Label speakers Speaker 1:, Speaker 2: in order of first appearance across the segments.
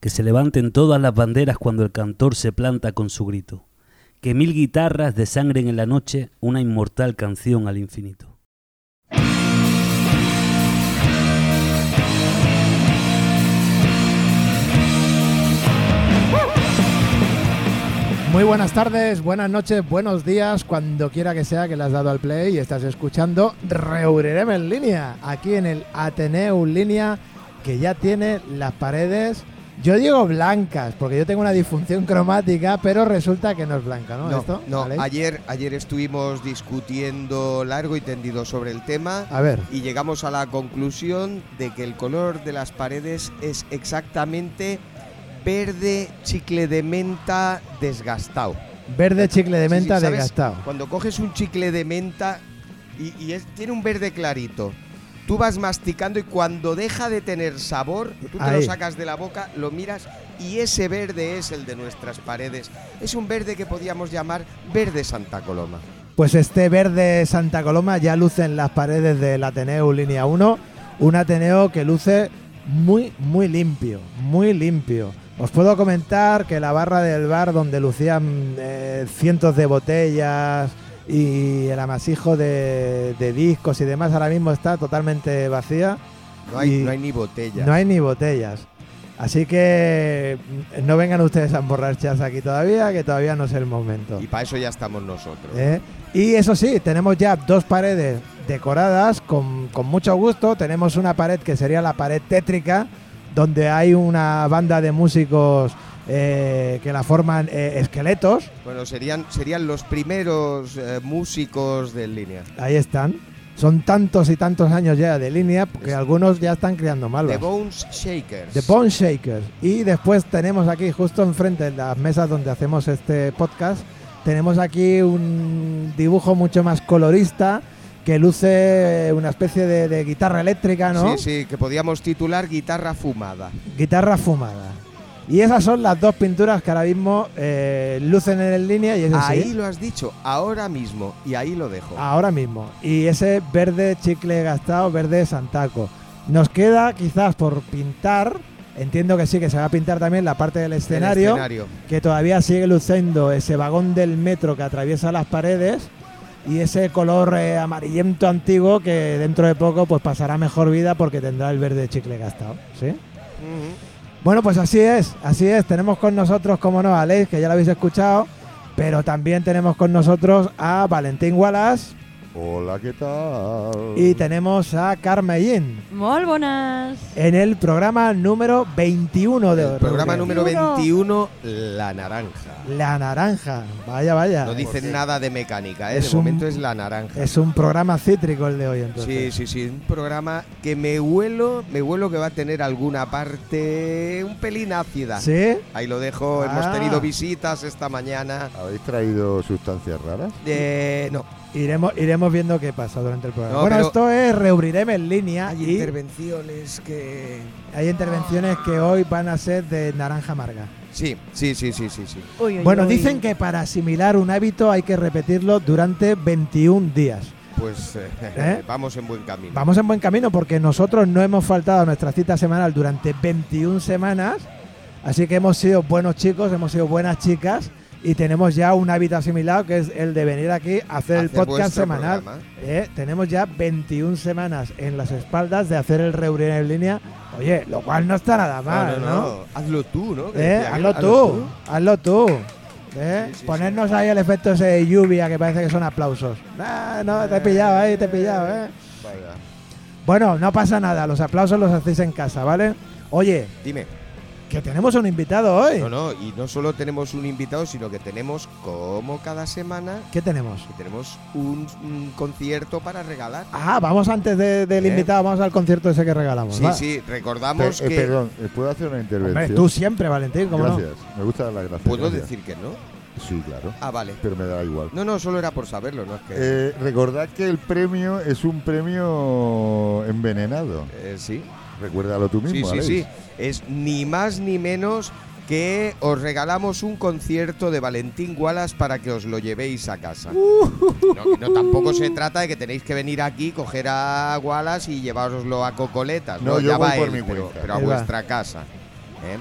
Speaker 1: que se levanten todas las banderas cuando el cantor se planta con su grito, que mil guitarras desangren en la noche una inmortal canción al infinito.
Speaker 2: Muy buenas tardes, buenas noches, buenos días, cuando quiera que sea que le has dado al play y estás escuchando Reurerem en línea, aquí en el Ateneu Línea, que ya tiene las paredes, yo digo blancas, porque yo tengo una disfunción cromática, pero resulta que no es blanca, ¿no?
Speaker 3: No,
Speaker 2: ¿Esto?
Speaker 3: no,
Speaker 2: ¿Vale?
Speaker 3: ayer, ayer estuvimos discutiendo largo y tendido sobre el tema
Speaker 2: A ver,
Speaker 3: y llegamos a la conclusión de que el color de las paredes es exactamente verde chicle de menta desgastado.
Speaker 2: verde chicle
Speaker 3: Sí,
Speaker 2: de
Speaker 3: sí,
Speaker 2: menta
Speaker 3: ¿sabes?
Speaker 2: desgastado.
Speaker 3: Cuando coges un chicle de menta y, y es- tiene un verde clarito, tú vas masticando y cuando deja de tener sabor, tú te
Speaker 2: Ahí.
Speaker 3: lo sacas de la boca, lo miras y ese verde es el de nuestras paredes. Es un verde que podíamos llamar verde Santa Coloma.
Speaker 2: Pues este verde Santa Coloma ya luce en las paredes del Ateneo Línea 1, un Ateneo que luce muy, muy limpio, muy limpio. Os puedo comentar que la barra del bar donde lucían eh, cientos de botellas y el amasijo de, de discos y demás ahora mismo está totalmente vacía.
Speaker 3: No hay,
Speaker 2: Y-
Speaker 3: no hay ni botella.
Speaker 2: No hay ni botellas. Así que mm, no vengan ustedes a emborracharse aquí todavía, que todavía no es el momento.
Speaker 3: Y para eso ya estamos nosotros.
Speaker 2: ¿Eh? Y eso sí, tenemos ya dos paredes decoradas con, con mucho gusto. Tenemos una pared que sería la pared tétrica, donde hay una banda de músicos eh, que la forman eh, esqueletos.
Speaker 3: Bueno, serían, serían los primeros eh, músicos de línea.
Speaker 2: Ahí están. Son tantos y tantos años ya de línea que algunos ya están creando
Speaker 3: The
Speaker 2: malvas.
Speaker 3: Bones Shakers.
Speaker 2: The Bone Shakers. Y después tenemos aquí, justo enfrente de las mesas donde hacemos este podcast, tenemos aquí un dibujo mucho más colorista que luce una especie de, de guitarra eléctrica, ¿no?
Speaker 3: Sí, sí, que podíamos titular guitarra fumada.
Speaker 2: Guitarra fumada. Y esas son las dos pinturas que ahora mismo eh, lucen en línea y eso
Speaker 3: Ahí
Speaker 2: sí,
Speaker 3: lo has dicho, ahora mismo, y ahí lo dejo.
Speaker 2: ahora mismo. Y ese verde chicle gastado, verde santaco. Nos queda quizás por pintar, entiendo que sí, que se va a pintar también la parte del
Speaker 3: El
Speaker 2: escenario.
Speaker 3: escenario.
Speaker 2: que todavía sigue luciendo ese vagón del metro que atraviesa las paredes y ese color eh, amarillento antiguo que dentro de poco pues pasará mejor vida porque tendrá el verde chicle gastado, ¿sí?
Speaker 3: Ujú.
Speaker 2: Bueno, pues así es, así es. Tenemos con nosotros, como no, a Alex, que ya lo habéis escuchado, pero también tenemos con nosotros a Valentín Wallace
Speaker 4: Hola, ¿qué tal?
Speaker 2: y tenemos a Carmellín
Speaker 5: Muy buenas.
Speaker 2: en el programa número 21 de
Speaker 3: El programa
Speaker 2: Reunión.
Speaker 3: número 21, La Naranja.
Speaker 2: La naranja, vaya, vaya.
Speaker 3: No dicen nada de mecánica, ¿eh?
Speaker 2: Es
Speaker 3: de
Speaker 2: un-
Speaker 3: momento es La Naranja.
Speaker 2: Es un programa cítrico el de hoy, entonces.
Speaker 3: Sí, sí, sí, un programa que me huelo, me huelo que va a tener alguna parte un pelín ácida.
Speaker 2: ¿Sí?
Speaker 3: Ahí lo dejo,
Speaker 2: Ah.
Speaker 3: hemos tenido visitas esta mañana.
Speaker 4: ¿Habéis traído sustancias raras?
Speaker 3: Eh, no,
Speaker 2: Iremos, iremos viendo qué pasa durante el programa.
Speaker 3: No,
Speaker 2: bueno,
Speaker 3: pero-
Speaker 2: esto es Reubriremos en línea
Speaker 3: hay
Speaker 2: y
Speaker 3: intervenciones que...
Speaker 2: hay intervenciones que hoy van a ser de naranja amarga.
Speaker 3: Sí, sí, sí, sí, sí, sí.
Speaker 5: Uy, uy,
Speaker 2: Bueno,
Speaker 5: uy.
Speaker 2: dicen que para asimilar un hábito hay que repetirlo durante 21 días.
Speaker 3: Pues eh,
Speaker 2: ¿Eh?
Speaker 3: vamos en buen camino.
Speaker 2: Vamos en buen camino porque nosotros no hemos faltado a nuestra cita semanal durante 21 semanas, así que hemos sido buenos chicos, hemos sido buenas chicas y tenemos ya un hábito asimilado que es el de venir aquí a hacer el
Speaker 3: Hacer
Speaker 2: podcast
Speaker 3: vuestro
Speaker 2: semanal.
Speaker 3: programa.
Speaker 2: Eh, tenemos ya 21 semanas en las espaldas de hacer el reunión en línea. Oye, lo cual no está nada mal, ¿no?
Speaker 3: Hazlo tú, ¿no? Que
Speaker 2: Eh,
Speaker 3: decía,
Speaker 2: hazlo tú, hazlo tú. Eh,
Speaker 3: Sí, sí,
Speaker 2: Ponernos ahí el efecto ese de lluvia que parece que son aplausos. Ah, no, te he pillado ahí, te he pillado, eh.
Speaker 3: Vaya.
Speaker 2: Bueno, no pasa nada, los aplausos los hacéis en casa, ¿vale? Oye,
Speaker 3: Dime.
Speaker 2: que tenemos un invitado hoy.
Speaker 3: No, no, y no solo tenemos un invitado, sino que tenemos, como cada semana,
Speaker 2: ¿Qué tenemos?
Speaker 3: que tenemos un, un concierto para regalar.
Speaker 2: Ah, vamos antes de- del
Speaker 3: Eh.
Speaker 2: invitado, vamos al concierto ese que regalamos.
Speaker 3: sí,
Speaker 2: va.
Speaker 3: sí, recordamos
Speaker 4: Pe- eh,
Speaker 3: que.
Speaker 4: Perdón, ¿eh, ¿puedo hacer una
Speaker 2: Hombre,
Speaker 4: intervención?
Speaker 2: tú siempre, Valentín, ¿cómo no?
Speaker 4: gracias, me gusta dar las gracias.
Speaker 3: ¿Puedo
Speaker 4: gracias.
Speaker 3: decir que no?
Speaker 4: Sí, claro,
Speaker 3: Ah, vale.
Speaker 4: pero me da igual.
Speaker 3: No, no, solo era por saberlo, ¿no? Es que.
Speaker 4: Eh, recordad que el premio es un premio envenenado.
Speaker 3: eh, sí.
Speaker 4: Recuérdalo tú
Speaker 3: Sí,
Speaker 4: mismo,
Speaker 3: sí,
Speaker 4: Alex.
Speaker 3: sí. Es ni más ni menos que os regalamos un concierto de Valentín Wallace para que os lo llevéis a casa.
Speaker 4: Uh.
Speaker 3: No, que no, tampoco se trata de que tenéis que venir aquí, coger a Wallace y llevároslo a Cocoletas. No,
Speaker 4: No, yo
Speaker 3: ya
Speaker 4: voy
Speaker 3: va
Speaker 4: por
Speaker 3: él,
Speaker 4: mi
Speaker 3: pero,
Speaker 4: cuenta.
Speaker 3: pero a
Speaker 2: Él va.
Speaker 3: vuestra casa. ¿eh?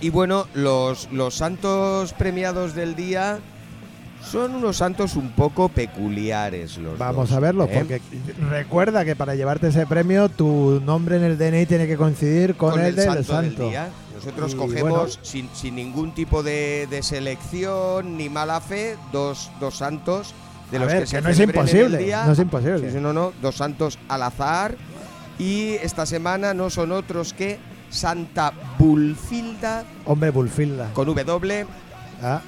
Speaker 3: Y bueno, los, los santos premiados del día son unos santos un poco peculiares los
Speaker 2: Vamos
Speaker 3: dos,
Speaker 2: a verlo,
Speaker 3: ¿eh?
Speaker 2: porque recuerda que para llevarte ese premio, tu nombre en el DNI tiene que coincidir con, el, del santo.
Speaker 3: del día. Nosotros
Speaker 2: Y
Speaker 3: cogemos
Speaker 2: bueno.
Speaker 3: sin, sin ningún tipo de, de selección ni mala fe dos, dos santos de
Speaker 2: A
Speaker 3: los
Speaker 2: ver,
Speaker 3: que se
Speaker 2: no es
Speaker 3: celebren en el
Speaker 2: imposible,
Speaker 3: día.
Speaker 2: no es imposible.
Speaker 3: Sí, sí, no, no, dos santos al azar. Y esta semana no son otros que Santa Bulfilda
Speaker 2: Hombre, Bulfilda.
Speaker 3: con W,
Speaker 2: Ah,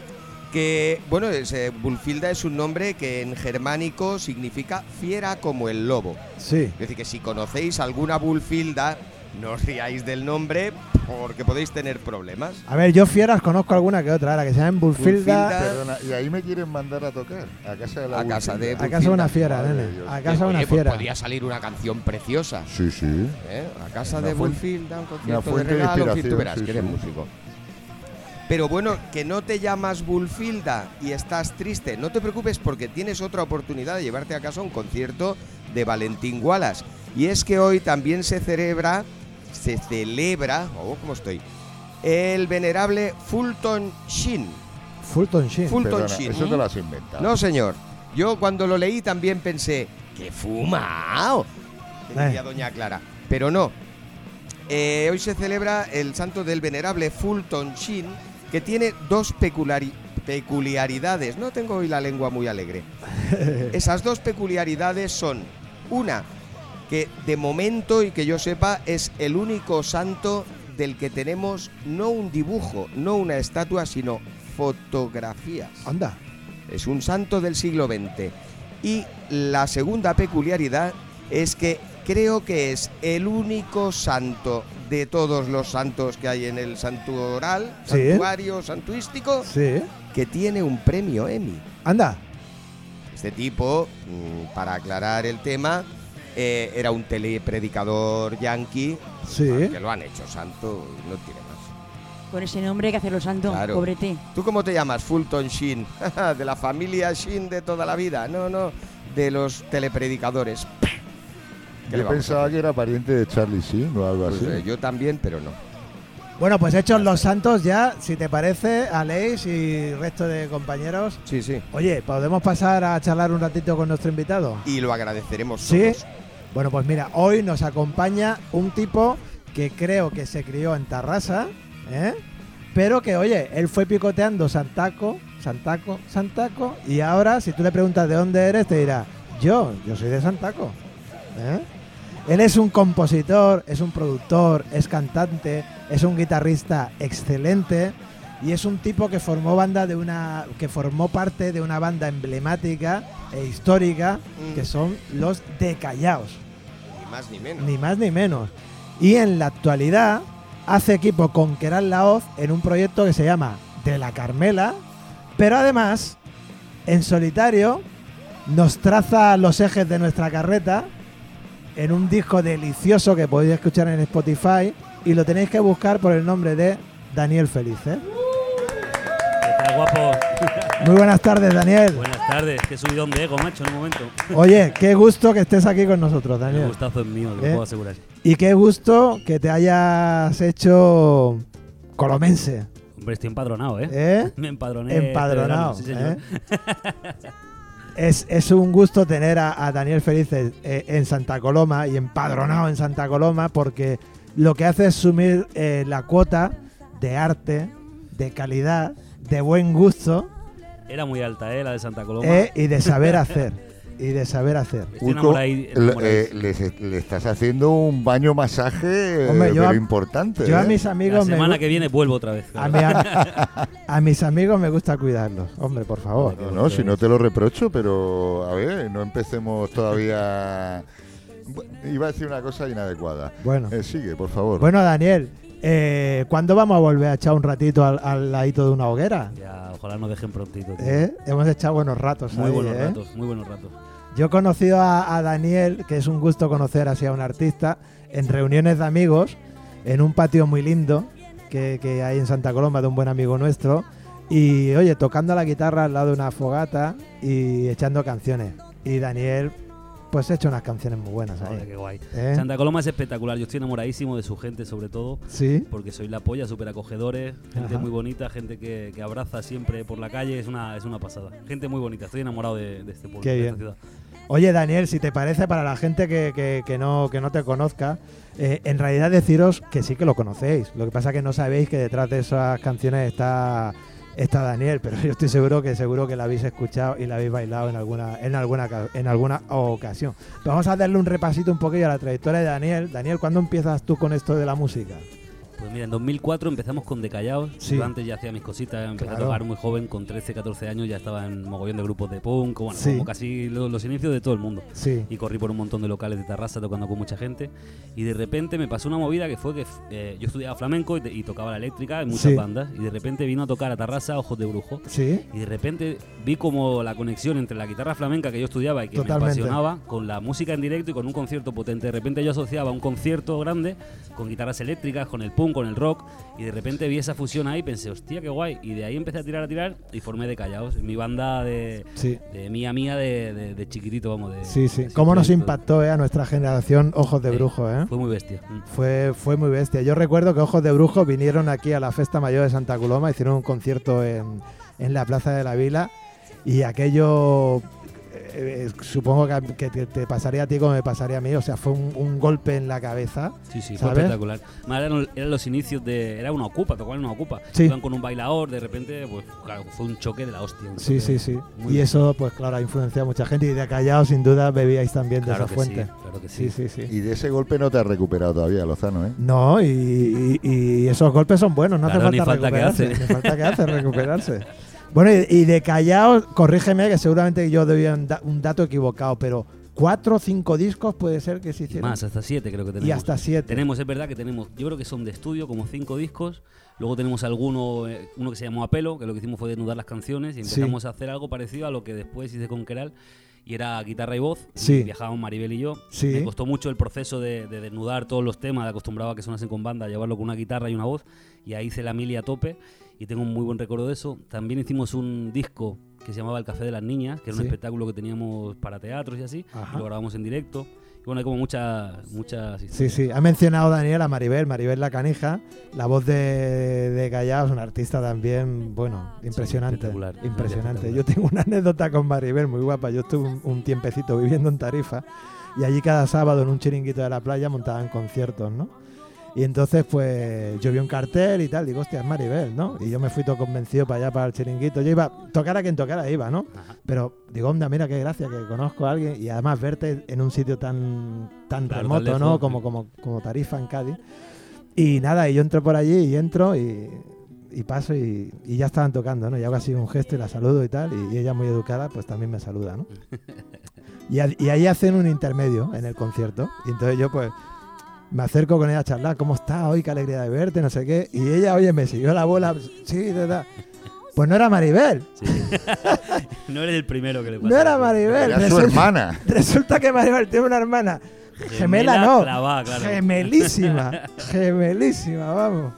Speaker 3: que bueno, es, eh, Bulfilda es un nombre que en germánico significa fiera como el lobo.
Speaker 2: sí.
Speaker 3: Es decir, que si conocéis alguna Bulfilda, no os riáis del nombre porque podéis tener problemas.
Speaker 2: A ver, yo fieras conozco alguna que otra, la que se llama Bulfilda.
Speaker 3: Bulfilda.
Speaker 4: Perdona, y ahí me quieren mandar a tocar. A casa de la
Speaker 3: A casa de-
Speaker 4: Bulfilda.
Speaker 2: A casa una fiera,
Speaker 4: Madre de
Speaker 2: nene.
Speaker 4: Dios.
Speaker 2: A casa
Speaker 3: Eh,
Speaker 2: una
Speaker 3: oye, pues
Speaker 2: fiera.
Speaker 3: podría salir una canción preciosa.
Speaker 4: Sí, sí.
Speaker 3: ¿eh? A casa
Speaker 4: Una
Speaker 3: de
Speaker 4: fuente-
Speaker 3: Bullfield, un
Speaker 4: una
Speaker 3: concierto de
Speaker 4: fuente de
Speaker 3: regalo, en fin, tú
Speaker 4: inspiración,
Speaker 3: verás
Speaker 4: sí,
Speaker 3: que eres
Speaker 4: sí.
Speaker 3: músico. Pero bueno, que no te llamas Bullfilda y estás triste, no te preocupes porque tienes otra oportunidad de llevarte a casa un concierto de Valentín Wallace. Y es que hoy también se celebra, se celebra, oh, ¿cómo estoy? El venerable Fulton Sheen.
Speaker 2: Fulton Sheen.
Speaker 3: Fulton
Speaker 4: Perdona,
Speaker 3: Sheen. ¿eh?
Speaker 4: Eso te lo has inventado.
Speaker 3: No, señor. Yo cuando lo leí también pensé, ¡qué fumao! que
Speaker 2: Eh.
Speaker 3: Decía Doña Clara. Pero no. Eh, hoy se celebra el santo del venerable Fulton Sheen, que tiene dos peculari- peculiaridades. No tengo hoy la lengua muy alegre. Esas dos peculiaridades son, una, que de momento y que yo sepa es el único santo del que tenemos no un dibujo, no una estatua, sino fotografías
Speaker 2: Anda.
Speaker 3: es un santo del siglo XX. Y la segunda peculiaridad es que creo que es el único santo de todos los santos que hay en el santuario,
Speaker 2: Sí, ¿eh?
Speaker 3: santuario santuístico,
Speaker 2: Sí.
Speaker 3: que tiene un premio Emmy.
Speaker 2: Anda.
Speaker 3: Este tipo, mm, para aclarar el tema, eh, era un telepredicador yanqui, Ah,
Speaker 2: Sí.
Speaker 3: que lo han hecho santo, no tiene más.
Speaker 5: Con ese nombre hay que hacerlo santo,
Speaker 3: Claro.
Speaker 5: pobrete.
Speaker 3: ¿Tú cómo te llamas? Fulton Sheen. de la familia Sheen de toda la vida. No, no, de los telepredicadores. ¿Qué le
Speaker 4: Yo
Speaker 3: vamos a
Speaker 4: pensaba que era pariente de Charlie Sheen o algo
Speaker 3: Pues,
Speaker 4: así.
Speaker 3: eh, yo también, pero no.
Speaker 2: Bueno, pues hechos los santos ya, si te parece, Aleix y resto de compañeros.
Speaker 3: Sí, sí.
Speaker 2: Oye, ¿podemos pasar a charlar un ratito con nuestro invitado?
Speaker 3: Y lo agradeceremos
Speaker 2: ¿Sí?
Speaker 3: todos.
Speaker 2: Bueno, pues mira, hoy nos acompaña un tipo que creo que se crió en Tarrasa, ¿eh? pero que, oye, él fue picoteando Santaco, Santaco, Santaco, y ahora, si tú le preguntas de dónde eres, te dirá, yo, yo soy de Santaco. ¿eh? Él es un compositor, es un productor, es cantante, es un guitarrista excelente y es un tipo que formó banda de una que formó parte de una banda emblemática e histórica
Speaker 3: Mm.
Speaker 2: que son los Decallaos,
Speaker 3: Ni más ni menos.
Speaker 2: ni más ni menos. Y en la actualidad hace equipo con Keral Laoz en un proyecto que se llama De la Carmela, pero además en solitario nos traza los ejes de nuestra carreta en un disco delicioso que podéis escuchar en Spotify y lo tenéis que buscar por el nombre de Daniel Feliz. ¿eh?
Speaker 1: ¿Qué tal, guapo?
Speaker 2: Muy buenas tardes, Daniel.
Speaker 1: Buenas tardes. Qué subidón de ego, macho, en un momento.
Speaker 2: Oye, qué gusto que estés aquí con nosotros,
Speaker 1: El
Speaker 2: Daniel.
Speaker 1: gustazo es mío,
Speaker 2: ¿Eh?
Speaker 1: lo puedo asegurar.
Speaker 2: Y qué gusto que te hayas hecho colomense,
Speaker 1: Hombre, estoy empadronado, ¿eh?
Speaker 2: ¿eh?
Speaker 1: Me empadroné. este verano,
Speaker 2: Empadronado.
Speaker 1: sí, señor.
Speaker 2: ¿eh? Es, es un gusto tener a, a Daniel Felices eh, en Santa Coloma y empadronado en Santa Coloma porque lo que hace es sumir eh, la cuota de arte, de calidad, de buen gusto
Speaker 1: Era muy alta, ¿eh? La de Santa Coloma.
Speaker 2: eh, y de saber hacer. Y de saber hacer.
Speaker 1: Estoy
Speaker 4: Urco, le,
Speaker 1: enamoradí-
Speaker 4: eh,
Speaker 1: enamoradísimo.
Speaker 4: les- le estás haciendo un baño masaje, eh,
Speaker 2: Hombre, yo
Speaker 4: pero
Speaker 2: a-
Speaker 4: importante.
Speaker 2: Yo a
Speaker 4: ¿eh?
Speaker 2: mis
Speaker 1: La
Speaker 2: amigos me
Speaker 1: semana
Speaker 2: gu-
Speaker 1: que viene vuelvo otra vez.
Speaker 2: a, mi am- a mis amigos me gusta cuidarlos. Hombre, por favor.
Speaker 4: No, no, si no te lo reprocho, pero a ver, no empecemos todavía. Bu- Iba a decir una cosa inadecuada.
Speaker 2: Bueno.
Speaker 4: Eh, sigue, por favor.
Speaker 2: Bueno, Daniel, eh, ¿cuándo vamos a volver a echar un ratito al, al ladito de una hoguera?
Speaker 1: Ya, ojalá nos dejen prontito. tío.
Speaker 2: ¿Eh? Hemos echado buenos ratos.
Speaker 1: Muy
Speaker 2: ahí,
Speaker 1: buenos
Speaker 2: ¿eh?
Speaker 1: ratos, muy buenos ratos.
Speaker 2: Yo he conocido a, a Daniel, que es un gusto conocer así a un artista, en reuniones de amigos, en un patio muy lindo que, que hay en Santa Coloma de un buen amigo nuestro. Y oye, tocando la guitarra al lado de una fogata y echando canciones. Y Daniel, pues he hecho unas canciones muy buenas ahí.
Speaker 1: Joder, qué guay.
Speaker 2: ¿Eh?
Speaker 1: Santa Coloma es espectacular. Yo estoy enamoradísimo de su gente, sobre todo,
Speaker 2: Sí,
Speaker 1: porque soy la polla, súper acogedores, gente
Speaker 2: Ajá.
Speaker 1: muy bonita, gente que, que abraza siempre por la calle. Es una, es una pasada. Gente muy bonita. Estoy enamorado de, de este pueblo,
Speaker 2: Qué
Speaker 1: de
Speaker 2: bien.
Speaker 1: esta ciudad.
Speaker 2: Oye, Daniel, si te parece, para la gente que, que- que no, que no te conozca, eh, en realidad deciros que sí que lo conocéis. Lo que pasa que no sabéis que detrás de esas canciones está, está Daniel, pero yo estoy seguro que seguro que la habéis escuchado y la habéis bailado en alguna, en alguna, ca- en alguna ocasión. Vamos a darle un repasito un poquillo a la trayectoria de Daniel. Daniel, ¿cuándo empiezas tú con esto de la música?
Speaker 1: Pues mira, en 2004 empezamos con Decallados.
Speaker 2: Sí.
Speaker 1: Yo antes ya hacía mis cositas, empecé
Speaker 2: Claro.
Speaker 1: a tocar muy joven, con 13, 14 años ya estaba en mogollón de grupos de punk, bueno,
Speaker 2: Sí.
Speaker 1: como casi lo- los, inicios de todo el mundo.
Speaker 2: Sí.
Speaker 1: Y corrí por un montón de locales de terraza tocando con mucha gente. Y de repente me pasó una movida que fue que eh, yo estudiaba flamenco y, te- y tocaba la eléctrica en muchas
Speaker 2: Sí.
Speaker 1: bandas. Y de repente vino a tocar a Tarrasa Ojos de Brujo.
Speaker 2: Sí.
Speaker 1: Y de repente vi como la conexión entre la guitarra flamenca que yo estudiaba y que
Speaker 2: Totalmente.
Speaker 1: me apasionaba con la música en directo y con un concierto potente. De repente yo asociaba un concierto grande con guitarras eléctricas, con el punk, con el rock. Y de repente vi esa fusión ahí y pensé, hostia, qué guay. Y de ahí empecé a tirar, a tirar y formé de Callaos, mi banda de,
Speaker 2: Sí.
Speaker 1: de mía, mía, de, de- de chiquitito, vamos. De,
Speaker 2: Sí, sí.
Speaker 1: de
Speaker 2: ¿Cómo nos
Speaker 1: proyecto.
Speaker 2: impactó eh, a nuestra generación Ojos de
Speaker 1: Sí.
Speaker 2: Brujo, eh?
Speaker 1: Fue muy bestia. Mm.
Speaker 2: Fue, fue muy bestia. Yo recuerdo que Ojos de Brujo vinieron aquí a la Festa Mayor de Santa Coloma, hicieron un concierto en, en la Plaza de la Vila y aquello, eh, eh, supongo que, que te, te pasaría a ti como me pasaría a mí, o sea, fue un, un golpe en la cabeza.
Speaker 1: Sí, sí,
Speaker 2: ¿Sabes?
Speaker 1: fue espectacular. Además, eran, eran los inicios de. Era una ocupa, tocaban una ocupa.
Speaker 2: Sí.
Speaker 1: Iban con un bailador, de repente, pues claro, fue un choque de la hostia. un
Speaker 2: Sí,
Speaker 1: choque
Speaker 2: sí, sí.
Speaker 1: muy
Speaker 2: Y
Speaker 1: bestia.
Speaker 2: eso, pues claro, ha influenciado a mucha gente y de callado sin duda bebíais también de
Speaker 1: Claro
Speaker 2: esa
Speaker 1: que
Speaker 2: fuente.
Speaker 1: sí, claro que
Speaker 2: Sí,
Speaker 1: sí.
Speaker 2: sí, sí.
Speaker 4: Y de ese golpe no te has recuperado todavía, Lozano, ¿eh?
Speaker 2: No, y, y- y esos golpes son buenos, no
Speaker 1: Claro,
Speaker 2: hace
Speaker 1: ni
Speaker 2: falta
Speaker 1: falta que
Speaker 2: recuperarse.
Speaker 1: hace.
Speaker 2: ni falta que hace recuperarse. Bueno, y, y de Callao, corrígeme que seguramente yo debía un, da- un dato equivocado, pero cuatro o cinco discos puede ser que se
Speaker 1: Y
Speaker 2: hicieron.
Speaker 1: más, hasta siete creo que tenemos.
Speaker 2: y hasta siete.
Speaker 1: Tenemos, es verdad que tenemos, yo creo que son de estudio, como cinco discos. Luego tenemos alguno, eh, uno que se llamó Apelo, que lo que hicimos fue desnudar las canciones y
Speaker 2: Sí.
Speaker 1: empezamos a hacer algo parecido a lo que después hice con Keral. Y era guitarra y voz. y
Speaker 2: Sí.
Speaker 1: Viajábamos Maribel y yo.
Speaker 2: Sí.
Speaker 1: Me costó mucho el proceso de, de desnudar todos los temas. Acostumbraba a que sonasen con banda, a llevarlo con una guitarra y una voz. Y ahí hice la mili a tope. Y tengo un muy buen recuerdo de eso. También hicimos un disco que se llamaba El Café de las Niñas, que era
Speaker 2: Sí.
Speaker 1: un espectáculo que teníamos para teatros y así.
Speaker 2: Ajá.
Speaker 1: Y lo grabamos en directo. Y bueno, hay como muchas, muchas
Speaker 2: Sí, sí. Ha mencionado Daniel a Maribel, Maribel la canija. La voz de, de Callao es una artista también, bueno, impresionante.
Speaker 1: espectacular,
Speaker 2: impresionante.
Speaker 1: espectacular.
Speaker 2: Yo tengo una anécdota con Maribel muy guapa. Yo estuve un, un tiempecito viviendo en Tarifa y allí cada sábado en un chiringuito de la playa montaban conciertos, ¿no? Y entonces, pues yo vi un cartel y tal, digo, hostia, es Maribel, ¿no? Y yo me fui todo convencido para allá, para el chiringuito. Yo iba, tocar a quien tocara iba, ¿no?
Speaker 1: Ajá.
Speaker 2: Pero digo, onda, mira qué gracia que conozco a alguien y además verte en un sitio tan, tan
Speaker 1: Claro,
Speaker 2: remoto,
Speaker 1: tan
Speaker 2: ¿no?
Speaker 1: lejos.
Speaker 2: Como, como, como Tarifa en Cádiz. Y nada, y yo entro por allí y entro y, y paso y, y ya estaban tocando, ¿no? Y hago así un gesto y la saludo y tal, y, y ella muy educada, pues también me saluda, ¿no? Y, a- y ahí hacen un intermedio en el concierto. Y entonces yo pues me acerco con ella a charlar, ¿cómo está hoy? Qué alegría de verte, no sé qué. Y ella, oye, me siguió la bola, sí, de verdad. Pues no era Maribel,
Speaker 1: No eres el primero que le pasa.
Speaker 2: no era Maribel.
Speaker 4: Era su
Speaker 2: resulta-
Speaker 4: hermana.
Speaker 2: Resulta que Maribel tiene una hermana. Gemela, no.
Speaker 1: clavada, claro.
Speaker 2: Gemelísima. Gemelísima, vamos.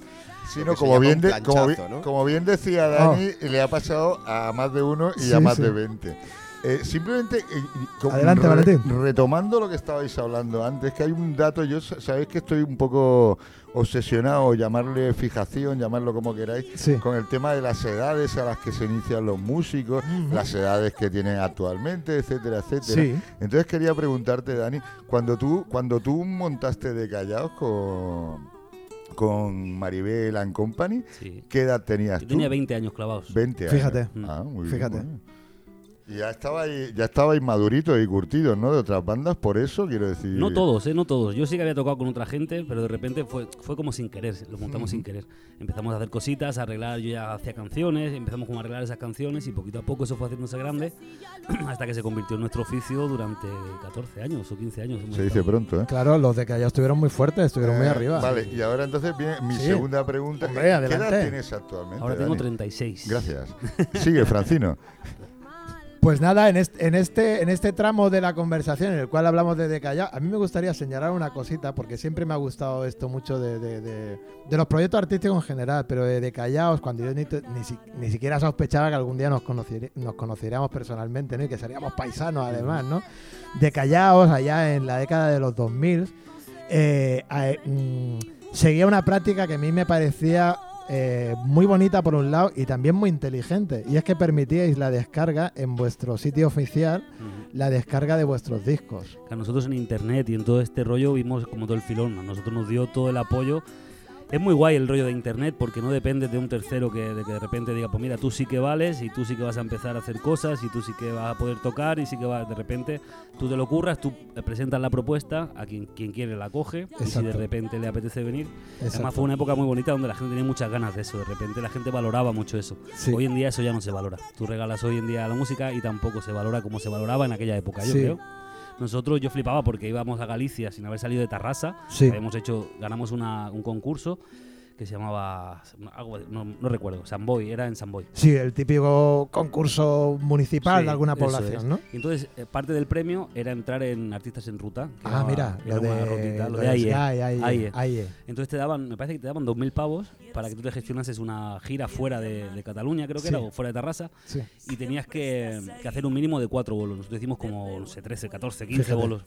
Speaker 4: Sí,
Speaker 3: Lo
Speaker 4: no,
Speaker 3: que se
Speaker 4: como,
Speaker 3: llama
Speaker 4: bien
Speaker 3: un
Speaker 4: de- como, bien,
Speaker 3: planchazo, ¿no?
Speaker 4: como bien decía Dani, le ha pasado a más de uno y a
Speaker 2: Ah. Sí,
Speaker 4: más
Speaker 2: sí.
Speaker 4: de 20. Eh, simplemente, eh, y- como
Speaker 2: Adelante, Valentín.
Speaker 4: retomando lo que estabais hablando antes, que hay un dato, yo sa- sabéis que estoy un poco obsesionado, llamarle fijación, llamarlo como queráis,
Speaker 2: Sí.
Speaker 4: con el tema de las edades a las que se inician los músicos,
Speaker 2: Ujú.
Speaker 4: las edades que tienen actualmente, etcétera, etcétera.
Speaker 2: Sí.
Speaker 4: Entonces quería preguntarte, Dani, cuando tú, cuando tú montaste de Callaos con, con Maribel and Company,
Speaker 1: Sí.
Speaker 4: ¿qué edad tenías
Speaker 1: Yo
Speaker 4: tú?
Speaker 1: tenía 20 años clavados. Mm.
Speaker 4: 20 años.
Speaker 2: Fíjate.
Speaker 4: Ah, muy bien,
Speaker 2: Fíjate.
Speaker 4: muy bien. Y ya estabais, ya estabais maduritos y curtidos, ¿no? De otras bandas, por eso quiero decir.
Speaker 1: No todos, ¿eh? No todos. Yo sí que había tocado con otra gente, pero de repente fue, fue como sin querer, lo montamos sin querer. Empezamos a hacer cositas, a arreglar, yo ya hacía canciones, empezamos como a arreglar esas canciones y poquito a poco eso fue haciéndose grande hasta que se convirtió en nuestro oficio durante 14 años o 15 años. hemos
Speaker 4: Se dice
Speaker 1: estado.
Speaker 4: pronto, ¿eh?
Speaker 2: Claro, los de Callao estuvieron muy fuertes, estuvieron muy
Speaker 4: Eh,
Speaker 2: arriba.
Speaker 4: Vale, y ahora entonces viene mi
Speaker 2: Sí.
Speaker 4: segunda pregunta.
Speaker 2: Hombre,
Speaker 4: ¿Qué
Speaker 2: adelante.
Speaker 4: edad tienes actualmente?
Speaker 1: Ahora tengo
Speaker 4: Dani?
Speaker 1: 36.
Speaker 4: Gracias. Sigue, Francino.
Speaker 2: Pues nada, en este, en este, en este tramo de la conversación en el cual hablamos de Decayao, a mí me gustaría señalar una cosita, porque siempre me ha gustado esto mucho de, de- de- de los proyectos artísticos en general, pero de Decayaos, cuando yo ni, te- ni si- ni siquiera sospechaba que algún día nos, conocer- nos conoceríamos personalmente, ¿no? Y que seríamos paisanos además, ¿no? Decayaos, allá en la década de los 2000, eh, a- mm, seguía una práctica que a mí me parecía eh, muy bonita por un lado y también muy inteligente. Y es que permitíais la descarga en vuestro sitio oficial,
Speaker 1: Ujú.
Speaker 2: la descarga de vuestros discos.
Speaker 1: Que a nosotros en internet y en todo este rollo vimos como todo el filón. A nosotros nos dio todo el apoyo. Es muy guay el rollo de internet porque no depende de un tercero que de, que de repente diga, pues mira, tú sí que vales y tú sí que vas a empezar a hacer cosas y tú sí que vas a poder tocar y sí que vas, de repente tú te lo curras, tú presentas la propuesta, a quien, quien quiere la coge y si de
Speaker 2: Exacto.
Speaker 1: repente le apetece venir. Además
Speaker 2: Exacto.
Speaker 1: fue una época muy bonita donde la gente tenía muchas ganas de eso, de repente la gente valoraba mucho eso.
Speaker 2: Sí.
Speaker 1: Hoy en día eso ya no se valora. Tú regalas hoy en día la música y tampoco se valora como se valoraba en aquella época, yo
Speaker 2: Sí.
Speaker 1: creo. Nosotros, yo flipaba porque íbamos a Galicia sin haber salido de Tarrasa.
Speaker 2: Sí.
Speaker 1: Habíamos hecho, ganamos una- un concurso que se llamaba, algo de- no, no recuerdo, Samboy, era en Samboy.
Speaker 2: Sí, el típico concurso municipal
Speaker 1: Sí,
Speaker 2: de alguna
Speaker 1: eso
Speaker 2: población,
Speaker 1: es.
Speaker 2: ¿no?
Speaker 1: Y entonces, eh, parte del premio era entrar en Artistas en Ruta. que
Speaker 2: Ah,
Speaker 1: era-
Speaker 2: mira,
Speaker 1: era
Speaker 2: lo de,
Speaker 1: una rutita, lo de
Speaker 2: ahí
Speaker 1: AIE. AIE.
Speaker 2: AIE.
Speaker 1: Entonces te daban, me parece que te daban 2.000 pavos para que tú te gestionases una gira fuera de, de Cataluña, creo que
Speaker 2: Sí.
Speaker 1: era, o fuera de Tarrasa.
Speaker 2: Sí.
Speaker 1: y tenías que, que hacer un mínimo de cuatro bolos. Nosotros hicimos como, no sé, 13, 14, 15
Speaker 2: Fíjate.
Speaker 1: bolos.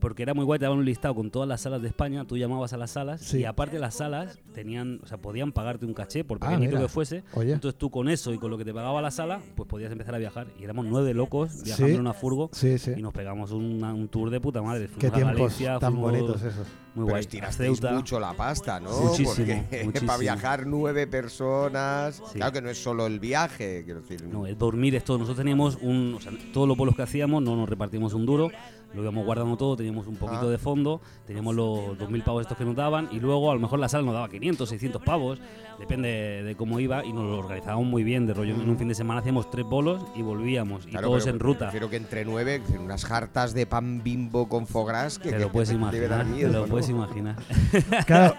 Speaker 1: Porque era muy guay, te daban un listado con todas las salas de España, tú llamabas a las salas
Speaker 2: Sí.
Speaker 1: y aparte las salas tenían, o sea, podían pagarte un caché por
Speaker 2: Ah,
Speaker 1: pequeñito
Speaker 2: mira.
Speaker 1: que fuese.
Speaker 2: Oye.
Speaker 1: Entonces tú con eso y con lo que te pagaba la sala, pues podías empezar a viajar. Y éramos nueve locos viajando
Speaker 2: Sí.
Speaker 1: en una furgo
Speaker 2: Sí, sí.
Speaker 1: y nos pegamos una- un tour de puta madre. Fuimos
Speaker 2: Qué
Speaker 1: a
Speaker 2: tiempos
Speaker 1: Galicia,
Speaker 2: tan
Speaker 1: fuimos-
Speaker 2: bonitos esos.
Speaker 1: Muy
Speaker 3: Pero
Speaker 1: guay. a
Speaker 3: estirasteis
Speaker 1: Ceuta.
Speaker 3: mucho la pasta, ¿no?
Speaker 1: Muchísimo,
Speaker 3: Porque
Speaker 1: muchísimo.
Speaker 3: para viajar nueve personas.
Speaker 1: Sí.
Speaker 3: Claro que no es solo el viaje, quiero decir.
Speaker 1: No, el dormir es todo. Nosotros teníamos un. O sea, todos los bolos que hacíamos no nos repartimos un duro, lo íbamos guardando todo, teníamos un poquito
Speaker 3: Ah.
Speaker 1: de fondo, teníamos los 2.000 pavos estos que nos daban y luego a lo mejor la sala nos daba 500, 600 pavos, depende de cómo iba y nos lo organizábamos muy bien. De rollo, en un fin de semana hacíamos tres bolos y volvíamos y
Speaker 3: Claro,
Speaker 1: todos
Speaker 3: pero
Speaker 1: en ruta.
Speaker 3: Prefiero que entre nueve, que unas jartas de pan bimbo con fogras que
Speaker 1: Te
Speaker 3: que
Speaker 1: lo puedes
Speaker 3: debe dar
Speaker 1: imaginar,
Speaker 3: miedo,
Speaker 1: te lo
Speaker 3: ¿no?
Speaker 1: puedes imaginar.
Speaker 2: Claro,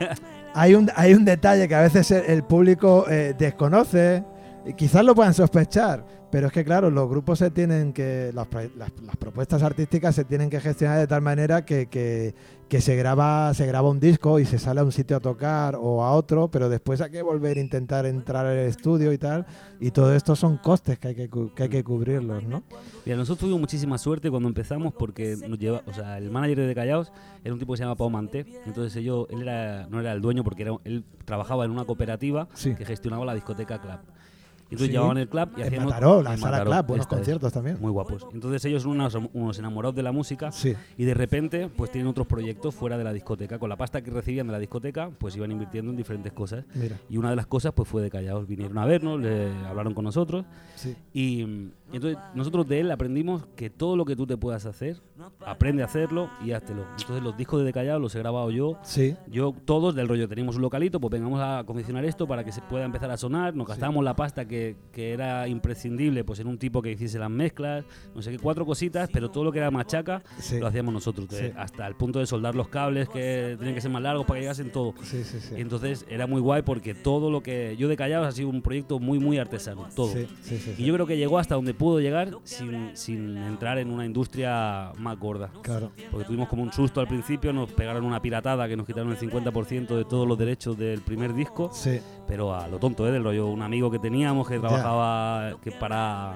Speaker 2: hay un, hay un detalle que a veces el, el público eh, desconoce, y quizás lo puedan sospechar, pero es que claro, los grupos se tienen que, las, pro- las- las propuestas artísticas se tienen que gestionar de tal manera que, que- que se, graba, se graba un disco y se sale a un sitio a tocar o a otro, pero después hay que volver a intentar entrar al estudio y tal, y todo esto son costes que hay que, cu- que, hay que cubrirlos, ¿no?
Speaker 1: Mira, nosotros tuvimos muchísima suerte cuando empezamos porque nos lleva, o sea, el manager de Callaos era un tipo que se llamaba Pau Manté. Entonces ellos, él era, no era el dueño porque era, él trabajaba en una cooperativa
Speaker 2: Sí.
Speaker 1: que gestionaba la discoteca Club. Y entonces
Speaker 2: Sí.
Speaker 1: llevaban el club y
Speaker 2: En
Speaker 1: hacían
Speaker 2: Mataró, la
Speaker 1: en
Speaker 2: sala
Speaker 1: Mataró,
Speaker 2: Club, buenos
Speaker 1: esta es.
Speaker 2: conciertos también.
Speaker 1: Muy guapos. Entonces ellos son unos, unos enamorados de la música
Speaker 2: Sí.
Speaker 1: y de repente pues tienen otros proyectos fuera de la discoteca. Con la pasta que recibían de la discoteca pues iban invirtiendo en diferentes cosas.
Speaker 2: Mira,
Speaker 1: Y una de las cosas pues fue de Callaos. Vinieron a vernos, le hablaron con nosotros
Speaker 2: sí.
Speaker 1: y mm, entonces nosotros de él aprendimos que todo lo que tú te puedas hacer, aprende a hacerlo y háztelo. Entonces los discos de Decallado los he grabado yo.
Speaker 2: Sí,
Speaker 1: Yo, todos del rollo, teníamos un localito, pues vengamos a confeccionar esto para que se pueda empezar a sonar. Nos gastábamos la pasta que, que era imprescindible, pues en un tipo que hiciese las mezclas, no sé qué, cuatro cositas, pero todo lo que era machaca
Speaker 2: sí,
Speaker 1: lo hacíamos nosotros.
Speaker 2: Sí.
Speaker 1: Hasta el punto de soldar los cables que tenían que ser más largos para que llegasen todo.
Speaker 2: sí, sí, sí.
Speaker 1: Entonces era muy guay porque todo lo que. Yo de Callados ha sido un proyecto muy, muy artesano, todo.
Speaker 2: Sí, sí, sí, sí.
Speaker 1: Y yo creo que llegó hasta donde pudo llegar sin, sin entrar en una industria más gorda.
Speaker 2: Claro.
Speaker 1: Porque tuvimos como un susto al principio, nos pegaron una piratada que nos quitaron el 50% de todos los derechos del primer disco,
Speaker 2: Sí,
Speaker 1: pero a lo tonto, ¿eh? Del rollo, un amigo que teníamos que trabajaba que para,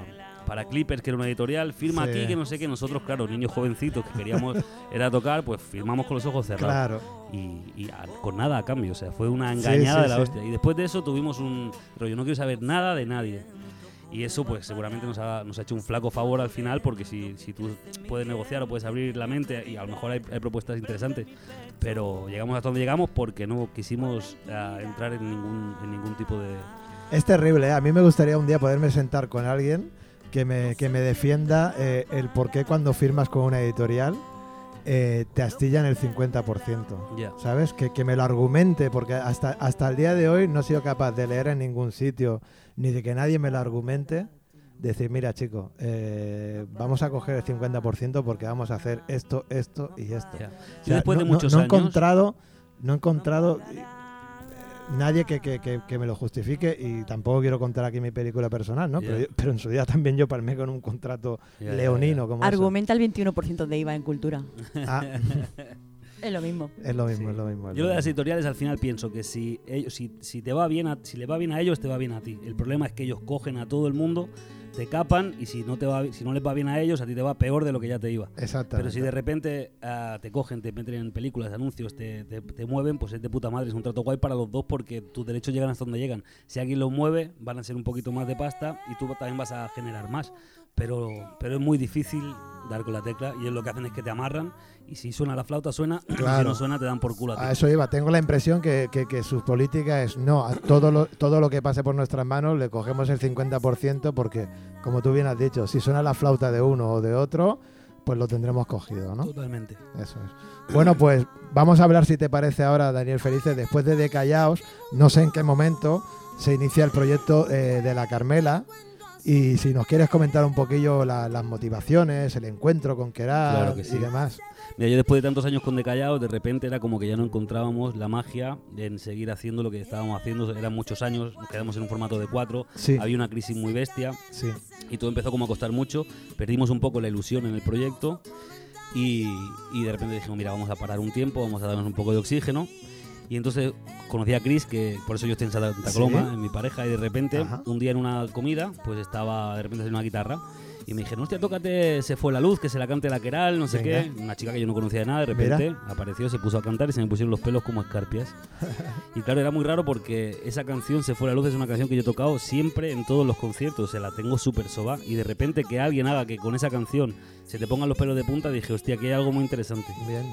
Speaker 1: para Clippers, que era una editorial, firma
Speaker 2: Sí.
Speaker 1: aquí, que no sé qué, nosotros, claro, niños jovencitos que queríamos era tocar, pues firmamos con los ojos cerrados
Speaker 2: claro.
Speaker 1: y, y a- con nada a cambio. O sea, fue una
Speaker 2: Sí,
Speaker 1: engañada
Speaker 2: sí,
Speaker 1: de la
Speaker 2: sí.
Speaker 1: hostia. Y después de eso tuvimos un rollo, no quiero saber nada de nadie. Y eso, pues seguramente nos ha, nos ha hecho un flaco favor al final, porque si, si tú puedes negociar o puedes abrir la mente, y a lo mejor hay, hay propuestas interesantes, pero llegamos hasta donde llegamos porque no quisimos ah, entrar en ningún, en ningún tipo de.
Speaker 2: Es terrible, ¿eh? a mí me gustaría un día poderme sentar con alguien que me, que me defienda eh, el por qué cuando firmas con una editorial eh, te astillan el 50%.
Speaker 1: Ya.
Speaker 2: ¿Sabes? Que, que me lo argumente, porque hasta, hasta el día de hoy no he sido capaz de leer en ningún sitio, ni de que nadie me lo argumente, decir, mira chico, eh, vamos a coger el 50% porque vamos a hacer esto, esto y esto.
Speaker 1: ya.
Speaker 2: O
Speaker 1: Yo
Speaker 2: sea,
Speaker 1: después
Speaker 2: no,
Speaker 1: de
Speaker 2: no-
Speaker 1: muchos
Speaker 2: no he
Speaker 1: años.
Speaker 2: encontrado, no he encontrado eh, nadie que, que- que- que me lo justifique y tampoco quiero contar aquí mi película personal, ¿no?
Speaker 1: Ya.
Speaker 2: Pero, yo- pero en su día también yo palmé con un contrato
Speaker 1: Ya, ya,
Speaker 2: leonino como eso.
Speaker 5: Argumenta el 21% de IVA en cultura.
Speaker 2: Ah,
Speaker 5: Es lo mismo.
Speaker 2: es lo mismo,
Speaker 1: Sí.
Speaker 2: es lo mismo. es
Speaker 1: Yo lo
Speaker 2: lo
Speaker 1: de las
Speaker 2: mismo.
Speaker 1: editoriales al final pienso que si ellos, si, si te va bien a, si le va bien a ellos, te va bien a ti. El problema es que ellos cogen a todo el mundo, te capan y si no te va si no les va bien a ellos, a ti te va peor de lo que ya te iba. Pero
Speaker 2: Exactamente.
Speaker 1: si de repente ah, te cogen, te meten en películas, anuncios, te, te- te mueven, pues es de puta madre, es un trato guay para los dos porque tus derechos llegan hasta donde llegan. Si alguien los mueve, van a ser un poquito más de pasta y tú también vas a generar más. Pero, pero es muy difícil dar con la tecla y es lo que hacen es que te amarran y si suena la flauta suena, si
Speaker 2: Claro.
Speaker 1: no suena te dan por culo a ti.
Speaker 2: A eso iba, tengo la impresión que, que, que su política es no, a todo lo, todo lo que pase por nuestras manos le cogemos el 50% porque, como tú bien has dicho, si suena la flauta de uno o de otro, pues lo tendremos cogido, ¿no?
Speaker 1: Totalmente.
Speaker 2: Eso es. Bueno, pues vamos a hablar, si te parece ahora, Daniel Felices, después de Decallaos, no sé en qué momento se inicia el proyecto eh, de La Carmela. Y si nos quieres comentar un poquillo la- las motivaciones, el encuentro con Keral
Speaker 1: Claro que sí.
Speaker 2: y demás.
Speaker 1: Mira, yo después de tantos años con Decallado, de repente era como que ya no encontrábamos la magia en seguir haciendo lo que estábamos haciendo. Eran muchos años, nos quedamos en un formato de cuatro,
Speaker 2: Sí,
Speaker 1: había una crisis muy bestia
Speaker 2: sí.
Speaker 1: y todo empezó como a costar mucho. Perdimos un poco la ilusión en el proyecto y, y de repente dijimos, mira, vamos a parar un tiempo, vamos a darnos un poco de oxígeno. Y entonces conocí a Chris, que por eso yo estoy en Santa
Speaker 2: Sí.
Speaker 1: Coloma, en mi pareja, y de repente,
Speaker 2: Ajá.
Speaker 1: un día en una comida, pues estaba de repente haciendo una guitarra. Y me dijeron, hostia, tócate Se fue la luz, que se la cante la queral, no sé
Speaker 2: Venga.
Speaker 1: qué. Una chica que yo no conocía de nada, de repente apareció, se puso a cantar y se me pusieron los pelos como escarpias. y claro, era muy raro porque esa canción, Se fue la luz, es una canción que yo he tocado siempre en todos los conciertos, se la tengo súper soba. Y de repente que alguien haga que con esa canción se te pongan los pelos de punta, dije, hostia, aquí hay algo muy interesante.
Speaker 2: Bien,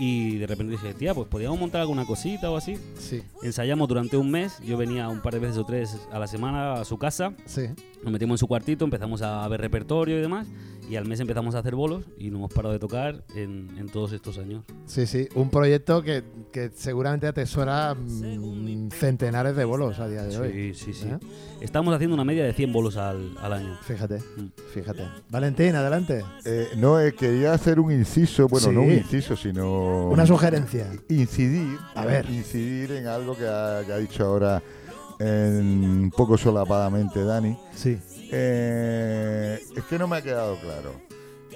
Speaker 1: Y de repente dije, tía, pues podíamos montar alguna cosita o así.
Speaker 2: sí,
Speaker 1: Ensayamos durante un mes, yo venía un par de veces o tres a la semana a su casa,
Speaker 2: sí.
Speaker 1: nos metimos en su cuartito, empezamos a ver repertorio y demás, y al mes empezamos a hacer bolos y no hemos parado de tocar en, en todos estos años.
Speaker 2: Sí, sí, un proyecto que, que seguramente atesora mm, centenares de bolos a día de hoy.
Speaker 1: Sí, sí, sí.
Speaker 2: ¿Eh?
Speaker 1: Estamos haciendo una media de 100 bolos al, al año.
Speaker 2: Fíjate,
Speaker 1: Mm.
Speaker 2: fíjate. Valentín, adelante.
Speaker 4: Eh, no, eh, quería hacer un inciso, bueno,
Speaker 2: Sí.
Speaker 4: no un inciso, sino...
Speaker 2: Una sugerencia.
Speaker 4: Incidir,
Speaker 2: A ver.
Speaker 4: incidir en algo que ha, que ha dicho ahora eh, un poco solapadamente Dani.
Speaker 2: Sí,
Speaker 4: Eh, es que no me ha quedado claro.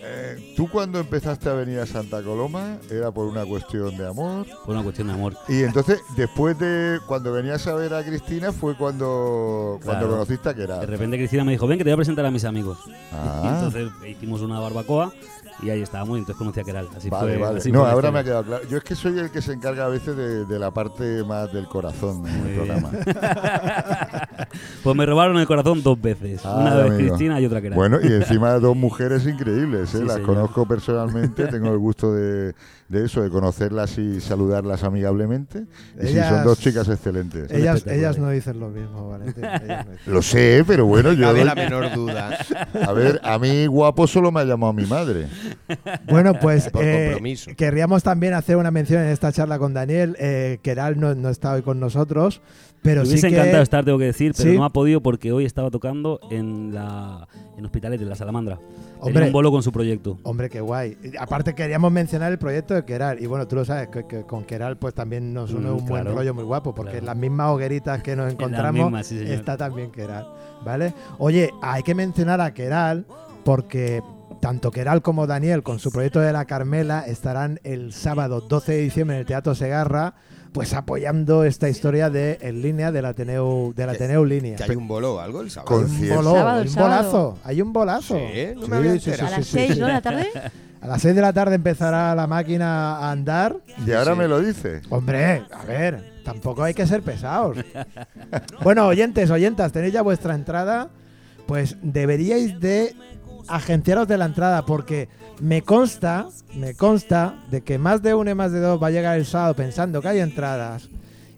Speaker 4: Eh, Tú cuando empezaste a venir a Santa Coloma era por una cuestión de amor
Speaker 1: Por una cuestión de amor.
Speaker 4: y entonces después de cuando venías a ver a Cristina fue cuando cuando
Speaker 1: Claro.
Speaker 4: conociste a que
Speaker 1: De
Speaker 4: era.
Speaker 1: repente Cristina me dijo, ven que te voy a presentar a mis amigos. Y
Speaker 4: Ah,
Speaker 1: entonces hicimos una barbacoa y ahí estábamos y entonces conocí a Keral. Así
Speaker 4: vale,
Speaker 1: fue-
Speaker 4: vale.
Speaker 1: así
Speaker 4: No,
Speaker 1: fue la
Speaker 4: ahora me ha
Speaker 1: historia.
Speaker 4: quedado claro. Yo es que soy el que se encarga a veces de, de la parte más del corazón en el
Speaker 1: Muy bien.
Speaker 4: programa.
Speaker 1: Pues me robaron el corazón dos veces.
Speaker 4: Ah,
Speaker 1: una vez
Speaker 4: amigo.
Speaker 1: Cristina y otra Keral.
Speaker 4: Bueno, y encima dos mujeres increíbles, ¿eh?
Speaker 1: Sí,
Speaker 4: las
Speaker 1: señor.
Speaker 4: conozco personalmente, tengo el gusto de, de eso, de conocerlas y saludarlas amigablemente. Y sí,
Speaker 2: Ellas-
Speaker 4: son dos chicas excelentes.
Speaker 2: ellas,
Speaker 1: espectaculares.
Speaker 2: ellas no dicen lo mismo, Valentín. ellas no dicen.
Speaker 4: Lo sé, pero bueno, yo...
Speaker 3: Cabe
Speaker 4: doy-
Speaker 3: la menor duda.
Speaker 4: a ver, a mí guapo solo me ha llamado mi madre.
Speaker 2: Bueno, pues
Speaker 3: Por
Speaker 2: eh,
Speaker 3: compromiso.
Speaker 2: querríamos también hacer una mención en esta charla con Daniel. Eh, Keral no, no está hoy con nosotros, pero
Speaker 1: Me
Speaker 2: sí
Speaker 1: hubiese
Speaker 2: que...
Speaker 1: encantado estar, tengo que decir, pero
Speaker 2: Sí.
Speaker 1: no ha podido porque hoy estaba tocando en la en hospitales de la Salamandra. Tenía
Speaker 2: Hombre,
Speaker 1: un bolo con su proyecto.
Speaker 2: Hombre, qué guay. Y Aparte queríamos mencionar el proyecto de Keral. Y bueno, tú lo sabes, que, que con Keral pues también nos une
Speaker 1: Mm,
Speaker 2: un buen
Speaker 1: claro.
Speaker 2: rollo muy guapo, porque
Speaker 1: Claro.
Speaker 2: en las mismas hogueritas que nos encontramos
Speaker 1: mismas, sí, señor.
Speaker 2: está también Keral. ¿Vale? Oye, hay que mencionar a Keral porque tanto Keral como Daniel con su proyecto de la Carmela estarán el sábado 12 de diciembre en el Teatro Segarra, pues apoyando esta historia de en línea del Ateneu, del
Speaker 3: Que-
Speaker 2: Ateneu Línea.
Speaker 3: Que hay un bolo o algo el sábado.
Speaker 4: Con-
Speaker 2: Hay un,
Speaker 4: Concierto.
Speaker 2: bolo,
Speaker 5: Sábado,
Speaker 2: hay un
Speaker 5: sábado.
Speaker 2: bolazo, hay un bolazo.
Speaker 3: Sí, no me había enterado.
Speaker 5: A las
Speaker 2: sí,
Speaker 5: 6
Speaker 2: sí.
Speaker 5: ¿no? de la tarde,
Speaker 2: A las 6 de la tarde empezará la máquina a andar.
Speaker 4: Y ahora
Speaker 3: sí.
Speaker 4: me lo dice.
Speaker 2: Hombre, a ver, tampoco hay que ser pesados. Bueno, oyentes, oyentas, tenéis ya vuestra entrada. Pues deberíais de agenciaros de la entrada porque me consta, me consta de que más de uno y más de dos va a llegar el sábado pensando que hay entradas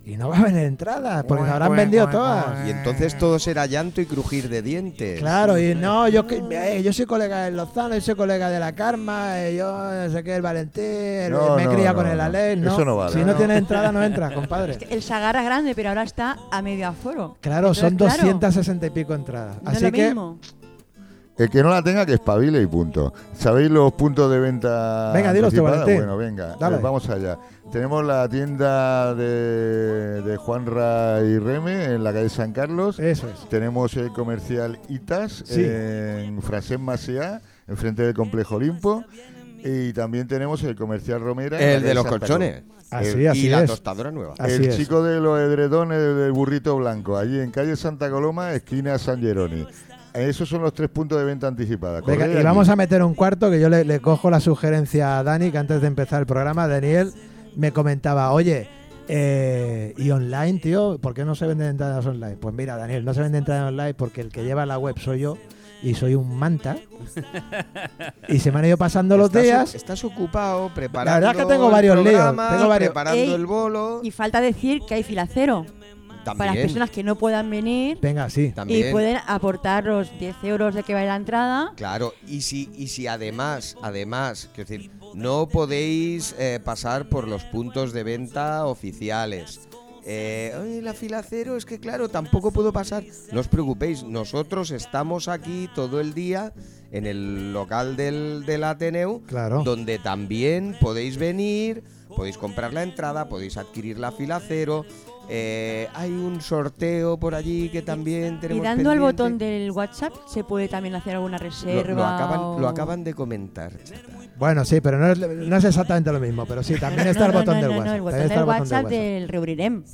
Speaker 2: y no va a haber entradas porque se habrán vendido todas.
Speaker 3: Y entonces todo será llanto y crujir de dientes.
Speaker 2: Claro, y no, yo, que- eh, yo soy colega del Lozano, yo soy colega de la Karma, eh, yo no sé qué, el Valentín, el-
Speaker 4: No,
Speaker 2: me he
Speaker 4: no,
Speaker 2: criado
Speaker 4: no,
Speaker 2: con
Speaker 4: no.
Speaker 2: el Alén, ¿no?
Speaker 4: Eso no vale.
Speaker 2: Si no,
Speaker 4: No.
Speaker 2: tienes entrada, no entras, compadre.
Speaker 5: el Sagarra es grande, pero ahora está a medio aforo.
Speaker 2: Claro, son
Speaker 5: Entonces, claro,
Speaker 2: 260 y pico entradas.
Speaker 5: No es
Speaker 2: Así
Speaker 5: lo
Speaker 2: que
Speaker 5: mismo.
Speaker 4: El que no la tenga, que espabile y punto. ¿Sabéis los puntos de venta?
Speaker 2: Venga, dilos tú,
Speaker 4: anticipada?
Speaker 2: Valentín.
Speaker 4: Bueno, venga,
Speaker 2: Dale.
Speaker 4: eh, vamos allá. Tenemos la tienda de, de Juanra y Reme en la calle San Carlos.
Speaker 2: Eso es.
Speaker 4: Tenemos el comercial Itas
Speaker 2: Sí.
Speaker 4: en Frasén Maciá, enfrente del Complejo Olimpo. Y también tenemos el comercial Romera. en la
Speaker 3: El de
Speaker 4: calle
Speaker 3: los
Speaker 4: Santa
Speaker 3: colchones.
Speaker 2: Así, así
Speaker 3: y la
Speaker 2: es.
Speaker 3: tostadora nueva.
Speaker 2: Así
Speaker 4: el
Speaker 2: es.
Speaker 4: chico de los edredones del burrito blanco, allí en calle Santa Coloma, esquina San Geroni. Esos son los tres puntos de venta anticipada.
Speaker 2: Venga,
Speaker 4: Corred
Speaker 2: y vamos
Speaker 4: allí.
Speaker 2: a meter un cuarto que yo le, le cojo la sugerencia a Dani, que antes de empezar el programa, Daniel me comentaba, oye, eh, y online, tío, ¿por qué no se venden entradas online? Pues mira, Daniel, no se venden entradas online porque el que lleva la web soy yo y soy un manta. y se me han ido pasando los
Speaker 3: Estás-
Speaker 2: días.
Speaker 3: Estás ocupado preparando.
Speaker 2: verdad es que tengo
Speaker 3: el
Speaker 2: varios líos,
Speaker 3: programa,
Speaker 2: tengo varios-
Speaker 3: Preparando
Speaker 5: Ey,
Speaker 3: el bolo.
Speaker 5: Y falta decir que hay fila cero
Speaker 3: también,
Speaker 5: para las personas que no puedan venir
Speaker 2: Venga, sí.
Speaker 3: también.
Speaker 5: y pueden aportar los 10 euros de que va la entrada.
Speaker 3: Claro, y si, y si además, además, quiero decir, no podéis eh, pasar por los puntos de venta oficiales. Eh, "Ay, la fila cero, es que claro, tampoco puedo pasar. No os preocupéis, nosotros estamos aquí todo el día en el local del, del Ateneu,
Speaker 2: Claro.
Speaker 3: donde también podéis venir, podéis comprar la entrada, podéis adquirir la fila cero. Eh, hay un sorteo por allí que también
Speaker 5: Y
Speaker 3: tenemos.
Speaker 5: dando al
Speaker 3: pendiente.
Speaker 5: botón del WhatsApp se puede también hacer alguna
Speaker 3: Lo,
Speaker 5: reserva.
Speaker 3: lo acaban,
Speaker 5: o-
Speaker 3: lo acaban de comentar.
Speaker 2: Bueno, sí, pero no es, no es exactamente lo mismo, pero sí, también está el
Speaker 5: No, no,
Speaker 2: botón
Speaker 5: no,
Speaker 2: del
Speaker 5: no, no,
Speaker 2: WhatsApp.
Speaker 5: el
Speaker 2: también
Speaker 5: botón
Speaker 2: está
Speaker 5: del
Speaker 2: el botón del
Speaker 5: WhatsApp del Reubrirem.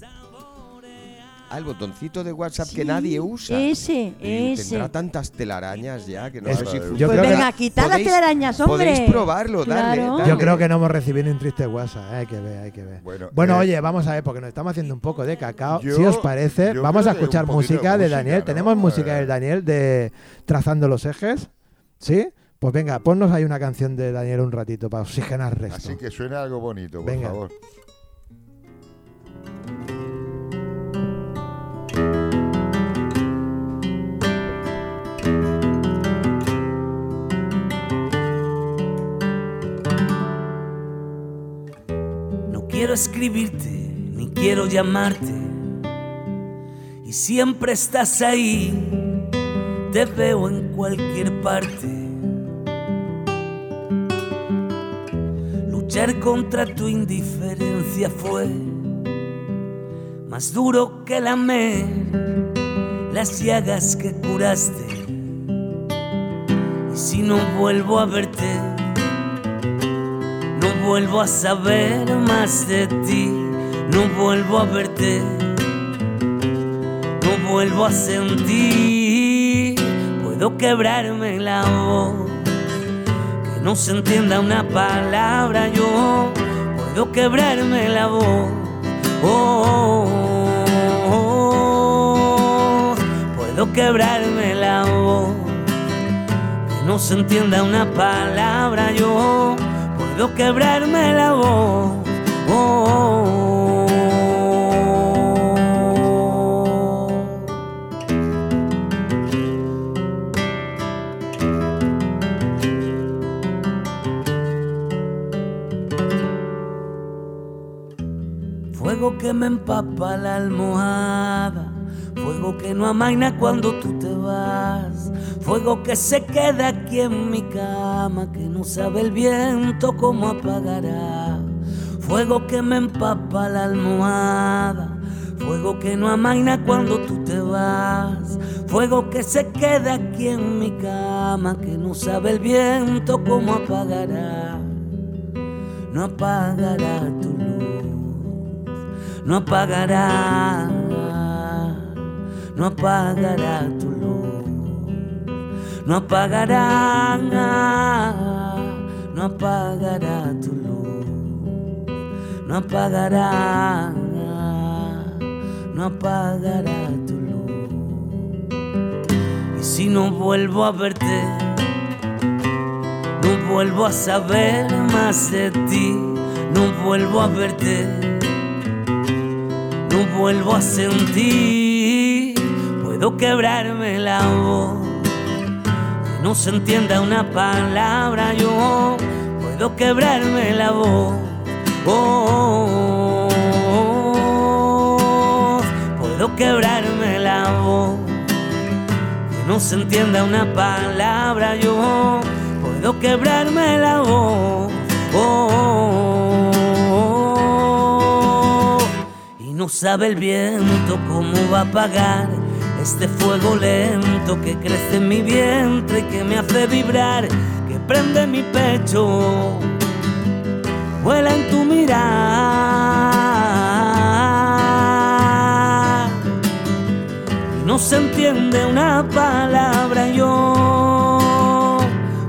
Speaker 3: Ah, el botoncito de WhatsApp que
Speaker 5: Sí,
Speaker 3: nadie usa.
Speaker 5: Ese,
Speaker 3: Y
Speaker 5: ese.
Speaker 3: tendrá tantas telarañas ya que no
Speaker 2: Es-
Speaker 3: sé si
Speaker 2: yo
Speaker 5: Pues
Speaker 2: creo que-
Speaker 5: venga, quitad las
Speaker 3: podéis-
Speaker 5: telarañas, hombre.
Speaker 3: podéis probarlo, dale,
Speaker 5: Claro.
Speaker 3: dale.
Speaker 2: Yo creo que no hemos recibido ni un triste WhatsApp. eh, Hay que ver, hay que ver.
Speaker 4: Bueno,
Speaker 2: Bueno,
Speaker 4: eh,
Speaker 2: oye, vamos a ver, porque nos estamos haciendo un poco de cacao.
Speaker 4: Yo-
Speaker 2: si os parece,
Speaker 4: yo
Speaker 2: vamos a
Speaker 4: creo que
Speaker 2: escuchar
Speaker 4: un poquito de
Speaker 2: música de
Speaker 4: música,
Speaker 2: Daniel.
Speaker 4: ¿no?
Speaker 2: Tenemos música
Speaker 4: Eh.
Speaker 2: de Daniel de Trazando los Ejes. ¿Sí? Pues venga, ponnos ahí una canción de Daniel un ratito para oxigenar resto.
Speaker 4: Así que suena algo bonito, por
Speaker 2: Venga.
Speaker 4: favor.
Speaker 6: No quiero escribirte, ni quiero llamarte. Y siempre estás ahí, te veo en cualquier parte. Luchar contra tu indiferencia fue más duro que lamer las llagas que curaste. Y si no vuelvo a verte, no vuelvo a saber más de ti, no vuelvo a verte, no vuelvo a sentir. Puedo quebrarme la voz, que no se entienda una palabra yo. Puedo quebrarme la voz, oh, oh, oh, oh. puedo quebrarme la voz que no se entienda una palabra yo puedo quebrarme la voz Oh, oh, oh, oh. Fuego que me empapa la almohada, fuego que no amaina cuando tú te vas, fuego que se queda aquí en mi cama, que no sabe el viento cómo apagará. Fuego que me empapa la almohada, fuego que no amaina cuando tú te vas, fuego que se queda aquí en mi cama, que no sabe el viento cómo apagará. No apagará tu luz no apagará, no apagará tu luz, no apagará, no apagará tu luz, no apagará, no apagará tu luz. Y si no vuelvo a verte, no vuelvo a saber más de ti, no vuelvo a verte, no vuelvo a sentir, puedo quebrarme la voz, que no se entienda una palabra yo, puedo quebrarme la voz, oh, oh, oh, oh, oh. puedo quebrarme la voz que no se entienda una palabra, yo puedo quebrarme la voz. Oh, oh, oh. Y no sabe el viento cómo va a apagar este fuego lento que crece en mi vientre y que me hace vibrar, que prende mi pecho vuela en tu mirar. No se entiende una palabra, yo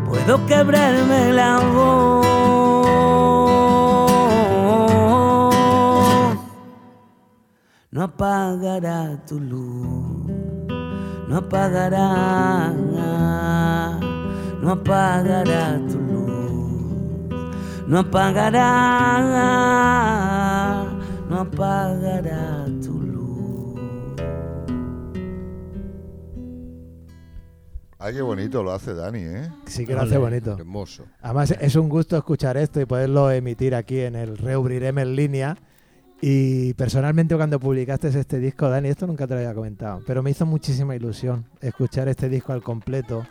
Speaker 6: puedo quebrarme la voz. No apagará tu luz, no apagará, no apagará tu luz no apagará, no apagará tu luz.
Speaker 4: Ay, qué bonito lo hace Dani, ¿eh?
Speaker 2: Sí que lo hace bonito.
Speaker 3: Hermoso.
Speaker 2: Además, es un gusto escuchar esto y poderlo emitir aquí en el Reubrirem en línea. Y personalmente, cuando publicaste este disco, Dani, esto nunca te lo había comentado, pero me hizo muchísima ilusión escuchar este disco al completo.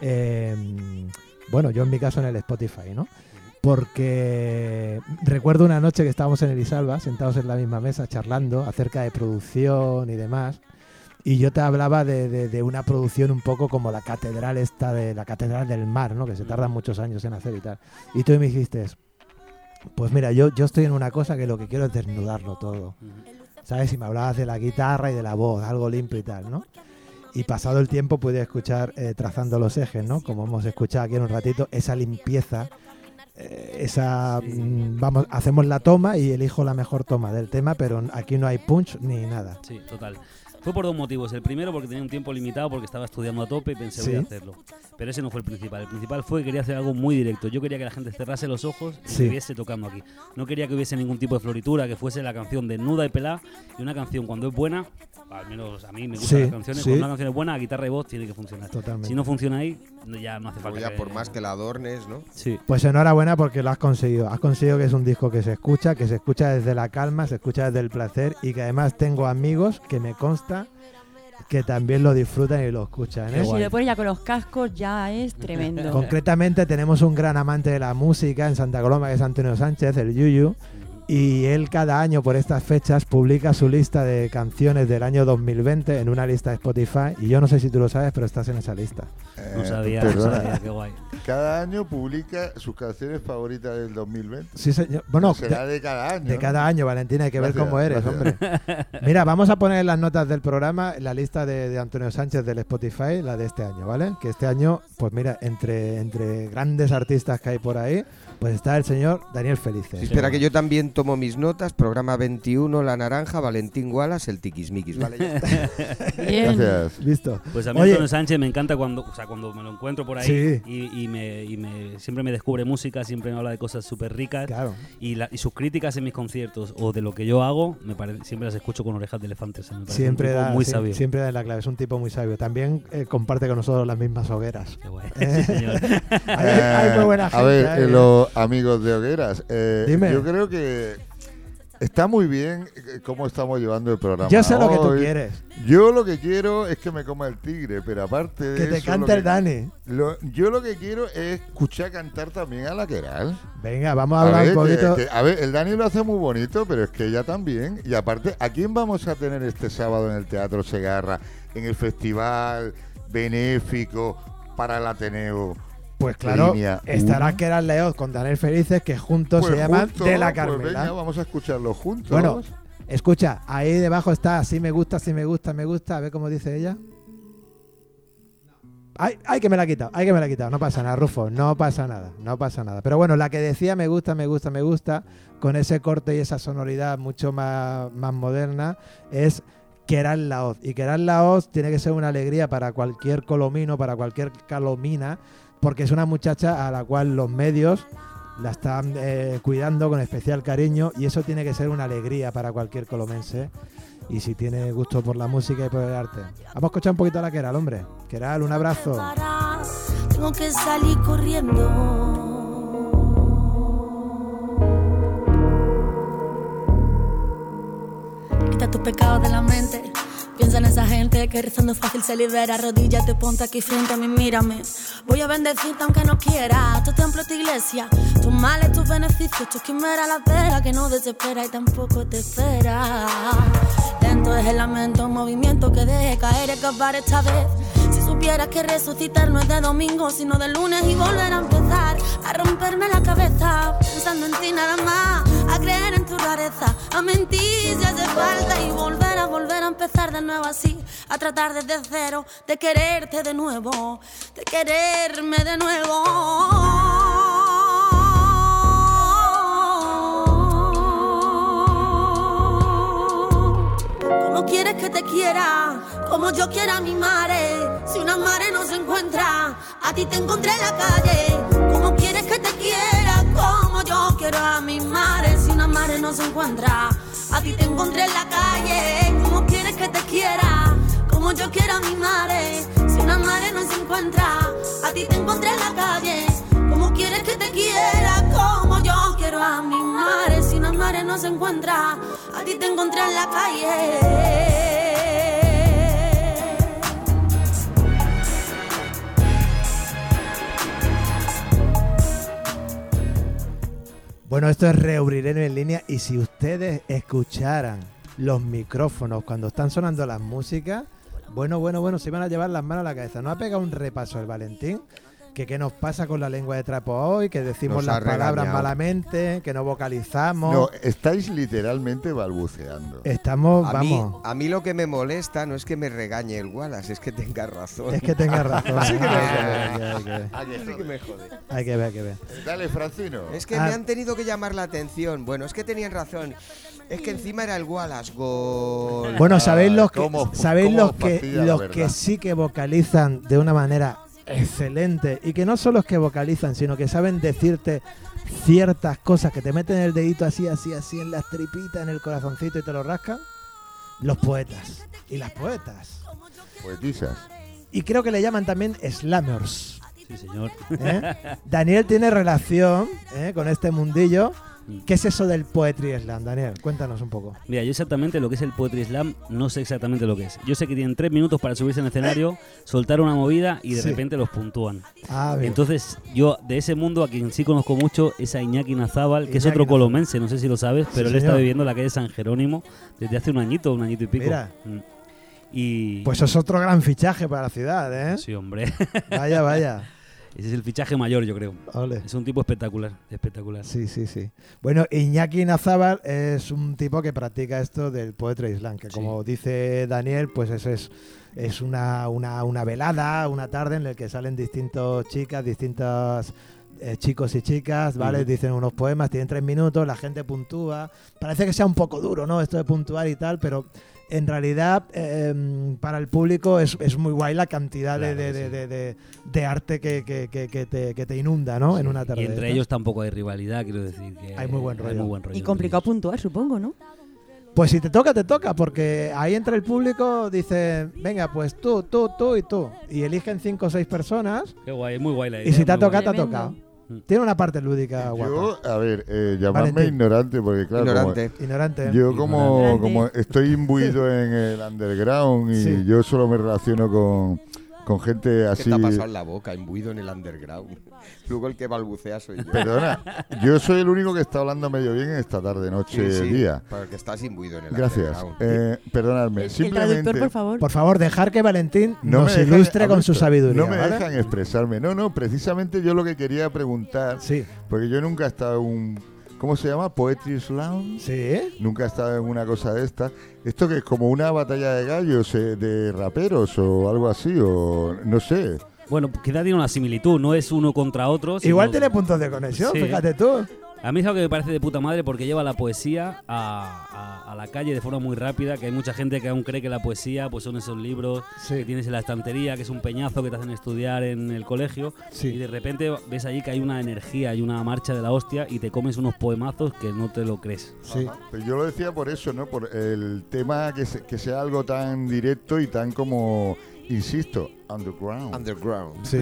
Speaker 2: eh, bueno, yo en mi caso en el Spotify, ¿no? Porque recuerdo una noche que estábamos en Elisalva, sentados en la misma mesa, charlando acerca de producción y demás. Y yo te hablaba de, de- de una producción un poco como la catedral esta de la catedral del mar, ¿no? Que se tardan muchos años en hacer y tal. Y tú me dijiste, pues mira, yo, yo estoy en una cosa que lo que quiero es desnudarlo todo. ¿Sabes? Si me hablabas de la guitarra y de la voz, algo limpio y tal, ¿no? Y pasado el tiempo pude escuchar eh, Trazando los ejes, ¿no? Como hemos escuchado aquí en un ratito, esa limpieza, eh, esa... mm, Vamos, hacemos la toma y elijo la mejor toma del tema, pero aquí no hay punch ni nada.
Speaker 1: Sí, total. Fue por dos motivos. El primero porque tenía un tiempo limitado porque estaba estudiando a tope y pensé
Speaker 2: Sí.
Speaker 1: voy a hacerlo. Pero ese no fue el principal. El principal fue que quería hacer algo muy directo. Yo quería que la gente cerrase los ojos y
Speaker 2: Sí.
Speaker 1: me viese tocando aquí. No quería que hubiese ningún tipo de floritura, que fuese la canción desnuda y pelada. Y una canción cuando es buena, al menos a mí me gustan
Speaker 2: Sí,
Speaker 1: las canciones,
Speaker 2: sí.
Speaker 1: cuando una canción es buena, la guitarra y voz tiene que funcionar.
Speaker 2: Totalmente.
Speaker 1: Si no funciona ahí, no- ya no hace
Speaker 3: Luego
Speaker 1: falta.
Speaker 3: ya por más que la adornes, ¿no?
Speaker 1: Sí.
Speaker 2: Pues enhorabuena porque lo has conseguido. Has conseguido que es un disco que se escucha, que se escucha desde la calma, se escucha desde el placer y que además tengo amigos que me consta que también lo disfrutan y lo escuchan. ¿eh?
Speaker 5: Si lo pones ya con los cascos, ya es tremendo.
Speaker 2: Concretamente tenemos un gran amante de la música en Santa Coloma que es Antonio Sánchez, el Yuyu, y él cada año por estas fechas publica su lista de canciones del año 2020 en una lista de Spotify y yo no sé si tú lo sabes, pero estás en esa lista.
Speaker 1: No
Speaker 4: Eh,
Speaker 1: sabía, no
Speaker 4: perdona.
Speaker 1: sabía, qué guay.
Speaker 4: Cada año publica sus canciones favoritas del 2020.
Speaker 2: Sí, señor. Bueno,
Speaker 4: Será de cada año.
Speaker 2: De
Speaker 4: ¿no?
Speaker 2: cada año, Valentina, hay que ver
Speaker 4: Gracias,
Speaker 2: cómo eres,
Speaker 4: gracias.
Speaker 2: hombre. Mira, vamos a poner en las notas del programa la lista de, de Antonio Sánchez del Spotify, la de este año, ¿vale? Que este año, pues mira, entre, entre grandes artistas que hay por ahí, pues está el señor Daniel Felices.
Speaker 3: Sí, espera que yo también tomo mis notas. Programa 21, La Naranja, Valentín Wallace, el Tiquismiquis. Vale, ya está.
Speaker 5: Bien.
Speaker 4: Gracias.
Speaker 2: Listo.
Speaker 1: Pues a mí
Speaker 2: Oye.
Speaker 1: Antonio Sánchez me encanta cuando, o sea, cuando me lo encuentro por ahí
Speaker 2: Sí.
Speaker 1: y, y me, y me- siempre me descubre música, siempre me habla de cosas súper ricas
Speaker 2: Claro.
Speaker 1: y, la- y sus críticas en mis conciertos o de lo que yo hago, me pare- siempre las escucho con orejas de elefante. o sea, me parece
Speaker 2: Siempre
Speaker 1: un tipo
Speaker 2: da,
Speaker 1: muy
Speaker 2: sí,
Speaker 1: sabio.
Speaker 2: siempre da en la clave, es un tipo muy sabio. También eh, comparte con nosotros las mismas hogueras.
Speaker 1: Qué guay, sí, señor.
Speaker 2: Hay, hay muy buena
Speaker 4: Eh,
Speaker 2: gente.
Speaker 4: A ver,
Speaker 2: ¿eh?
Speaker 4: eh, los amigos de Hogueras, eh,
Speaker 2: Dime.
Speaker 4: yo creo que está muy bien eh, cómo estamos llevando el programa.
Speaker 2: yo sé lo que tú
Speaker 4: hoy.
Speaker 2: quieres.
Speaker 4: Yo lo que quiero es que me coma el tigre, pero aparte de
Speaker 2: Que te
Speaker 4: eso,
Speaker 2: cante
Speaker 4: lo
Speaker 2: el
Speaker 4: que-
Speaker 2: Dani.
Speaker 4: lo- yo lo que quiero es escuchar cantar también a la Queral.
Speaker 2: Venga, vamos a hablar
Speaker 4: ver, eh,
Speaker 2: un poquito.
Speaker 4: que- que- a ver, el Dani lo hace muy bonito, pero es que ella también. Y aparte, ¿a quién vamos a tener este sábado en el Teatro Segarra? En el festival benéfico para el Ateneo.
Speaker 2: Pues claro,
Speaker 4: Línea
Speaker 2: estará
Speaker 4: uno.
Speaker 2: Keral Leoz con Daniel Felices, que juntos
Speaker 4: Pues
Speaker 2: se llaman
Speaker 4: juntos,
Speaker 2: De la
Speaker 4: pues venga,
Speaker 2: Carmela.
Speaker 4: vamos a escucharlo juntos.
Speaker 2: bueno, escucha, ahí debajo está, si me gusta, si me gusta, me gusta, a ver cómo dice ella. Ay, ay, que me la ha quitado, ay, que me la ha quitado. No pasa nada, Rufo, no pasa nada, no pasa nada. Pero bueno, la que decía me gusta, me gusta, me gusta, con ese corte y esa sonoridad mucho más, más moderna, es Keral Laoz. Y Keral Laoz tiene que ser una alegría para cualquier colomino, para cualquier calomina, porque es una muchacha a la cual los medios la están eh, cuidando con especial cariño y eso tiene que ser una alegría para cualquier colomense. Y si tiene gusto por la música y por el arte. Vamos a escuchar un poquito a la Keral, hombre. Keral, un abrazo.
Speaker 7: Parás, Tengo que salir corriendo. Quita tus pecados de la mente. Piensa en esa gente que rezando fácil se libera. Rodíllate, ponte aquí frente a mí, mírame. Voy a bendecirte aunque no quiera. Tu templo, tu iglesia, tus males, tus beneficios, tus quimeras, la vera que no desespera y tampoco te espera. Lento es el lamento, un movimiento que deje caer y acabar esta vez. Si supieras que resucitar no es de domingo, sino de lunes y volver a empezar a romperme la cabeza, pensando en ti nada más, a creer en tu rareza, a mentir si hace falta y volver a volver a empezar de nuevo así, a tratar desde cero de quererte de nuevo, de quererme de nuevo. ¿Cómo quieres que te quiera? Como yo quiera a mi madre. Si una madre no se encuentra, a ti te encontré en la calle. ¿Cómo quieres que te quiera? Como yo quiero a mi madre. Si una madre no se encuentra, a ti te encontré en la calle. ¿Cómo quieres que te quiera? Como yo quiero a mi madre. Si una madre no se encuentra, a ti te encontré en la calle. ¿Cómo quieres que te quiera? Como yo quiero a mi madre. Si una madre no se encuentra, a ti te encontré en la calle.
Speaker 2: Bueno, esto es Reubrireno en línea y si ustedes escucharan los micrófonos cuando están sonando las músicas, bueno, bueno, bueno, se van a llevar las manos a la cabeza. ¿No ha pegado un repaso el Valentín? Que qué nos pasa con la lengua de trapo hoy, que decimos
Speaker 3: Nos ha
Speaker 2: las palabras
Speaker 3: regañado.
Speaker 2: malamente, que no vocalizamos.
Speaker 4: No, estáis literalmente balbuceando.
Speaker 2: Estamos,
Speaker 3: A mí,
Speaker 2: vamos,
Speaker 3: a mí lo que me molesta no es que me regañe el Wallace, es que tenga razón.
Speaker 2: es que tengas razón.
Speaker 3: Sí que me-
Speaker 2: Hay que ver, hay que ver,
Speaker 4: Ah, que
Speaker 3: Sí que me jode.
Speaker 2: hay que ver, hay que ver.
Speaker 4: Dale, Francino.
Speaker 3: Es que
Speaker 2: Ah.
Speaker 3: me han tenido que llamar la atención. Bueno, es que tenían razón. Es que encima era el Wallace. Gol.
Speaker 2: Bueno, sabéis los que
Speaker 4: Ah, ¿Cómo-
Speaker 2: sabéis
Speaker 4: cómo
Speaker 2: los que
Speaker 4: fastidia la
Speaker 2: los
Speaker 4: verdad?
Speaker 2: que sí que vocalizan de una manera excelente y que no son los que vocalizan, sino que saben decirte ciertas cosas que te meten el dedito así, así, así en las tripitas, en el corazoncito y te lo rascan. Los poetas y las poetas.
Speaker 4: Poetisas.
Speaker 2: Y creo que le llaman también slammers.
Speaker 1: Sí, señor.
Speaker 2: ¿eh? Daniel tiene relación ¿eh? con este mundillo.
Speaker 1: Mm.
Speaker 2: ¿Qué es eso del poetry slam, Daniel? Cuéntanos un poco.
Speaker 1: Mira, yo exactamente lo que es el Poetry Slam no sé exactamente lo que es. Yo sé que tienen tres minutos para subirse al escenario, soltar una movida y de
Speaker 2: Sí.
Speaker 1: repente los puntúan.
Speaker 2: Ah, bien.
Speaker 1: Entonces, yo de ese mundo a quien sí conozco mucho es a Iñaki Nazábal, que es
Speaker 2: Iñaki
Speaker 1: otro
Speaker 2: Nazábal.
Speaker 1: colomense, no sé si lo sabes, pero él está
Speaker 2: señor.
Speaker 1: viviendo en la calle San Jerónimo desde hace un añito, un añito y pico.
Speaker 2: Mira.
Speaker 1: Mm. Y.
Speaker 2: Pues es otro gran fichaje para la ciudad, ¿eh?
Speaker 1: Sí, hombre.
Speaker 2: Vaya, vaya.
Speaker 1: Ese es el fichaje mayor, yo creo.
Speaker 2: Ole.
Speaker 1: Es un tipo espectacular, espectacular.
Speaker 2: Sí, sí, sí. Bueno, Iñaki Nazábal es un tipo que practica esto del poetry slam, que
Speaker 1: Sí.
Speaker 2: como dice Daniel, pues eso es, es una, una, una velada, una tarde en la que salen distintos chicas, distintas eh, chicos y chicas, ¿vale?
Speaker 1: Ujú.
Speaker 2: Dicen unos poemas, tienen tres minutos, la gente puntúa. Parece que sea un poco duro, ¿no? Esto de puntuar y tal, pero en realidad eh, para el público es, es muy guay la cantidad de-
Speaker 1: Claro que
Speaker 2: de,
Speaker 1: sí.
Speaker 2: de- de- de arte que, que- que- que te, que te inunda, ¿no? En una tarde.
Speaker 1: Y entre
Speaker 2: ¿no?
Speaker 1: ellos tampoco hay rivalidad, quiero decir. Que
Speaker 2: Hay muy buen
Speaker 1: Hay
Speaker 2: rollo.
Speaker 1: muy buen rollo
Speaker 5: Y
Speaker 1: entre
Speaker 5: complicado puntuar, supongo, ¿no?
Speaker 2: Pues si te toca, te toca, porque ahí entre el público dice, venga, pues tú, tú, tú y tú. Y eligen cinco o seis personas
Speaker 1: ellos. Qué guay, muy guay la idea.
Speaker 2: y si te ha
Speaker 1: muy guay.
Speaker 2: tocado, te ha tocado. Tiene una parte lúdica guapa.
Speaker 4: Yo, a ver, eh, llamadme
Speaker 2: Valentín.
Speaker 4: ignorante, porque claro, como-
Speaker 3: Ignorante.
Speaker 2: Ignorante.
Speaker 4: yo como,
Speaker 5: Ignorante.
Speaker 4: como estoy imbuido en el underground y
Speaker 2: Sí.
Speaker 4: yo solo me relaciono con, con gente
Speaker 3: ¿Qué
Speaker 4: así.
Speaker 3: te ha pasado en la boca? Imbuido en el underground. Luego el que balbucea soy yo.
Speaker 4: Perdona, yo soy el único que está hablando medio bien en esta tarde, noche, día.
Speaker 3: Porque estás imbuido en el
Speaker 4: Gracias.
Speaker 3: underground.
Speaker 4: Eh, perdonadme.
Speaker 5: El, el
Speaker 4: Simplemente
Speaker 5: traductor, por favor.
Speaker 2: Por favor, dejar que Valentín
Speaker 4: no
Speaker 2: nos
Speaker 4: me dejan-
Speaker 2: ilustre con su
Speaker 4: Alberto,
Speaker 2: sabiduría.
Speaker 4: No me
Speaker 2: ¿vale?
Speaker 4: dejan expresarme. No, no, precisamente yo lo que quería preguntar,
Speaker 2: Sí,
Speaker 4: porque yo nunca he estado en un. ¿Cómo se llama? Poetry Slam.
Speaker 2: sí.
Speaker 4: Nunca he estado en una cosa de esta. Esto que es como una batalla de gallos, eh, de raperos o algo así, o no sé.
Speaker 1: Bueno, quizá tiene una similitud, no es uno contra otro. sino-
Speaker 2: Igual tiene puntos de conexión,
Speaker 1: Sí.
Speaker 2: Pues fíjate tú.
Speaker 1: A mí es algo que me parece de puta madre porque lleva la poesía a, a- a la calle de forma muy rápida, que hay mucha gente que aún cree que la poesía pues son esos libros que
Speaker 2: Sí,
Speaker 1: tienes en la estantería, que es un peñazo que te hacen estudiar en el colegio, y
Speaker 2: sí.
Speaker 1: de repente ves allí que hay una energía y una marcha de la hostia y te comes unos poemazos que no te lo crees.
Speaker 2: sí.
Speaker 4: Pero Pues yo lo decía por eso, ¿no? Por el tema que, se- que sea algo tan directo y tan como, insisto, underground.
Speaker 3: Underground.
Speaker 2: Sí.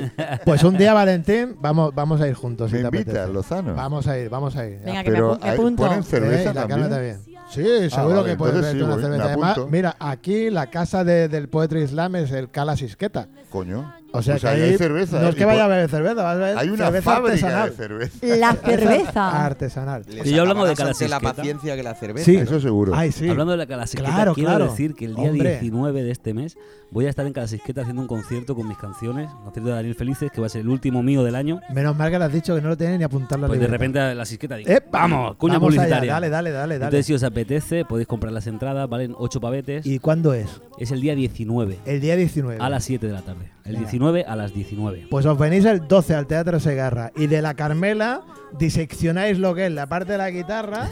Speaker 2: Pues un día, Valentín, vamos, vamos a ir juntos. si
Speaker 4: Me
Speaker 2: te
Speaker 4: invitas,
Speaker 2: apetece.
Speaker 4: Lozano.
Speaker 2: Vamos a ir, vamos a ir.
Speaker 5: Venga, que me,
Speaker 4: Pero
Speaker 5: apu- me
Speaker 4: ahí
Speaker 5: apunto.
Speaker 4: ponen cerveza
Speaker 2: Eh, y la
Speaker 4: también.
Speaker 2: Carmen también. Sí, seguro
Speaker 4: Ah, vale,
Speaker 2: que puedes
Speaker 4: entonces
Speaker 2: verte
Speaker 4: sí,
Speaker 2: una
Speaker 4: voy, me
Speaker 2: cerveza. Además,
Speaker 4: apunto.
Speaker 2: mira, aquí la casa de- del Poetry Slam es el Cala Sisqueta.
Speaker 4: Coño.
Speaker 2: O sea
Speaker 4: Pues
Speaker 2: que
Speaker 4: ahí
Speaker 2: ahí
Speaker 4: hay cerveza.
Speaker 2: No es
Speaker 4: y
Speaker 2: que
Speaker 4: por-
Speaker 2: vaya a beber cerveza, vas a beber
Speaker 4: Hay una
Speaker 2: cerveza
Speaker 4: fábrica
Speaker 2: artesanal.
Speaker 4: de cerveza.
Speaker 8: La cerveza.
Speaker 2: Artesanal.
Speaker 3: Les
Speaker 1: Sí, yo hablamos de
Speaker 3: acabarás
Speaker 1: cada
Speaker 3: ante Pues la
Speaker 1: sisqueta.
Speaker 3: paciencia que la cerveza.
Speaker 2: Sí.
Speaker 4: Eso seguro.
Speaker 2: Ay, sí.
Speaker 1: Hablando de la Calasisqueta,
Speaker 2: Claro,
Speaker 1: quiero
Speaker 2: claro.
Speaker 1: decir que el día
Speaker 2: Hombre.
Speaker 1: 19 de este mes voy a estar en Calasisqueta haciendo un concierto con mis canciones, un concierto de Daniel Felices, que va a ser el último mío del año.
Speaker 2: Menos mal que le has dicho que no lo tiene ni apuntar la
Speaker 1: Pues de
Speaker 2: libreta.
Speaker 1: repente la sisqueta digo,
Speaker 2: ¡Eh,
Speaker 1: ¡vamos! Cuña
Speaker 2: vamos allá,
Speaker 1: publicitaria.
Speaker 2: Dale, dale, dale, dale.
Speaker 1: Entonces, si os apetece, podéis comprar las entradas, valen 8 pavetes.
Speaker 2: ¿Y cuándo es?
Speaker 1: es el día 19,
Speaker 2: El día 19.
Speaker 1: a las 7 de la tarde. El
Speaker 2: Venga.
Speaker 1: 19 a las 19.
Speaker 2: Pues os venís el 12 al Teatro Segarra y de la Carmela diseccionáis lo que es la parte de la guitarra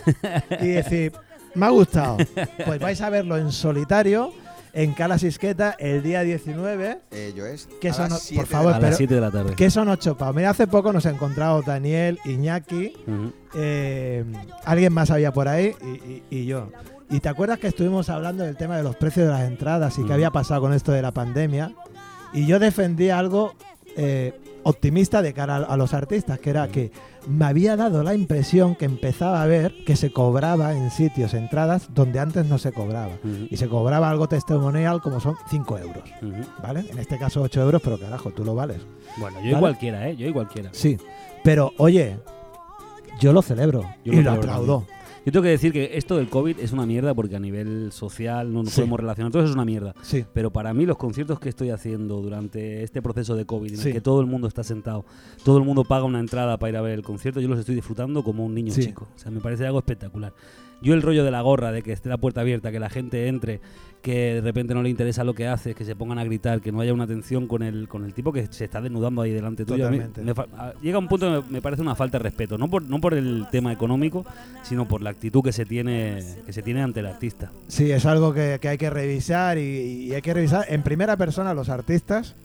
Speaker 2: y decís, me ha gustado. Pues vais a verlo en solitario en Cala Sisqueta el día 19,
Speaker 3: Ello Eh, es.
Speaker 2: Que
Speaker 3: a
Speaker 2: eso
Speaker 3: las
Speaker 2: no-
Speaker 3: siete
Speaker 2: por
Speaker 3: de
Speaker 2: favor,
Speaker 1: a
Speaker 3: la-
Speaker 2: pero-
Speaker 1: las 7 de la tarde.
Speaker 2: que son ocho pa. Mira, hace poco nos ha encontrado Daniel, Iñaki,
Speaker 1: Ujú.
Speaker 2: eh, alguien más había por ahí y, y- y yo. ¿Y te acuerdas que estuvimos hablando del tema de los precios de las entradas y
Speaker 1: Mm.
Speaker 2: qué había pasado con esto de la pandemia? Y yo defendí algo eh, optimista de cara a, a los artistas, que era que me había dado la impresión que empezaba a ver que se cobraba en sitios entradas donde antes no se cobraba.
Speaker 1: Ujú.
Speaker 2: Y se cobraba algo testimonial como son 5 euros,
Speaker 1: Ujú.
Speaker 2: ¿vale? En este caso 8 euros, pero carajo, tú lo vales.
Speaker 1: Bueno, yo
Speaker 2: Vale.
Speaker 1: y cualquiera, ¿eh? Yo y cualquiera.
Speaker 2: Sí, pero oye, yo lo celebro
Speaker 1: Yo
Speaker 2: y
Speaker 1: lo
Speaker 2: lo,
Speaker 1: celebro
Speaker 2: aplaudo.
Speaker 1: Yo tengo que decir que esto del COVID es una mierda porque a nivel social no nos
Speaker 2: Sí.
Speaker 1: podemos relacionar. Todo eso es una mierda.
Speaker 2: Sí.
Speaker 1: Pero para mí los conciertos que estoy haciendo durante este proceso de COVID, en
Speaker 2: Sí.
Speaker 1: el que todo el mundo está sentado, todo el mundo paga una entrada para ir a ver el concierto, yo los estoy disfrutando como un niño
Speaker 2: Sí.
Speaker 1: chico. O sea, me parece algo espectacular. Yo el rollo de la gorra, de que esté la puerta abierta, que la gente entre, que de repente no le interesa lo que haces, que se pongan a gritar, que no haya una atención con el, con el tipo que se está desnudando ahí delante tuyo. A mí
Speaker 2: Totalmente.
Speaker 1: me fa- a- llega un punto que me, me parece una falta de respeto, no por, no por el tema económico, sino por la actitud que se tiene, que se tiene ante el artista.
Speaker 2: Sí, es algo que, que hay que revisar y, y hay que revisar en primera persona los artistas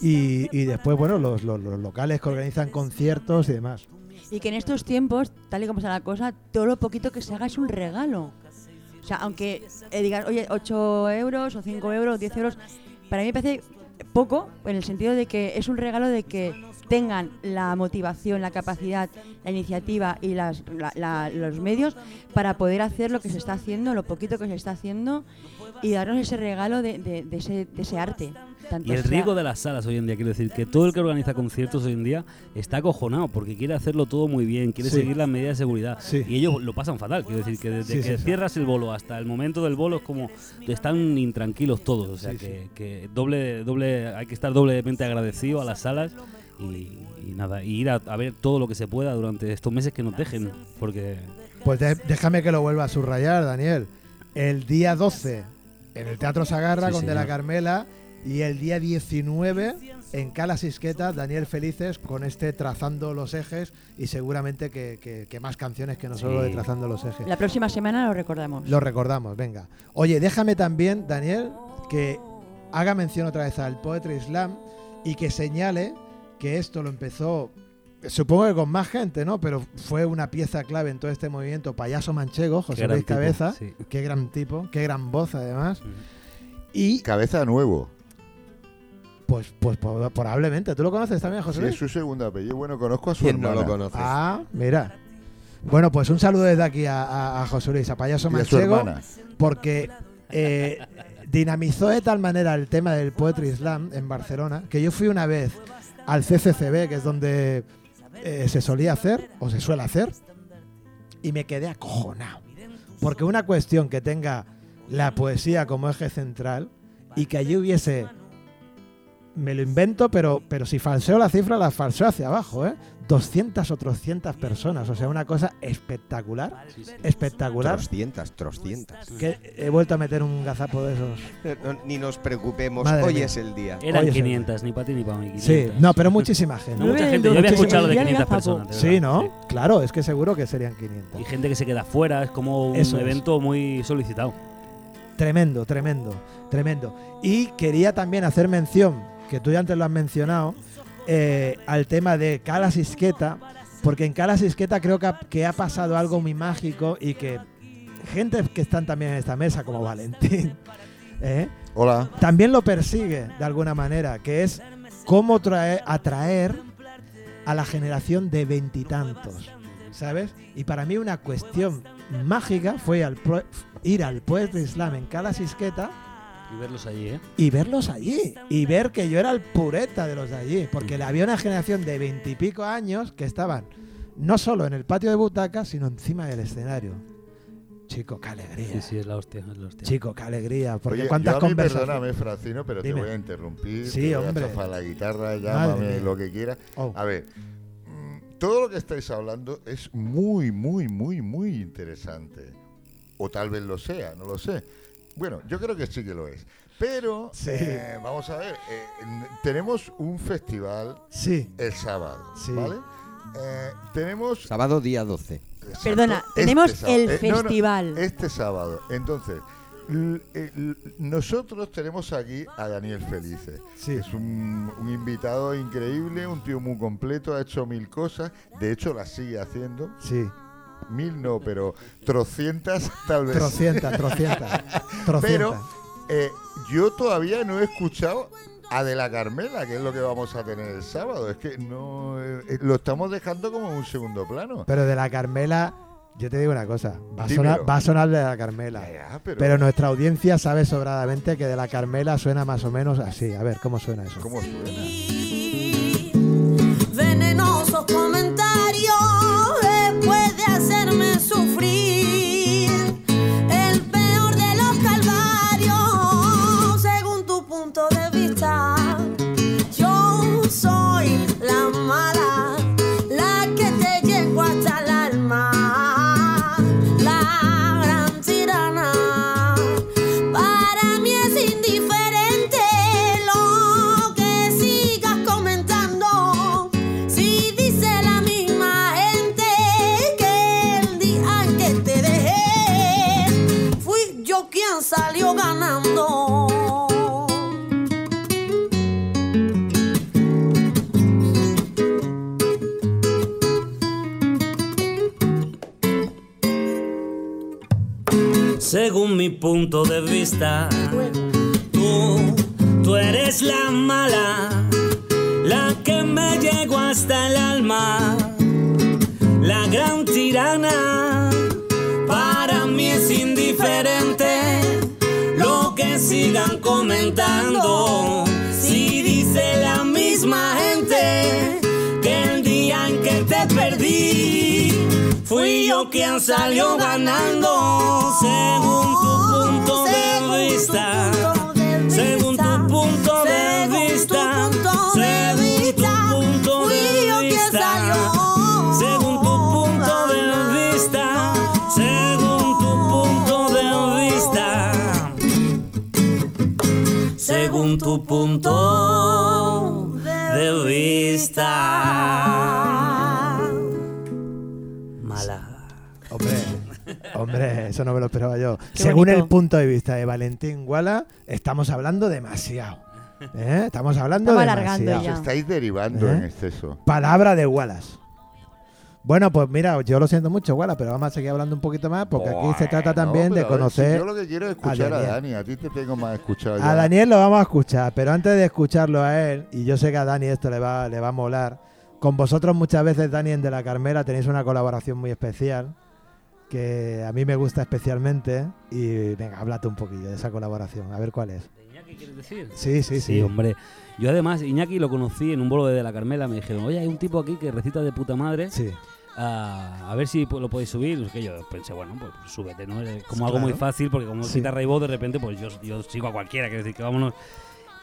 Speaker 2: y, y después, bueno, los, los- los locales que organizan conciertos y demás.
Speaker 8: Y que en estos tiempos, tal y como está la cosa, todo lo poquito que se haga es un regalo. O sea, aunque eh, digas, oye, 8 euros o 5 euros o 10 euros, para mí me parece poco en el sentido de que es un regalo de que tengan la motivación, la capacidad, la iniciativa y las, la- la- los medios para poder hacer lo que se está haciendo, lo poquito que se está haciendo y darnos ese regalo de, de- de ese, de ese arte. Tanto
Speaker 1: Y el
Speaker 8: sea-
Speaker 1: riesgo de las salas hoy en día, quiero decir, que todo el que organiza conciertos hoy en día está acojonado porque quiere hacerlo todo muy bien, quiere
Speaker 2: Sí.
Speaker 1: seguir las medidas de seguridad.
Speaker 2: Sí.
Speaker 1: Y ellos lo pasan fatal, quiero decir, que desde
Speaker 2: Sí, sí,
Speaker 1: que
Speaker 2: sí.
Speaker 1: cierras el bolo hasta el momento del bolo es como están intranquilos todos, o sea
Speaker 2: Sí,
Speaker 1: que, que doble, doble, hay que estar doblemente agradecido a las salas y, y nada, y ir a, a ver todo lo que se pueda durante estos meses que nos dejen, porque
Speaker 2: Pues de- déjame que lo vuelva a subrayar, Daniel. El día 12 en el Teatro Sagarra
Speaker 1: Sí,
Speaker 2: con De la
Speaker 1: señor.
Speaker 2: Carmela y el día 19 en Cala Sisqueta, Daniel Felices con este Trazando los Ejes y seguramente que, que- que más canciones que no solo
Speaker 1: Sí.
Speaker 2: de Trazando los Ejes.
Speaker 8: La próxima semana lo recordamos.
Speaker 2: Lo recordamos, venga. Oye, déjame también, Daniel, que haga mención otra vez al Poetry Slam y que señale que esto lo empezó, supongo que con más gente, ¿no? Pero fue una pieza clave en todo este movimiento. Payaso Manchego, José
Speaker 1: gran
Speaker 2: Luis
Speaker 1: tipo,
Speaker 2: Cabeza.
Speaker 1: sí.
Speaker 2: Qué gran tipo, qué gran voz además. Y
Speaker 4: Cabeza de nuevo.
Speaker 2: pues, pues po- probablemente, ¿tú lo conoces también,
Speaker 4: Sí,
Speaker 2: José
Speaker 4: es
Speaker 2: Luis?
Speaker 4: su segundo apellido. Bueno, conozco a su
Speaker 3: ¿Quién no
Speaker 4: hermana.
Speaker 3: lo conoce?
Speaker 2: Ah, mira. Bueno, pues un saludo desde aquí a, a- a José Luis, a
Speaker 4: Y
Speaker 2: Payaso
Speaker 4: a su
Speaker 2: Manchego.
Speaker 4: hermana.
Speaker 2: porque eh, dinamizó de tal manera el tema del Poetry Slam en Barcelona que yo fui una vez al CCCB, que es donde eh, se solía hacer o se suele hacer, y me quedé acojonado. Porque una cuestión que tenga la poesía como eje central y que allí hubiese. Me lo invento, pero, pero si falseo la cifra, la falseo hacia abajo, ¿eh? 200 o 300 personas, o sea, una cosa espectacular, espectacular.
Speaker 3: 300, 300.
Speaker 2: Que eh, he vuelto a meter un gazapo de esos.
Speaker 3: No, ni nos preocupemos,
Speaker 2: Madre
Speaker 3: Pues hoy
Speaker 2: mía.
Speaker 3: es el día.
Speaker 1: Eran
Speaker 2: Oye,
Speaker 1: 500, ni para ti ni para mí.
Speaker 2: Sí,
Speaker 1: 500.
Speaker 2: no, pero muchísima
Speaker 1: No,
Speaker 2: gente.
Speaker 1: mucha
Speaker 8: Nueve
Speaker 1: gente, yo
Speaker 8: del
Speaker 1: había
Speaker 8: doce,
Speaker 1: escuchado lo de
Speaker 8: Sevilla,
Speaker 1: 500
Speaker 8: Gazapo.
Speaker 1: personas. de
Speaker 2: Sí,
Speaker 1: verdad,
Speaker 2: ¿no?
Speaker 1: sí.
Speaker 2: Claro, es que seguro que serían
Speaker 1: Y
Speaker 2: 500.
Speaker 1: gente que se queda fuera, es como un
Speaker 2: Eso es.
Speaker 1: evento muy solicitado.
Speaker 2: Tremendo, tremendo, tremendo. Y quería también hacer mención, que tú ya antes lo has mencionado, eh, al tema de Cala Sisqueta, porque en Cala Sisqueta creo que ha, que ha pasado algo muy mágico y que gente que están también en esta mesa, como Valentín, ¿eh?
Speaker 4: Hola.
Speaker 2: también lo persigue de alguna manera, que es cómo trae- atraer a la generación de veintitantos, ¿sabes? Y para mí una cuestión mágica fue al pro- ir al Pues de Islam en Calasisqueta
Speaker 1: Y verlos allí, ¿eh?
Speaker 2: y verlos allí. Y ver que yo era el pureta de los de allí. Porque había una generación de veintipico años que estaban no solo en el patio de butacas, sino encima del escenario. Chico, qué alegría.
Speaker 1: Sí, sí, es la hostia, es la hostia.
Speaker 2: Chico, qué alegría. Ah, Porque
Speaker 4: Oye,
Speaker 2: cuántas
Speaker 4: yo a mí,
Speaker 2: conversaciones.
Speaker 4: Perdóname, Francino, pero
Speaker 2: Dime.
Speaker 4: te voy a interrumpir.
Speaker 2: Sí,
Speaker 4: te voy
Speaker 2: hombre.
Speaker 4: A chafar la guitarra, llámame
Speaker 2: mía.
Speaker 4: lo que quieras.
Speaker 2: Oh.
Speaker 4: A ver, mm, todo lo que estáis hablando es muy, muy, muy, muy interesante. O tal vez lo sea, no lo sé. Bueno, yo creo que sí que lo es. Pero,
Speaker 2: Sí.
Speaker 4: eh, vamos a ver, eh, n- tenemos un festival
Speaker 2: Sí.
Speaker 4: el sábado,
Speaker 2: Sí.
Speaker 4: ¿vale? Eh, tenemos
Speaker 3: Sábado día 12.
Speaker 4: Exacto, Este
Speaker 8: Perdona, tenemos
Speaker 4: sábado. Eh,
Speaker 8: el
Speaker 4: no, no,
Speaker 8: festival.
Speaker 4: este sábado. Entonces, l- eh, l- nosotros tenemos aquí a Daniel Felices.
Speaker 2: Sí.
Speaker 4: Es un, un invitado increíble, un tío muy completo, ha hecho mil cosas. De hecho, las sigue haciendo.
Speaker 2: Sí.
Speaker 4: Mil no, pero trocientas tal vez.
Speaker 2: Trocientas, trocientas.
Speaker 4: Pero
Speaker 2: Trocientas.
Speaker 4: eh, yo todavía no he escuchado a De la Carmela, que es lo que vamos a tener el sábado. Es que no eh, eh, lo estamos dejando como en un segundo plano.
Speaker 2: Pero de la Carmela, yo te digo una cosa, va a
Speaker 4: Dímelo.
Speaker 2: sonar, va a sonar de la Carmela.
Speaker 4: Ya, ya,
Speaker 2: pero... nuestra audiencia sabe sobradamente que de la Carmela suena más o menos así. A ver, ¿cómo suena eso?
Speaker 4: ¿Cómo suena?
Speaker 7: Venenosos comentarios después de hacerme sufrir. El peor de los calvarios, según tu punto de vista. Yo soy la mala, la que te llegó hasta el alma. La gran tirana. Para mí es indiferente lo que sigas comentando. Si dice la misma gente que el día en que te dejé, fui yo quien salió ganando.
Speaker 6: según mi punto de vista. Tú, tú eres la mala, la que me llegó hasta el alma, la gran tirana. Para mí es indiferente lo que sigan comentando. Si dice la misma gente que el día en que te perdí, fui yo quien salió ganando. Según tu punto de vista, según tu punto de vista, según tu punto de vista, según tu punto de vista, según tu punto de vista, según tu punto de vista. Mala.
Speaker 2: Hombre, hombre, eso no me lo esperaba yo.
Speaker 8: Qué
Speaker 2: Según
Speaker 8: bonito.
Speaker 2: el punto de vista de Valentín Guala, estamos hablando demasiado. ¿eh? Estamos hablando
Speaker 8: Estamos alargando
Speaker 2: demasiado.
Speaker 8: ya.
Speaker 4: Estáis derivando
Speaker 2: ¿Eh?
Speaker 4: en exceso.
Speaker 2: Palabra de Wallace. Bueno, pues mira, yo lo siento mucho, Wallace, pero vamos a seguir hablando un poquito más porque aquí se trata
Speaker 4: Bueno,
Speaker 2: también
Speaker 4: pero
Speaker 2: de
Speaker 4: a ver, si
Speaker 2: conocer
Speaker 4: yo lo que quiero es escuchar a,
Speaker 2: Daniel.
Speaker 4: Dani, a ti te tengo más escuchado. ya.
Speaker 2: A Daniel lo vamos a escuchar, pero antes de escucharlo a él, y yo sé que a Dani esto le va, le va a molar, con vosotros muchas veces, Dani, en De la Carmela tenéis una colaboración muy especial que a mí me gusta especialmente. Y venga, háblate un poquillo de esa colaboración, a ver cuál es.
Speaker 1: ¿Qué quieres decir?
Speaker 2: Sí, sí, sí.
Speaker 1: hombre. Yo además, Iñaki lo conocí en un bolo de, De la Carmela. Me dijeron, oye, hay un tipo aquí que recita de puta madre.
Speaker 2: Sí,
Speaker 1: a, a ver si pues, lo podéis subir. Que yo pensé, bueno, pues súbete, ¿no? Es Como algo
Speaker 2: Claro.
Speaker 1: muy fácil, porque como
Speaker 2: Sí.
Speaker 1: guitarra y voz, de repente, pues yo, yo sigo a cualquiera, quiero decir que vámonos.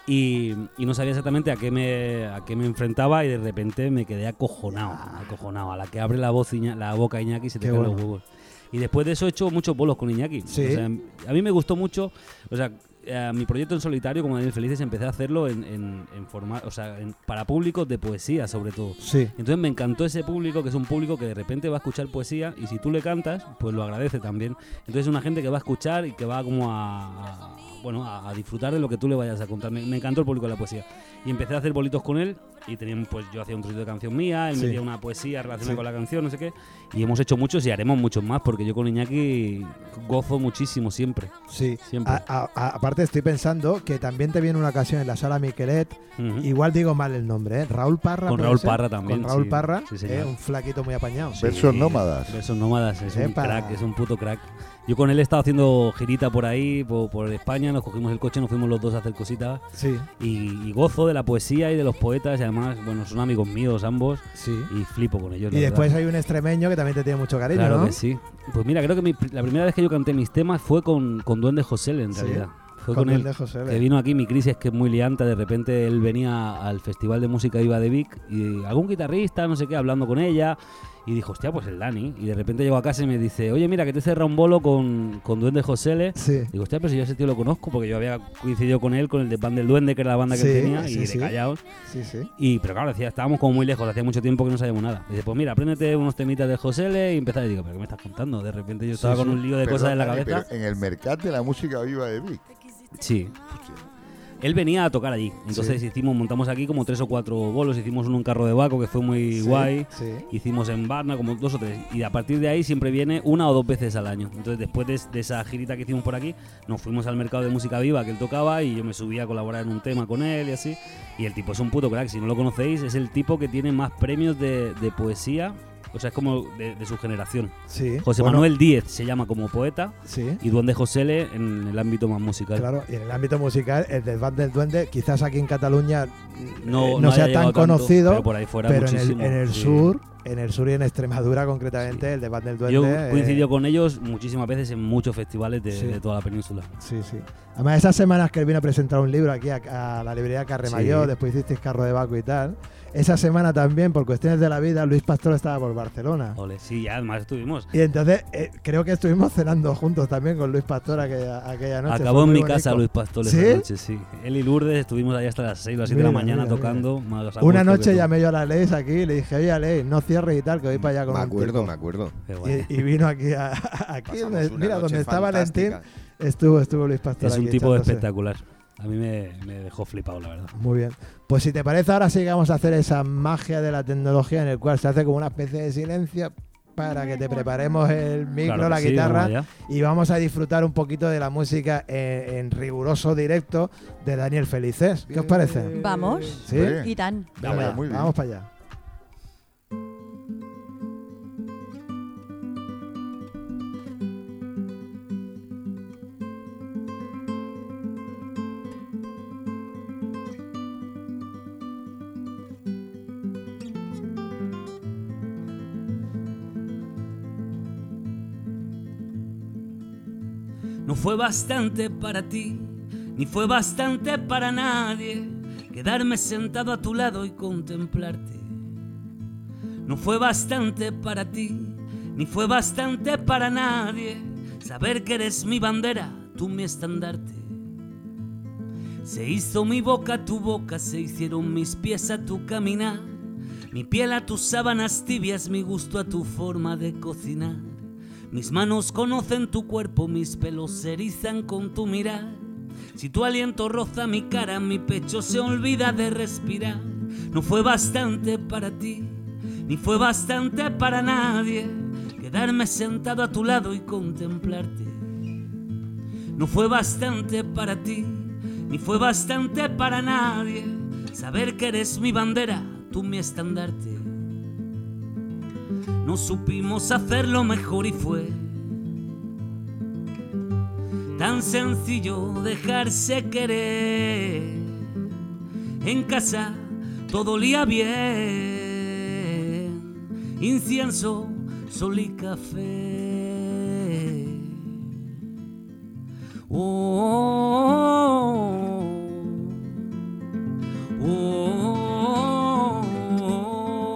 Speaker 1: Y, y no sabía exactamente a qué me a qué me enfrentaba y de repente me quedé acojonado, acojonado, a la que abre la voz Iña- la boca Iñaki se te
Speaker 2: Qué
Speaker 1: caen los
Speaker 2: bueno.
Speaker 1: huevos. Y después de eso he hecho muchos bolos con Iñaki.
Speaker 2: Sí.
Speaker 1: O sea, a mí me gustó mucho, o sea, eh, mi proyecto en solitario como Daniel Felices empecé a hacerlo en, en, en forma- o sea, en- para públicos de poesía sobre todo.
Speaker 2: sí.
Speaker 1: Entonces me encantó ese público, que es un público que de repente va a escuchar poesía y si tú le cantas, pues lo agradece también. Entonces es una gente que va a escuchar y que va como a, a- bueno, a, a disfrutar de lo que tú le vayas a contar. Me, me encantó el público de la poesía. Y empecé a hacer bolitos con él y tenían pues yo hacía un trocito de canción mía, él
Speaker 2: Sí.
Speaker 1: metía una poesía relacionada
Speaker 2: Sí.
Speaker 1: con la canción, no sé qué, y hemos hecho muchos y haremos muchos más porque yo con Iñaki gozo muchísimo siempre.
Speaker 2: Sí. Ah,
Speaker 1: Siempre.
Speaker 2: A- a- a- aparte estoy pensando que también te viene una ocasión en la sala Miquelet,
Speaker 1: Ujú.
Speaker 2: igual digo mal el nombre, ¿eh? Raúl Parra.
Speaker 1: Con
Speaker 2: ¿puede
Speaker 1: Raúl
Speaker 2: ser?
Speaker 1: Parra también,
Speaker 2: Con Raúl
Speaker 1: sí.
Speaker 2: Parra,
Speaker 1: Sí, señor.
Speaker 2: ¿eh? un flaquito muy apañado.
Speaker 1: Sí.
Speaker 4: Versos nómadas.
Speaker 1: Versos eh, nómadas, es
Speaker 2: Epa.
Speaker 1: un crack, es un puto crack. Yo con él he estado haciendo girita por ahí, por, por España, nos cogimos el coche, nos fuimos los dos a hacer cositas
Speaker 2: Sí,
Speaker 1: y, y gozo de la poesía y de los poetas y además, bueno, son amigos míos ambos
Speaker 2: sí.
Speaker 1: y flipo con ellos.
Speaker 2: Y
Speaker 1: la
Speaker 2: después
Speaker 1: verdad.
Speaker 2: hay un extremeño que también te tiene mucho cariño,
Speaker 1: Claro
Speaker 2: ¿no?
Speaker 1: que sí. Pues mira, creo que mi pr- la primera vez que yo canté mis temas fue con, con Duende José, en
Speaker 2: Sí.
Speaker 1: realidad. Fue
Speaker 2: Con
Speaker 1: con, él
Speaker 2: Duende José,
Speaker 1: que vino aquí, mi crisis que es muy lianta, de repente él venía al Festival de Música Viva de Vic y algún guitarrista, no sé qué, hablando con ella y dijo, hostia, pues el Dani. Y de repente llegó a casa y me dice, oye, mira, que te he cerrado un bolo con, con Duende Josele.
Speaker 2: Sí.
Speaker 1: Digo, hostia, pero si yo a ese tío lo conozco, porque yo había coincidido con él, con el de Pan del Duende, que era la banda que
Speaker 2: Sí,
Speaker 1: él tenía,
Speaker 2: sí,
Speaker 1: y de
Speaker 2: sí.
Speaker 1: Callaos.
Speaker 2: Sí, sí.
Speaker 1: Y, pero claro, decía, estábamos como muy lejos, hacía mucho tiempo que no sabíamos nada. Dice, pues mira, apréndete unos temitas de Josele y empezar. Y digo, ¿pero qué me estás contando? De repente yo estaba
Speaker 2: sí.
Speaker 1: con un lío de
Speaker 4: Perdón,
Speaker 1: cosas en la
Speaker 4: Dani,
Speaker 1: cabeza.
Speaker 4: pero en el mercado de la música viva de Vic.
Speaker 1: Sí. Él venía a tocar allí. Entonces hicimos, montamos aquí como tres o cuatro bolos, hicimos uno en carro de Baco, que fue muy
Speaker 2: Sí,
Speaker 1: guay.
Speaker 2: sí.
Speaker 1: Hicimos en Barna como dos o tres. Y a partir de ahí siempre viene una o dos veces al año. Entonces después de, de esa girita que hicimos por aquí, nos fuimos al mercado de música viva que él tocaba y yo me subí a colaborar en un tema con él y así. Y el tipo es un puto crack. Si no lo conocéis, es el tipo que tiene más premios de, de poesía. O sea, es como de, de su generación.
Speaker 2: Sí.
Speaker 1: José
Speaker 2: Bueno,
Speaker 1: Manuel Díez se llama como poeta
Speaker 2: Sí.
Speaker 1: y Duende Josele en el ámbito más musical.
Speaker 2: Claro, y en el ámbito musical, el desván del duende, quizás aquí en Cataluña eh,
Speaker 1: no,
Speaker 2: no, sea
Speaker 1: haya
Speaker 2: tan
Speaker 1: llegado tanto,
Speaker 2: conocido,
Speaker 1: pero por ahí fuera
Speaker 2: pero en el,
Speaker 1: muchísimo.
Speaker 2: en el
Speaker 1: Sí.
Speaker 2: sur, en el sur y en Extremadura concretamente, el desván del duende.
Speaker 1: Yo
Speaker 2: eh,
Speaker 1: coincidió con ellos muchísimas veces en muchos festivales de,
Speaker 2: Sí.
Speaker 1: de toda la península.
Speaker 2: Sí, sí. Además, esas semanas que él vino a presentar un libro aquí a, a la librería Carremayor,
Speaker 1: Sí.
Speaker 2: después hicisteis Carro de Baco y tal. Esa semana también, por cuestiones de la vida, Luis Pastor estaba por Barcelona.
Speaker 1: Ole, sí, ya además estuvimos.
Speaker 2: Y entonces eh, creo que estuvimos cenando juntos también con Luis Pastor aquella, aquella noche.
Speaker 1: Acabó
Speaker 2: Fue
Speaker 1: en
Speaker 2: muy
Speaker 1: mi
Speaker 2: bonito.
Speaker 1: casa Luis Pastor
Speaker 2: ¿Sí?
Speaker 1: esa noche, sí. Él y Lourdes estuvimos ahí hasta las 6 o las 7 de la
Speaker 2: Mira,
Speaker 1: mañana
Speaker 2: mira, mira.
Speaker 1: tocando. más a
Speaker 2: Una
Speaker 1: gusto que
Speaker 2: noche
Speaker 1: tú.
Speaker 2: llamé yo a la Leis aquí y le dije, oye, Leis, no cierres y tal, que voy para allá con
Speaker 3: Me
Speaker 2: un
Speaker 3: acuerdo,
Speaker 2: tipo".
Speaker 3: me acuerdo.
Speaker 1: Qué guay.
Speaker 2: Y, y vino aquí, a, aquí
Speaker 3: Pasamos
Speaker 2: donde-
Speaker 3: una
Speaker 2: mira,
Speaker 3: noche
Speaker 2: donde está Valentín,
Speaker 3: fantástica.
Speaker 2: estuvo, estuvo Luis Pastor.
Speaker 1: Es un
Speaker 2: aquí
Speaker 1: tipo
Speaker 2: echándose.
Speaker 1: espectacular. A mí me, me dejó flipado, la verdad.
Speaker 2: Muy bien. Pues si te parece, ahora sí que vamos a hacer esa magia de la tecnología en el cual se hace como una especie de silencio para que te preparemos el micro,
Speaker 1: Claro que
Speaker 2: la
Speaker 1: sí,
Speaker 2: guitarra
Speaker 1: vamos allá.
Speaker 2: y vamos a disfrutar un poquito de la música eh, en, riguroso directo de Daniel Felices. ¿Qué os parece?
Speaker 8: Vamos.
Speaker 2: ¿Sí?
Speaker 4: Bien.
Speaker 8: Y tan.
Speaker 4: Venga,
Speaker 2: Venga,
Speaker 4: muy bien.
Speaker 2: Vamos para allá.
Speaker 6: No fue bastante para ti, ni fue bastante para nadie quedarme sentado a tu lado y contemplarte. No fue bastante para ti, ni fue bastante para nadie saber que eres mi bandera, tú mi estandarte. Se hizo mi boca tu boca, se hicieron mis pies a tu caminar, mi piel a tus sábanas tibias, mi gusto a tu forma de cocinar. Mis manos conocen tu cuerpo, mis pelos se erizan con tu mirar. Si tu aliento roza mi cara, mi pecho se olvida de respirar. No fue bastante para ti, ni fue bastante para nadie quedarme sentado a tu lado y contemplarte. No fue bastante para ti, ni fue bastante para nadie saber que eres mi bandera, tú mi estandarte. No supimos hacerlo mejor y fue tan sencillo dejarse querer. En casa todo olía bien, incienso, sol y café. oh. Oh,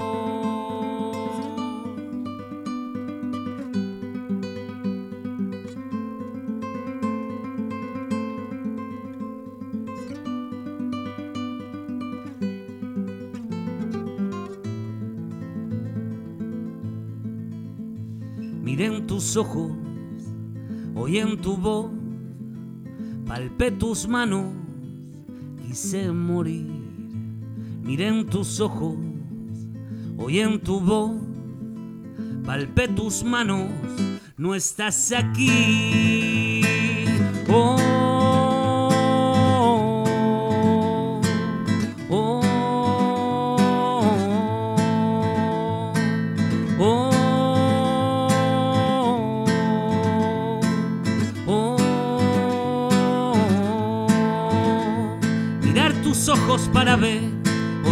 Speaker 6: Miré en tus ojos, oí en tu voz, palpé tus manos, quise morir. Miré en tus ojos, oí en tu voz, palpé tus manos, no estás aquí. Oh, oh, oh, oh, oh. Mirar tus ojos para ver,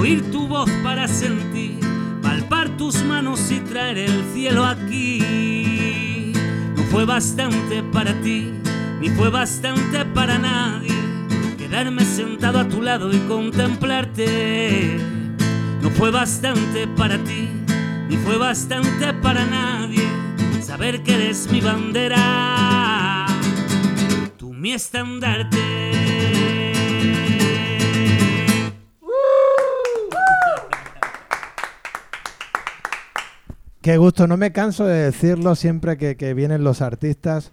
Speaker 6: oír tu voz para sentir, palpar tus manos y traer el cielo aquí. No fue bastante para ti, ni fue bastante para nadie. Quedarme sentado a tu lado y contemplarte. No fue bastante para ti, ni fue bastante para nadie. Saber que eres mi bandera, tú mi estandarte.
Speaker 2: Qué gusto, no me canso de decirlo siempre que, que vienen los artistas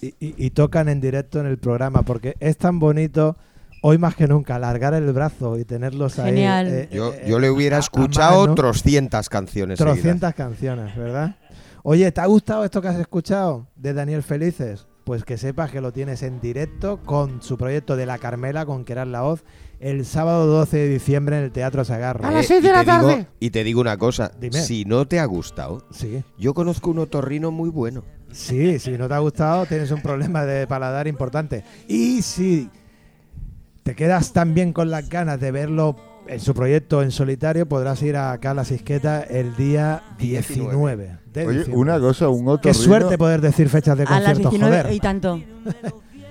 Speaker 2: y, y- y tocan en directo en el programa, porque es tan bonito hoy más que nunca alargar el brazo y tenerlos
Speaker 8: Genial.
Speaker 2: ahí. eh,
Speaker 3: Yo,
Speaker 2: eh,
Speaker 3: yo le hubiera
Speaker 2: a- a
Speaker 3: escuchado
Speaker 2: mano.
Speaker 3: 300 canciones. seguidas.
Speaker 2: 300 canciones, ¿verdad? Oye, ¿te ha gustado esto que has escuchado de Daniel Felices? Pues que sepas que lo tienes en directo con su proyecto de La Carmela con Keral Laoz el sábado 12 de diciembre en el Teatro Sagarra.
Speaker 3: Eh, y te digo- y te digo una cosa,
Speaker 2: Dime.
Speaker 3: si no te ha gustado,
Speaker 2: Sí,
Speaker 3: yo conozco un otorrino muy bueno.
Speaker 2: sí, si no te ha gustado tienes un problema de paladar importante. Y si te quedas también con las ganas de verlo en su proyecto en solitario, podrás ir a Cala Sisqueta el día 19. de
Speaker 4: Oye,
Speaker 2: diciembre.
Speaker 4: una cosa, un
Speaker 2: Qué
Speaker 4: otorrino.
Speaker 2: suerte poder decir fechas de
Speaker 8: A las
Speaker 2: conciertos,
Speaker 8: 19
Speaker 2: joder.
Speaker 8: y tanto.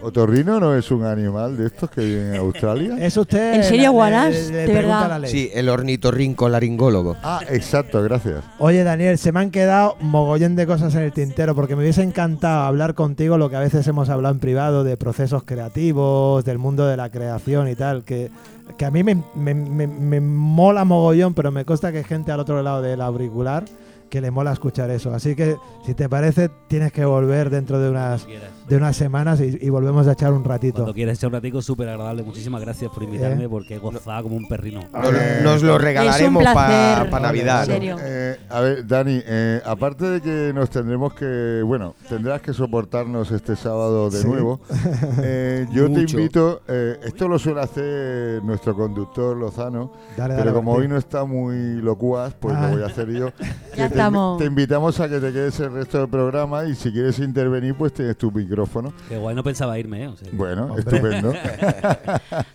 Speaker 4: Otorrino no es un animal de estos que viven en Australia.
Speaker 2: ¿Es usted?
Speaker 8: ¿En serio,
Speaker 2: le-
Speaker 8: Guarás?
Speaker 2: le- le
Speaker 8: ¿De
Speaker 2: pregunta
Speaker 8: verdad?
Speaker 2: la ley.
Speaker 3: Sí, el ornitorrinco laringólogo.
Speaker 4: Ah, exacto, gracias.
Speaker 2: Oye, Daniel, se me han quedado mogollón de cosas en el tintero porque me hubiese encantado hablar contigo lo que a veces hemos hablado en privado de procesos creativos, del mundo de la creación y tal, que, que a mí me, me- me- me mola mogollón, pero me consta que hay gente al otro lado del auricular que le mola escuchar eso. Así que, si te parece, tienes que volver dentro de unas,
Speaker 1: quieras.
Speaker 2: de unas semanas y, y volvemos a echar un
Speaker 1: Cuando
Speaker 2: ratito.
Speaker 1: quieras echar un ratico, súper agradable. Muchísimas gracias por
Speaker 2: Eh.
Speaker 1: invitarme porque he gozado como un perrino.
Speaker 3: Nos, nos lo regalaremos para
Speaker 8: Eh, placer.
Speaker 3: Navidad.
Speaker 8: En serio.
Speaker 4: Eh, a ver, Dani, eh, aparte de que nos tendremos que, bueno, tendrás que soportarnos este sábado de
Speaker 2: Sí.
Speaker 4: nuevo, eh, yo te
Speaker 3: Mucho.
Speaker 4: invito, eh, esto lo suele hacer nuestro conductor Lozano,
Speaker 2: Dale, dale,
Speaker 4: pero como
Speaker 2: Martín.
Speaker 4: hoy no está muy locuaz, pues
Speaker 2: Ah.
Speaker 4: lo voy a hacer yo. Que te,
Speaker 8: estamos.
Speaker 4: te invitamos a que te quedes el resto del programa y si quieres intervenir, pues tienes tu micrófono.
Speaker 1: Que guay, no pensaba irme, ¿eh? O sea,
Speaker 4: Bueno,
Speaker 2: Hombre.
Speaker 4: estupendo.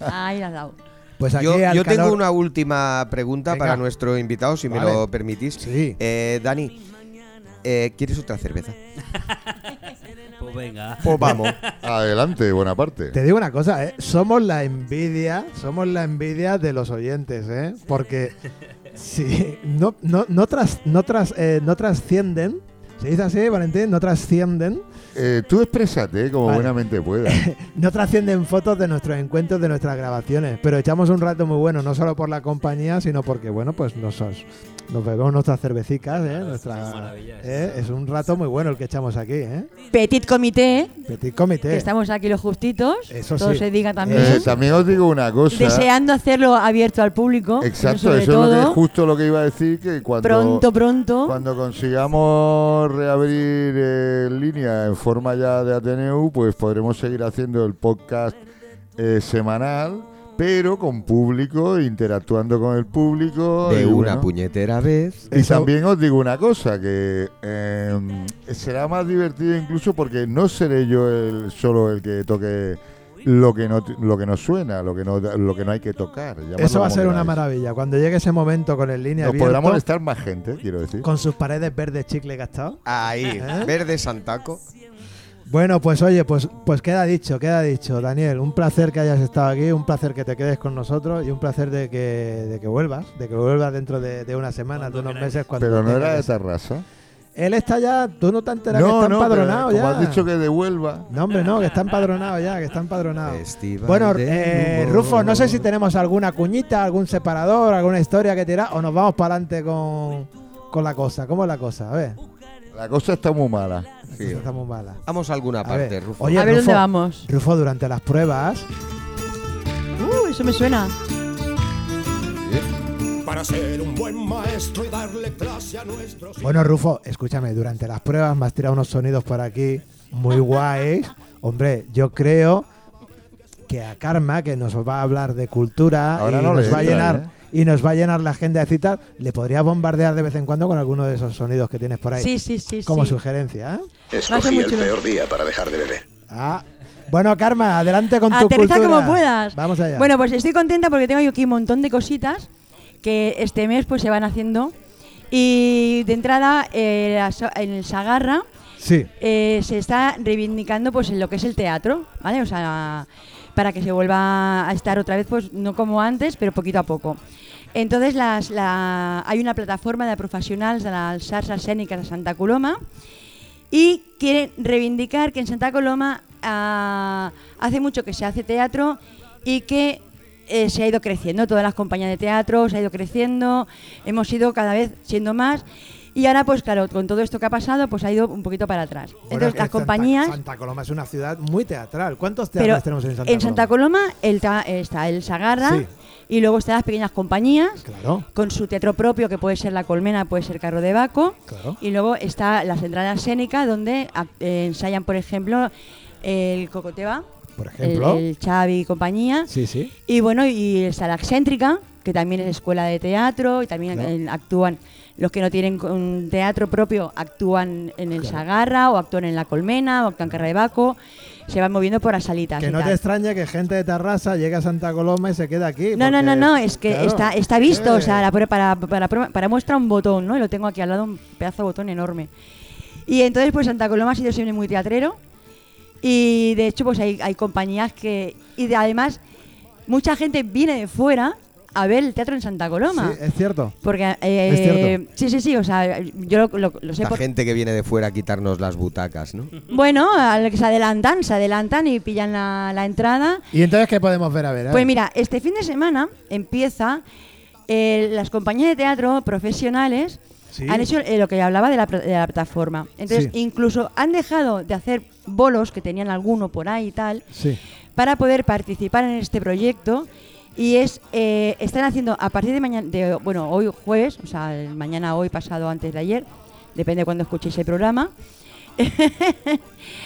Speaker 8: Ahí la has dado.
Speaker 2: Pues aquí
Speaker 3: Yo,
Speaker 2: al
Speaker 3: yo tengo
Speaker 2: calor-
Speaker 3: una última pregunta
Speaker 2: Venga.
Speaker 3: para nuestro invitado, si
Speaker 2: Vale.
Speaker 3: me lo permitís.
Speaker 2: Sí.
Speaker 3: Eh, Dani, eh, ¿quieres otra cerveza?
Speaker 1: Pues venga.
Speaker 3: Pues vamos.
Speaker 4: Adelante, buena parte.
Speaker 2: Te digo una cosa, ¿eh? somos la envidia, somos la envidia de los oyentes, ¿eh? porque si no, no, no, tras, no, tras, eh, no trascienden, se dice así, Valentín, no trascienden,
Speaker 4: Eh, tú exprésate como
Speaker 2: Vale.
Speaker 4: buenamente puedas.
Speaker 2: no trascienden fotos de nuestros encuentros, de nuestras grabaciones, pero echamos un rato muy bueno, no solo por la compañía, sino porque, bueno, pues nos, os- nos bebemos nuestras cervecicas, ¿eh? Nuestra-
Speaker 1: es una maravilla,
Speaker 2: ¿eh? es un rato muy bueno el que echamos aquí, ¿eh?
Speaker 8: Petit comité,
Speaker 2: Petit
Speaker 8: que
Speaker 2: comité.
Speaker 8: estamos aquí los justitos.
Speaker 2: Eso
Speaker 8: todo
Speaker 2: sí.
Speaker 8: se diga también.
Speaker 4: Eh, también os digo una cosa.
Speaker 8: Deseando hacerlo abierto al público.
Speaker 4: Exacto,
Speaker 8: sobre
Speaker 4: eso es, lo que,
Speaker 8: todo.
Speaker 4: es justo lo que iba a decir, que cuando,
Speaker 8: pronto, pronto.
Speaker 4: cuando consigamos reabrir eh, línea en forma ya de Ateneu, pues podremos seguir haciendo el podcast eh, semanal, pero con público, interactuando con el público. y
Speaker 3: De una
Speaker 4: bueno.
Speaker 3: puñetera vez.
Speaker 4: Y
Speaker 2: Eso-
Speaker 4: también os digo una cosa, que eh, será más divertido incluso porque no seré yo el, solo el que toque lo que no lo que no suena, lo que no lo que no hay que tocar.
Speaker 2: Eso va a ser una
Speaker 4: maravilla.
Speaker 2: maravilla. Cuando llegue ese momento con el línea
Speaker 4: Nos podrá
Speaker 2: abierto,
Speaker 4: molestar más gente, quiero decir.
Speaker 2: con sus paredes verdes chicle gastado.
Speaker 3: Ahí,
Speaker 2: ¿Eh?
Speaker 3: verde santaco.
Speaker 2: Bueno, pues oye, pues, pues queda dicho, queda dicho, Daniel. Un placer que hayas estado aquí, un placer que te quedes con nosotros y un placer de que, de que vuelvas, de que vuelvas dentro de, de una semana, de
Speaker 1: Cuando
Speaker 2: unos
Speaker 1: queráis.
Speaker 2: meses. Cuando
Speaker 4: Pero no
Speaker 2: tengas
Speaker 4: era de
Speaker 2: ese-
Speaker 4: Tarrasa.
Speaker 2: Él está ya, tú no te enteras que
Speaker 4: No,
Speaker 2: está
Speaker 4: no, pero
Speaker 2: empadronado
Speaker 4: como
Speaker 2: ya.
Speaker 4: has dicho que devuelva.
Speaker 2: No, hombre, no, que está empadronado ya, que está empadronado.
Speaker 3: Festival
Speaker 2: Bueno,
Speaker 3: del
Speaker 2: eh,
Speaker 3: humor.
Speaker 2: Rufo, no sé si tenemos alguna cuñita, algún separador, alguna historia que tirar o nos vamos para adelante con, con la cosa. ¿Cómo es la cosa? A ver,
Speaker 4: La cosa está muy mala.
Speaker 3: Sí.
Speaker 2: está muy mala.
Speaker 3: Vamos a alguna
Speaker 2: A
Speaker 3: parte,
Speaker 2: ver,
Speaker 3: Rufo.
Speaker 2: oye,
Speaker 8: a ver dónde
Speaker 2: Rufo.
Speaker 8: vamos.
Speaker 2: Rufo, durante las pruebas,
Speaker 8: Uh, eso me suena.
Speaker 3: ¿Eh?
Speaker 9: para ser un buen maestro y darle clase a nuestros
Speaker 2: Bueno, Rufo, escúchame, durante las pruebas me has tirado unos sonidos por aquí muy guays. Hombre, yo creo que a Karma, que nos va a hablar de cultura
Speaker 4: Ahora
Speaker 2: y
Speaker 4: no
Speaker 2: nos
Speaker 4: le
Speaker 2: va a
Speaker 4: entra, ¿eh?
Speaker 2: llenar y nos va a llenar la agenda de citas, le podría bombardear de vez en cuando con alguno de esos sonidos que tienes por ahí.
Speaker 8: Sí, sí, sí.
Speaker 2: como
Speaker 8: sí.
Speaker 2: sugerencia, ¿eh?
Speaker 8: muy chulo.
Speaker 9: día para dejar de beber.
Speaker 2: Ah. Bueno, Karma, adelante con tu
Speaker 8: Aterriza
Speaker 2: cultura.
Speaker 8: como puedas.
Speaker 2: Vamos allá.
Speaker 8: Bueno, pues estoy contenta porque tengo yo aquí un montón de cositas que este mes pues se van haciendo. Y de entrada, eh, la so- en el Sagarra
Speaker 2: sí.
Speaker 8: eh, se está reivindicando pues en lo que es el teatro, ¿vale? O sea, para que se vuelva a estar otra vez, pues no como antes, pero poquito a poco. Entonces las, la, hay una plataforma de profesionales de las arts escèniques de Santa Coloma y quieren reivindicar que en Santa Coloma ah, hace mucho que se hace teatro y que eh, se ha ido creciendo, todas las compañías de teatro se ha ido creciendo, hemos ido cada vez siendo más y ahora pues claro, con todo esto que ha pasado pues ha ido un poquito para atrás.
Speaker 2: Bueno,
Speaker 8: Entonces
Speaker 2: que
Speaker 8: las
Speaker 2: Santa-
Speaker 8: compañías...
Speaker 2: Santa, Coloma es una ciudad muy teatral. ¿Cuántos
Speaker 8: Pero
Speaker 2: teatros tenemos en Santa
Speaker 8: en Santa Coloma el ta- está el Sagarra
Speaker 2: Sí.
Speaker 8: y luego están las pequeñas compañías
Speaker 2: Claro,
Speaker 8: con su teatro propio, que puede ser La Colmena, puede ser Carro de Baco.
Speaker 2: claro.
Speaker 8: Y luego está la central escénica, donde ac- eh, ensayan, por ejemplo, el Cocoteva,
Speaker 2: Por
Speaker 8: el,
Speaker 2: ejemplo.
Speaker 8: el Xavi y compañía.
Speaker 2: Sí, sí.
Speaker 8: Y bueno, y está la excéntrica, que también es escuela de teatro y también
Speaker 2: Claro.
Speaker 8: eh, actúan. Los que no tienen un teatro propio actúan en el Sagarra o actúan en La Colmena o actúan en Carro de Baco. Se van moviendo por las salitas.
Speaker 2: Que
Speaker 8: y
Speaker 2: no
Speaker 8: tal.
Speaker 2: te extraña que gente de Tarrasa llegue a Santa Coloma y se queda aquí.
Speaker 8: No, no, no,
Speaker 2: porque-
Speaker 8: no, es que
Speaker 2: claro.
Speaker 8: está, está visto, o sea,
Speaker 2: Eh,
Speaker 8: la prueba- para, para, prueba- para muestra un botón, ¿no? Y lo tengo aquí al lado, un pedazo de botón enorme. Y entonces, pues Santa Coloma ha sido siempre muy teatrero y de hecho, pues hay, hay compañías que... Y de- además, mucha gente viene de fuera a ver el teatro en Santa Coloma.
Speaker 2: Sí, es cierto.
Speaker 8: Porque, eh,
Speaker 2: Es cierto.
Speaker 8: sí, sí, sí, o sea, yo lo, lo- lo sé
Speaker 3: La
Speaker 8: por-
Speaker 3: gente que viene de fuera a quitarnos las butacas, ¿no?
Speaker 8: Bueno, al que se adelantan, se adelantan y pillan la- la entrada.
Speaker 2: Eh, ¿Y entonces qué podemos ver? A ver, a
Speaker 8: Pues
Speaker 2: ver.
Speaker 8: mira, este fin de semana empieza eh, las compañías de teatro profesionales
Speaker 2: Sí.
Speaker 8: han hecho eh, lo que hablaba de la, pla- de la plataforma. Entonces,
Speaker 2: Sí.
Speaker 8: incluso han dejado de hacer bolos, que tenían alguno por ahí y tal,
Speaker 2: Sí.
Speaker 8: para poder participar en este proyecto. Y es, eh, están haciendo a partir de mañana, de, bueno, hoy jueves, o sea, el mañana, hoy, pasado, antes de ayer, depende de cuando escuchéis el programa.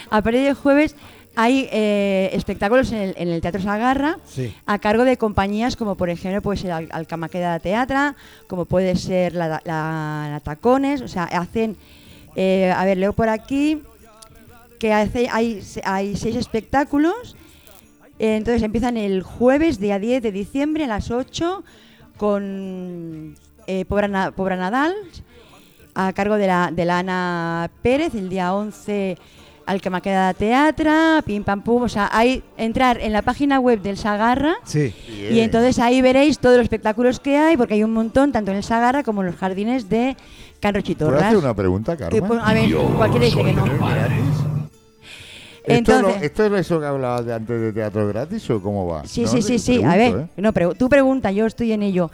Speaker 8: a partir de jueves hay eh, espectáculos en el, en el Teatro Sagarra
Speaker 2: Sí.
Speaker 8: a cargo de compañías como por ejemplo puede ser Al- Alcamaqueda Teatra, como puede ser la, la- la Tacones, o sea, hacen, eh, a ver, leo por aquí, que hace, hay, se- hay seis espectáculos, eh, entonces empiezan el jueves, día 10 de diciembre a las 8, con eh, Pobra, Na- Pobra Nadal, a cargo de la, de la Ana Pérez, el día 11 Alcamaqueda Teatra, Pim Pam Pum, o sea, hay entrar en la página web del Sagarra
Speaker 2: Sí.
Speaker 8: y entonces ahí veréis todos los espectáculos que hay, porque hay un montón, tanto en el Sagarra como en los jardines de Canro
Speaker 4: ¿Puedo
Speaker 8: Chitorras.
Speaker 4: hacer una pregunta, Carmen?
Speaker 8: Eh, pues, a ver, cualquiera dice que no.
Speaker 4: ¿Esto,
Speaker 8: Entonces-
Speaker 4: lo- ¿Esto es eso que hablabas de antes de teatro gratis o cómo va?
Speaker 8: Sí,
Speaker 4: No,
Speaker 8: sí,
Speaker 4: te
Speaker 8: sí, sí. A
Speaker 4: pregunto,
Speaker 8: ver,
Speaker 4: ¿eh?
Speaker 8: no, pero tú pregunta, yo estoy en ello.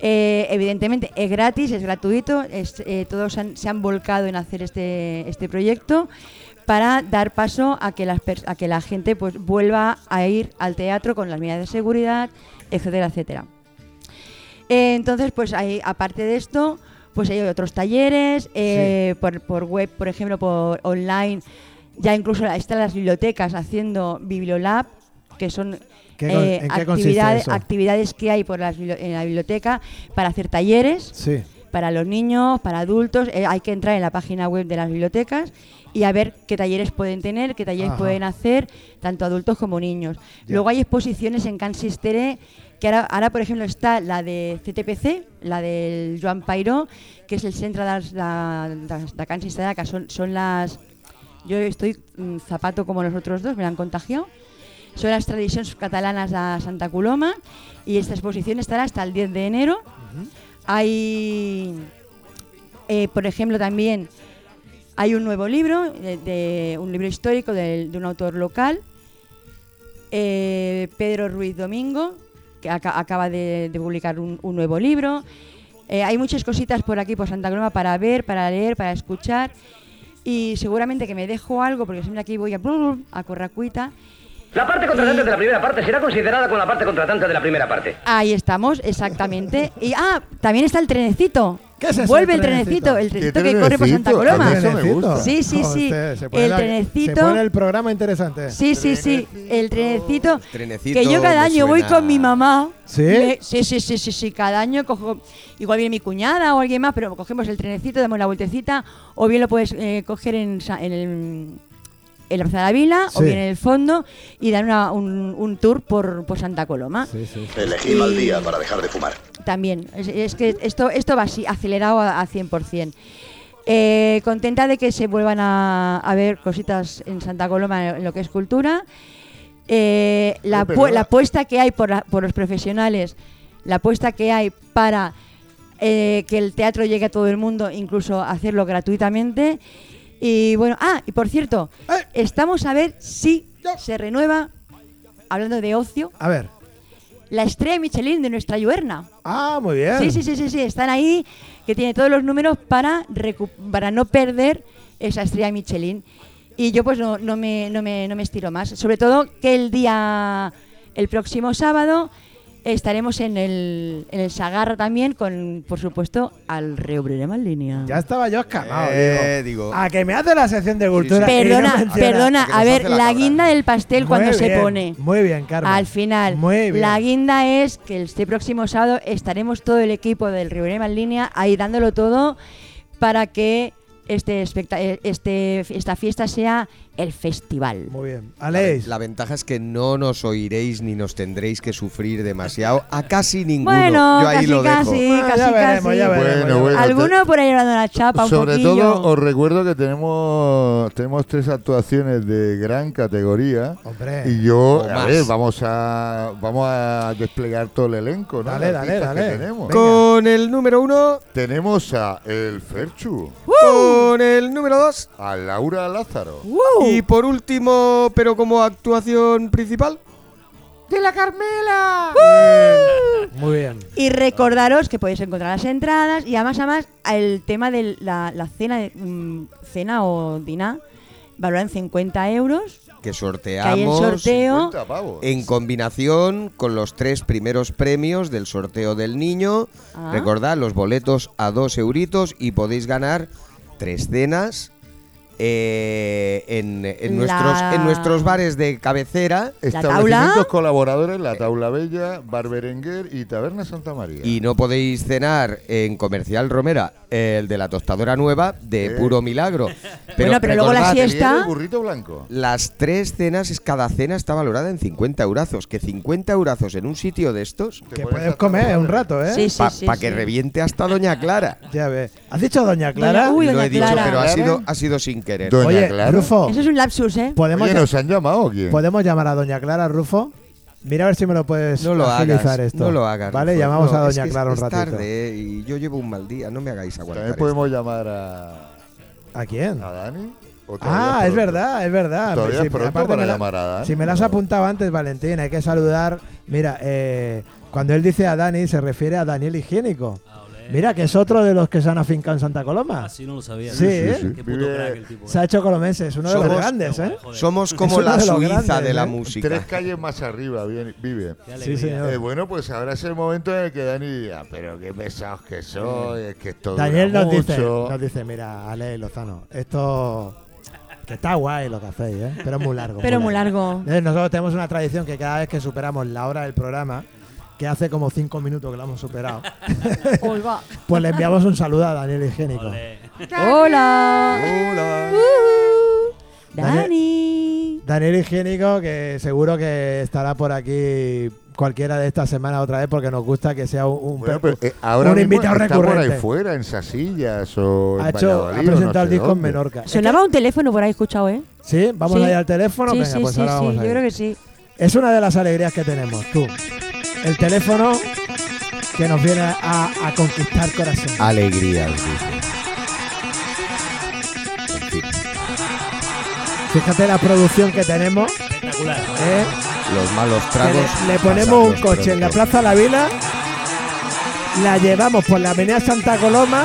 Speaker 8: Eh, evidentemente es gratis, es gratuito, es, eh, todos han- se han volcado en hacer este, este proyecto para dar paso a que, las pers- a que la gente pues vuelva a ir al teatro con las medidas de seguridad, etcétera, etcétera. Eh, entonces, pues hay, aparte de esto, pues hay otros talleres, eh, por, por web, por ejemplo, por online, ya incluso están las bibliotecas haciendo Bibliolab, que son
Speaker 2: ¿Qué con-
Speaker 8: eh,
Speaker 2: en qué consiste
Speaker 8: actividades,
Speaker 2: eso?
Speaker 8: actividades que hay por las bibli- en la biblioteca para hacer talleres
Speaker 2: Sí.
Speaker 8: para los niños, para adultos. eh, hay que entrar en la página web de las bibliotecas y a ver qué talleres pueden tener, qué talleres
Speaker 2: Ajá.
Speaker 8: pueden hacer, tanto adultos como niños.
Speaker 2: Ya.
Speaker 8: Luego hay exposiciones en Cansistere, que ahora, ahora, por ejemplo, está la de CTPC, la del Joan Pairó, que es el centro de, las- de, de, de Cansistere, que son, son las... Yo estoy mm, zapato como los otros dos, me la han contagiado. Son las tradiciones catalanas de Santa Coloma y esta exposición estará hasta el 10 de enero. Hay, eh, por ejemplo, también hay un nuevo libro, de, de- un libro histórico del- de, un autor local, eh, Pedro Ruiz Domingo, que aca- acaba de, de publicar un, un nuevo libro. Eh, hay muchas cositas por aquí, por Santa Coloma, para ver, para leer, para escuchar. Y seguramente que me dejo algo, porque siempre aquí voy a, a corracuita.
Speaker 10: La parte contratante de la primera parte será considerada con la parte contratante de la primera parte.
Speaker 8: Ahí estamos, exactamente. Y ah, también está el trenecito. Vuelve el trenecito, el trenecito que corre por Santa Coloma. Sí, sí, sí.
Speaker 2: Joder, se pone
Speaker 8: El
Speaker 2: la- Se
Speaker 8: trenecito.
Speaker 2: pone el programa interesante.
Speaker 8: Sí, sí, sí. El trenecito.
Speaker 3: Trenecito
Speaker 8: Que yo cada
Speaker 3: me
Speaker 8: año voy
Speaker 3: suena-
Speaker 8: con mi mamá.
Speaker 2: ¿Sí?
Speaker 8: Me- sí, sí, sí, sí, sí, Cada año cojo. Igual viene mi cuñada o alguien más, pero cogemos el trenecito, damos la vueltecita. O bien lo puedes eh, coger en, Sa- en el. En la Plaza de la Vila, o
Speaker 2: Sí.
Speaker 8: bien en el fondo, y dar una- un, un tour por, por Santa Coloma.
Speaker 2: Sí, sí.
Speaker 11: Elegí mal día para dejar de fumar.
Speaker 8: También, es, es que esto, esto va así, acelerado a, a 100%. Eh, contenta de que se vuelvan a, a ver cositas en Santa Coloma en lo que es cultura. Eh, la,
Speaker 4: Eh,
Speaker 8: pu-
Speaker 4: perdona.
Speaker 8: la apuesta que hay por, la- por los profesionales, la apuesta que hay para eh, que el teatro llegue a todo el mundo, incluso hacerlo gratuitamente. Y bueno, ah, y por cierto, estamos a ver si se renueva, hablando de ocio,
Speaker 2: A ver.
Speaker 8: la estrella Michelin de nuestra Lluerna.
Speaker 2: Ah, muy bien.
Speaker 8: Sí, sí, sí, sí, sí, están ahí, que tiene todos los números para, recu- para no perder esa estrella Michelin. Y yo pues no, no, me, no, me, no me estiro más. Sobre todo que el día, el próximo sábado, estaremos en el, en el Sagarra también con, por supuesto, al Reobrerema en línea.
Speaker 2: Ya estaba yo escamado,
Speaker 3: Eh,
Speaker 2: digo.
Speaker 3: digo.
Speaker 2: A Ah, que me hace la sección de cultura.
Speaker 3: sí.
Speaker 2: y no
Speaker 8: Perdona,
Speaker 2: menciona-
Speaker 8: perdona,
Speaker 3: que nos
Speaker 8: a
Speaker 3: hace
Speaker 8: ver,
Speaker 3: la
Speaker 8: la,
Speaker 3: cabra.
Speaker 8: guinda del pastel
Speaker 2: Muy
Speaker 8: cuando se
Speaker 2: bien,
Speaker 8: pone.
Speaker 2: Muy bien, Carmen.
Speaker 8: Al final,
Speaker 2: Muy bien.
Speaker 8: la guinda es que este próximo sábado estaremos todo el equipo del Riverema en línea ahí dándolo todo para que este, especta- eh, este esta fiesta sea el festival.
Speaker 2: Muy bien.
Speaker 3: La, ve-
Speaker 2: Aleix.
Speaker 3: la ventaja es que no nos oiréis ni nos tendréis que sufrir demasiado a casi ninguno.
Speaker 8: Bueno,
Speaker 3: Yo ahí
Speaker 8: casi,
Speaker 3: lo dejo.
Speaker 8: casi,
Speaker 2: Ah,
Speaker 8: casi,
Speaker 2: ya veremos,
Speaker 8: casi.
Speaker 2: ya veremos.
Speaker 4: Bueno, bueno.
Speaker 8: Alguno por ahí dando la chapa un
Speaker 4: Sobre
Speaker 8: poquillo.
Speaker 4: todo os recuerdo que tenemos tenemos tres actuaciones de gran categoría
Speaker 2: Hombre.
Speaker 4: y yo
Speaker 3: O
Speaker 4: a
Speaker 3: más.
Speaker 4: ver, vamos a vamos a desplegar todo el elenco, ¿no?
Speaker 2: Dale,
Speaker 4: Las
Speaker 2: dale,
Speaker 4: artistas que
Speaker 2: dale.
Speaker 4: tenemos.
Speaker 2: Venga.
Speaker 3: Con el número uno,
Speaker 4: Tenemos a El Ferchu,
Speaker 3: con el número dos
Speaker 4: a Laura Lázaro,
Speaker 3: Uh,
Speaker 8: ¡Wow!
Speaker 3: y por último, pero como actuación principal, eh,
Speaker 2: ¡De la Carmela! Muy bien.
Speaker 8: Y recordaros que podéis encontrar las entradas y además, además, el tema de la, la cena, de- mm, cena o diná, valoran 50 euros,
Speaker 3: que
Speaker 8: que hay el
Speaker 3: sorteamos
Speaker 8: sorteo.
Speaker 4: 50 pavos.
Speaker 3: en combinación con los tres primeros premios del sorteo del niño.
Speaker 8: Ah.
Speaker 3: Recordad los boletos a dos euritos y podéis ganar tres cenas eh, en, en
Speaker 8: La-
Speaker 3: nuestros, en nuestros bares de cabecera.
Speaker 4: Establecimientos
Speaker 8: taula.
Speaker 4: colaboradores, La Taula Bella, Barberenguer y Taberna Santa María.
Speaker 3: Y no podéis cenar en Comercial Romera, el de la tostadora nueva, de
Speaker 4: Sí.
Speaker 3: puro milagro.
Speaker 8: Eh. Bueno, pero luego la
Speaker 3: recordad, eh,
Speaker 8: siesta-
Speaker 4: Atelier
Speaker 8: está-
Speaker 4: El burrito
Speaker 2: Ah.
Speaker 4: blanco.
Speaker 3: Las tres cenas, es- cada cena está valorada en 50 eurazos. Que 50 eurazos en un sitio de estos,
Speaker 4: Te
Speaker 2: Que
Speaker 4: pones
Speaker 2: puedes
Speaker 4: a
Speaker 2: comer
Speaker 4: taula.
Speaker 2: un rato, ¿eh?
Speaker 8: Sí, sí,
Speaker 3: para
Speaker 8: sí,
Speaker 3: que
Speaker 8: sí.
Speaker 3: reviente hasta Doña Clara.
Speaker 2: Ya ves. ¿Has dicho Doña Clara?
Speaker 8: Doña- uy,
Speaker 3: Lo he dicho,
Speaker 8: Clara.
Speaker 3: pero ha
Speaker 4: Clara.
Speaker 3: sido, ha sido sin querer.
Speaker 4: Doña
Speaker 2: Oye,
Speaker 4: Clara.
Speaker 2: Rufo,
Speaker 8: Eso es un lapsus, ¿eh?
Speaker 2: ¿podemos,
Speaker 4: Oye,
Speaker 2: ll-
Speaker 4: ¿nos han llamado o quién?
Speaker 2: ¿podemos llamar a Doña Clara, Rufo? Mira a ver si me lo puedes
Speaker 3: No lo
Speaker 2: agilizar
Speaker 3: hagas,
Speaker 2: esto.
Speaker 3: no lo hagas.
Speaker 2: Vale,
Speaker 3: Rufo.
Speaker 2: llamamos
Speaker 3: No,
Speaker 2: a
Speaker 3: es
Speaker 2: Doña
Speaker 3: que es-
Speaker 2: Clara un
Speaker 3: es
Speaker 2: ratito.
Speaker 3: tarde eh, y yo llevo un mal día, no me hagáis aguantar
Speaker 4: También
Speaker 3: esto.
Speaker 4: podemos llamar a,
Speaker 2: ¿A quién?
Speaker 4: a Dani. o todavía
Speaker 2: Ah, es
Speaker 4: pronto.
Speaker 2: verdad, es verdad.
Speaker 4: Todavía es
Speaker 2: me-
Speaker 4: pronto
Speaker 2: aparte
Speaker 4: para
Speaker 2: me la-
Speaker 4: llamar a Dani.
Speaker 2: Si me las has apuntado antes, Valentín, hay que saludar. Mira, eh, cuando él dice a Dani, se refiere a Daniel Higiénico.
Speaker 1: Ah, olé.
Speaker 2: Mira, que es otro de los que se han afincado en Santa Coloma.
Speaker 1: Así Ah, no lo sabía.
Speaker 2: Sí, ¿eh?
Speaker 1: ¿no?
Speaker 2: sí,
Speaker 4: sí.
Speaker 1: Qué puto
Speaker 4: Vive-
Speaker 1: crack el tipo. eh.
Speaker 2: Se ha hecho colomenses, uno de los
Speaker 3: Somos-
Speaker 2: grandes, ¿eh?
Speaker 3: Somos
Speaker 2: Es
Speaker 3: como
Speaker 2: uno
Speaker 3: la
Speaker 2: de los
Speaker 3: Suiza
Speaker 2: grandes,
Speaker 3: de la
Speaker 2: ¿eh?
Speaker 3: música.
Speaker 4: Tres calles más arriba viene- vive.
Speaker 2: Sí, señor.
Speaker 4: Eh, bueno, pues ahora es el momento en el que Dani dirá, pero qué pesados que soy, es que esto
Speaker 2: Daniel
Speaker 4: dura
Speaker 2: nos dice,
Speaker 4: mucho".
Speaker 2: nos dice, mira, Ale Lozano, esto que está guay lo que hacéis, ¿eh? Pero es muy largo.
Speaker 8: Pero muy largo.
Speaker 2: Entonces, nosotros tenemos una tradición que cada vez que superamos la hora del programa, que hace como cinco minutos que lo hemos superado,
Speaker 8: Os va.
Speaker 2: pues le enviamos un saludo a Daniel Higiénico.
Speaker 1: Olé.
Speaker 8: Hola.
Speaker 3: Hola.
Speaker 8: Dani.
Speaker 2: Daniel Higiénico, que seguro que estará por aquí cualquiera de esta semana otra vez, porque nos gusta que sea un, un
Speaker 4: Bueno,
Speaker 2: pe-
Speaker 4: pero, eh, ahora
Speaker 2: un
Speaker 4: mismo
Speaker 2: invitado
Speaker 4: está por
Speaker 2: recurrente.
Speaker 4: ahí fuera, en Sasillas o
Speaker 2: ha,
Speaker 4: en
Speaker 2: hecho,
Speaker 4: Valladolid
Speaker 2: ha
Speaker 4: o no
Speaker 2: presentado el
Speaker 4: sé
Speaker 2: disco en
Speaker 4: dónde.
Speaker 2: Menorca.
Speaker 8: Sonaba un teléfono por ahí escuchado, ¿eh?
Speaker 2: ¿Sí? ¿Vamos
Speaker 8: Sí.
Speaker 2: a ir al teléfono?
Speaker 8: sí,
Speaker 2: Venga,
Speaker 8: sí,
Speaker 2: pues
Speaker 8: sí,
Speaker 2: ahora
Speaker 8: sí,
Speaker 2: vamos
Speaker 8: yo
Speaker 2: a ir.
Speaker 8: creo que sí.
Speaker 2: Es una de las alegrías que tenemos, tú. El teléfono que nos viene a, a conquistar corazón.
Speaker 3: Alegría. os dice.
Speaker 2: Fíjate la producción que tenemos.
Speaker 1: Espectacular.
Speaker 2: ¿eh?
Speaker 3: Los malos
Speaker 2: Que
Speaker 3: tragos.
Speaker 2: le, le
Speaker 3: pasan
Speaker 2: ponemos un
Speaker 3: los
Speaker 2: coche en la
Speaker 3: pronto.
Speaker 2: Plaza La Vila, la llevamos por la Avenida Santa Coloma,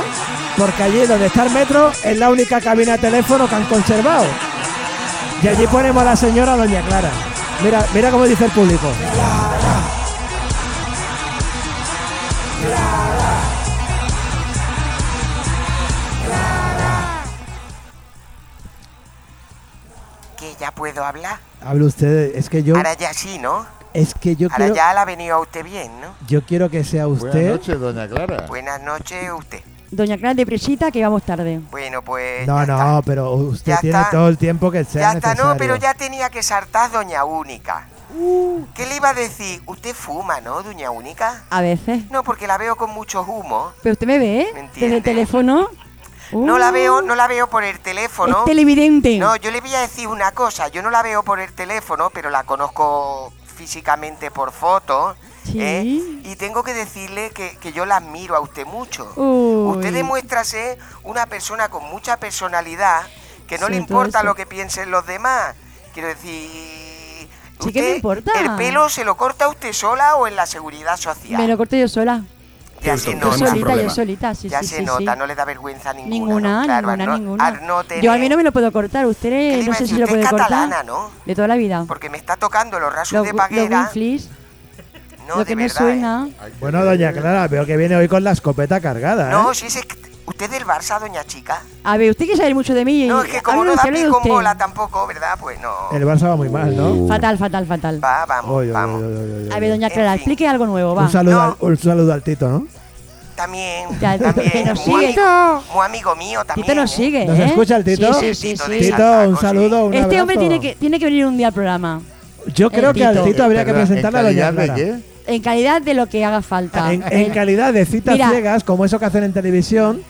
Speaker 2: porque allí donde está el metro es la única cabina de teléfono que han conservado. Y allí ponemos a la señora Doña Clara. Mira, mira cómo dice el público.
Speaker 12: Que ya puedo hablar.
Speaker 2: Hable usted, es que yo.
Speaker 12: Ahora ya sí, ¿no?
Speaker 2: Es que yo
Speaker 12: Ahora
Speaker 2: quiero,
Speaker 12: ya la ha venido a usted bien, ¿no?
Speaker 2: yo quiero que sea usted.
Speaker 4: noches, doña Clara.
Speaker 12: Buenas noches, usted.
Speaker 8: Doña Clara de Presita, que vamos tarde.
Speaker 12: Bueno, pues.
Speaker 2: No, no, pero usted
Speaker 12: Ya
Speaker 2: tiene
Speaker 12: está.
Speaker 2: todo el tiempo que sea
Speaker 12: Ya está,
Speaker 2: necesario. Uh.
Speaker 12: no, pero ya tenía que saltar Doña Única. ¿Qué le iba a decir? Usted fuma, ¿no, Doña Única?
Speaker 8: A veces.
Speaker 12: No, porque la veo con mucho humo.
Speaker 8: ¿Pero usted me ve? ¿Desde el teléfono?
Speaker 12: ¿eh? No la
Speaker 8: Uh,
Speaker 12: veo, no la veo por el teléfono.
Speaker 8: Es televidente.
Speaker 12: No, yo le voy a decir una cosa. Yo no la veo por el teléfono, pero la conozco físicamente por foto.
Speaker 8: Sí.
Speaker 12: ¿eh? Y tengo que decirle que, que yo la admiro a usted mucho.
Speaker 8: Uy.
Speaker 12: Usted demuestra ser una persona con mucha personalidad, que no
Speaker 8: Sí,
Speaker 12: le
Speaker 8: todo
Speaker 12: importa
Speaker 8: eso.
Speaker 12: lo que piensen los demás. Quiero decir...
Speaker 8: Sí que me
Speaker 12: usted,
Speaker 8: importa.
Speaker 12: ¿El pelo se lo corta usted sola o en la seguridad social?
Speaker 8: Me lo corto yo sola.
Speaker 12: Ya se
Speaker 8: Yo
Speaker 12: nota.
Speaker 8: solita, yo solita, sí,
Speaker 12: ya
Speaker 8: sí,
Speaker 12: se
Speaker 8: sí,
Speaker 12: nota,
Speaker 8: sí.
Speaker 12: no le da vergüenza ninguna.
Speaker 8: Ninguna,
Speaker 12: ¿no? Claro,
Speaker 8: ninguna,
Speaker 12: al no-
Speaker 8: ninguna.
Speaker 12: al no tener-
Speaker 8: Yo a mí no me lo puedo cortar, usted eh,
Speaker 12: le
Speaker 8: no
Speaker 12: iba a
Speaker 8: sé
Speaker 12: decir?
Speaker 8: si lo
Speaker 12: Usted
Speaker 8: puede
Speaker 12: es
Speaker 8: cortar.
Speaker 12: catalana, ¿no?
Speaker 8: De toda la vida.
Speaker 12: Porque me está tocando los rasos
Speaker 8: Los,
Speaker 12: de
Speaker 8: gu- los
Speaker 12: paguera.
Speaker 8: winflis,
Speaker 12: No,
Speaker 8: lo
Speaker 12: de
Speaker 8: que me
Speaker 12: verdad. ¿eh?
Speaker 8: suena.
Speaker 2: Bueno, doña Clara, veo que viene hoy con la escopeta cargada. ¿eh?
Speaker 12: No, si es... ¿Usted es del Barça, doña chica?
Speaker 8: A ver, usted quiere saber mucho de mí.
Speaker 12: No,
Speaker 8: y
Speaker 12: es que
Speaker 8: a
Speaker 12: como
Speaker 8: mí me
Speaker 12: no da
Speaker 8: gusta hablar
Speaker 12: pie
Speaker 8: de
Speaker 12: con
Speaker 8: usted. Uh.
Speaker 12: bola tampoco, ¿verdad? Pues no.
Speaker 2: El Barça va muy mal, ¿no?
Speaker 8: Fatal, fatal, fatal.
Speaker 12: Va, vamos,
Speaker 2: vamos.
Speaker 8: A ver, doña Clara, explique algo nuevo, va.
Speaker 2: Un saludo, al, un saludo al Tito, ¿no?
Speaker 12: También,
Speaker 8: Ya, que
Speaker 12: también.
Speaker 8: nos
Speaker 12: muy,
Speaker 8: sigue.
Speaker 12: amigo, muy amigo mío también.
Speaker 8: Tito nos sigue,
Speaker 2: ¿Nos
Speaker 8: ¿eh?
Speaker 2: escucha el Tito?
Speaker 8: Sí, sí, sí. sí.
Speaker 2: Tito, un saludo, un
Speaker 8: Este
Speaker 2: abrazo.
Speaker 8: hombre tiene que, tiene que venir un día al programa.
Speaker 2: Yo creo
Speaker 8: el
Speaker 2: que al
Speaker 8: Tito.
Speaker 2: Tito habría que
Speaker 4: Perdón, ¿en
Speaker 2: presentarle a doña
Speaker 4: calidad de
Speaker 2: Clara.
Speaker 4: qué?
Speaker 8: En calidad de lo que haga falta.
Speaker 2: En, en
Speaker 8: El-
Speaker 2: calidad de citas
Speaker 8: Mira.
Speaker 2: ciegas, como eso que hacen en televisión,